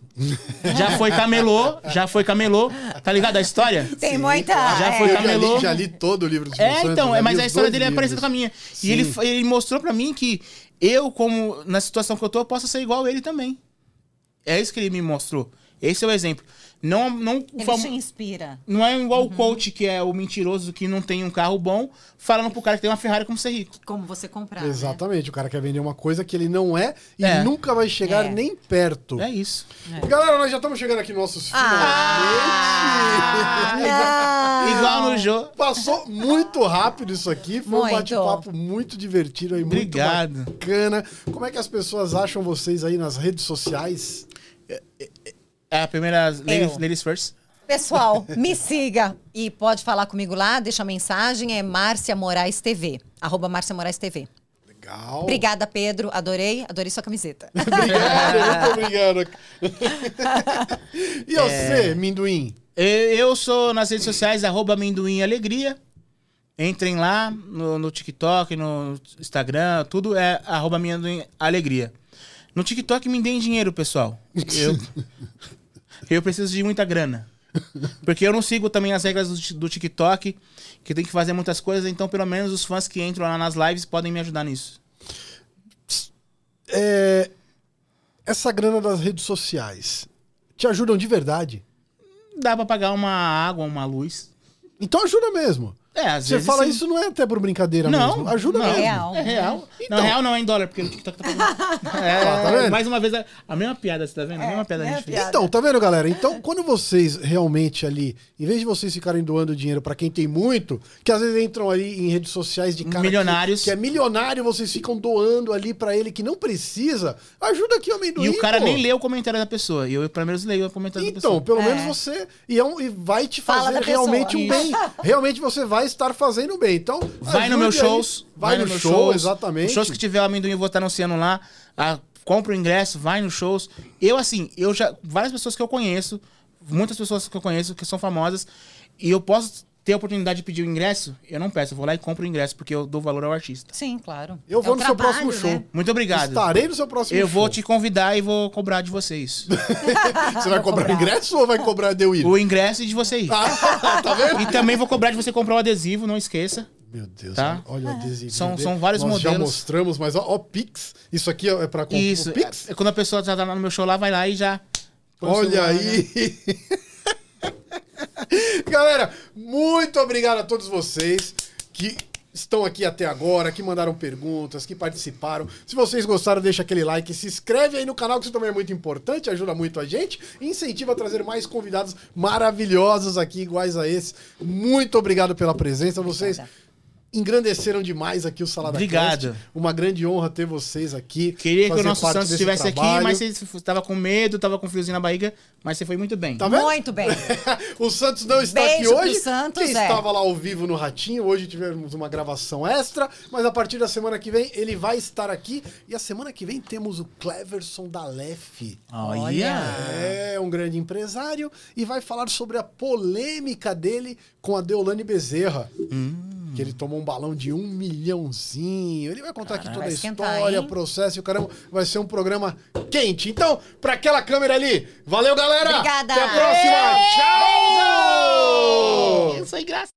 já foi camelô, já foi camelô. Tá ligado a história? Tem muita. Já é, foi eu já camelô. li, já li todo o livro do Silvio É, Santos. então, já é, mas li a os história dois dele é parecida com a livros. minha. Sim. E ele, fa- ele mostrou pra mim que eu, como na situação que eu tô, eu posso ser igual a ele também. É isso que ele me mostrou. Esse é o exemplo. Não, não, o Ele Uhum. famo- te inspira. não é igual o coach, que é o mentiroso que não tem um carro bom, falando pro cara que tem uma Ferrari como ser rico. Como você comprar. né? Exatamente, o cara quer vender uma coisa que ele não é e É. nunca vai chegar É. nem perto. É isso. Galera, nós já estamos chegando aqui nos nossos finalmente. Ah, não. Igual no jogo. Passou muito rápido isso aqui, foi um Muito. bate-papo muito divertido aí, muito Obrigado. bacana. Como é que as pessoas acham vocês aí nas redes sociais? É a primeira ladies, Eu. ladies first. Pessoal, me siga e pode falar comigo lá, deixa mensagem, é Márcia Moraes TV, arroba Márcia Moraes TV. Legal. <laughs> Obrigada, Pedro, adorei, adorei sua camiseta. Tá. <laughs> Obrigado, muito obrigado. e É. você, Minduim? Eu, eu sou nas redes sociais, arroba amendoim alegria. Entrem lá no, no TikTok, no Instagram, tudo é arroba amendoim alegria. No TikTok me deem dinheiro, pessoal. Eu, eu preciso de muita grana. Porque eu não sigo também as regras do, ti- do TikTok, que tem que fazer muitas coisas, então pelo menos os fãs que entram lá nas lives podem me ajudar nisso. É, essa grana das redes sociais te ajudam de verdade? Dá pra pagar uma água, uma luz. Então ajuda mesmo. É, às Você vezes fala sim. isso não é até por brincadeira Não, mesmo. Ajuda não. mesmo. Real. É real. Então. Não, real não é em dólar, porque o TikTok <laughs> tá pagando. É, Ó, tá vendo? Mais uma vez, a, a mesma piada, você tá vendo? A mesma piada a gente fez. piada. Então, tá vendo, galera? Então, quando vocês realmente ali, em vez de vocês ficarem doando dinheiro pra quem tem muito, que às vezes entram ali em redes sociais de cara que- Milionários. que, é milionário, vocês ficam doando ali pra ele que não precisa, ajuda aqui o amendoim. E o cara pô. nem lê o comentário da pessoa. E eu, pelo menos, leio o comentário Então, da pessoa. pelo É. menos você. E, é um- e vai te Fala fazer da pessoa. realmente um <laughs> bem. Realmente você vai estar fazendo bem. Então, Vai ajude no meu aí. shows. Vai, no, meus show, shows. exatamente. Os shows que tiver o amendoim, eu vou estar anunciando lá. Ah, compra o ingresso, vai nos shows. Eu, assim, eu já. Várias pessoas que eu conheço, muitas pessoas que eu conheço que são famosas, e eu posso ter a oportunidade de pedir o ingresso, eu não peço, eu vou lá e compro o ingresso, porque eu dou valor ao artista. Sim, claro. Eu vou um no seu trabalho, próximo show. né? Muito obrigado. Estarei no seu próximo Eu vou show. te convidar e vou cobrar de <laughs> vocês. Você vai Vou cobrar, cobrar. ingresso ou vai cobrar de eu ir? o ingresso e de você ir. <laughs> Ah, tá vendo? E também vou cobrar de você comprar o adesivo, não esqueça. Meu Deus, Tá? olha Ah. o adesivo. São- dele. são vários Nós já modelos. mostramos, mas ó, ó, Pix. Isso aqui é pra comprar Isso. o Pix? É- é Quando a pessoa já tá lá no meu show lá, vai lá e já. põe o Olha celular, né? aí. <laughs> Galera, muito obrigado a todos vocês que estão aqui até agora, que mandaram perguntas, que participaram. Se vocês gostaram, deixa aquele like, se inscreve aí no canal, que isso também é muito importante, ajuda muito a gente e incentiva a trazer mais convidados maravilhosos aqui, iguais a esse. Muito obrigado pela presença, vocês. engrandeceram demais aqui o Salada Obrigado. Cast. Uma grande honra ter vocês aqui. Queria que fazer o nosso parte Santos desse estivesse aqui, trabalho. mas você tava com medo, tava com friozinho na barriga, mas você foi muito bem. Tá vendo? Muito bem. <laughs> O Santos não está Beijo aqui pro hoje. Santos, Quem é. estava lá ao vivo no Ratinho, hoje tivemos uma gravação extra, mas a partir da semana que vem ele vai estar aqui. E a semana que vem temos o Cleverson da Lef. Ah, Olha. É um grande empresário e vai falar sobre a polêmica dele com a Deolane Bezerra. Hum. Que ele tomou um balão de um milhãozinho. Ele vai contar aqui toda a vai esquentar, história, hein? processo e o caramba. Vai ser um programa quente. Então, pra aquela câmera ali. Valeu, galera! Obrigada. Até a próxima! Tchau! Isso aí, graça.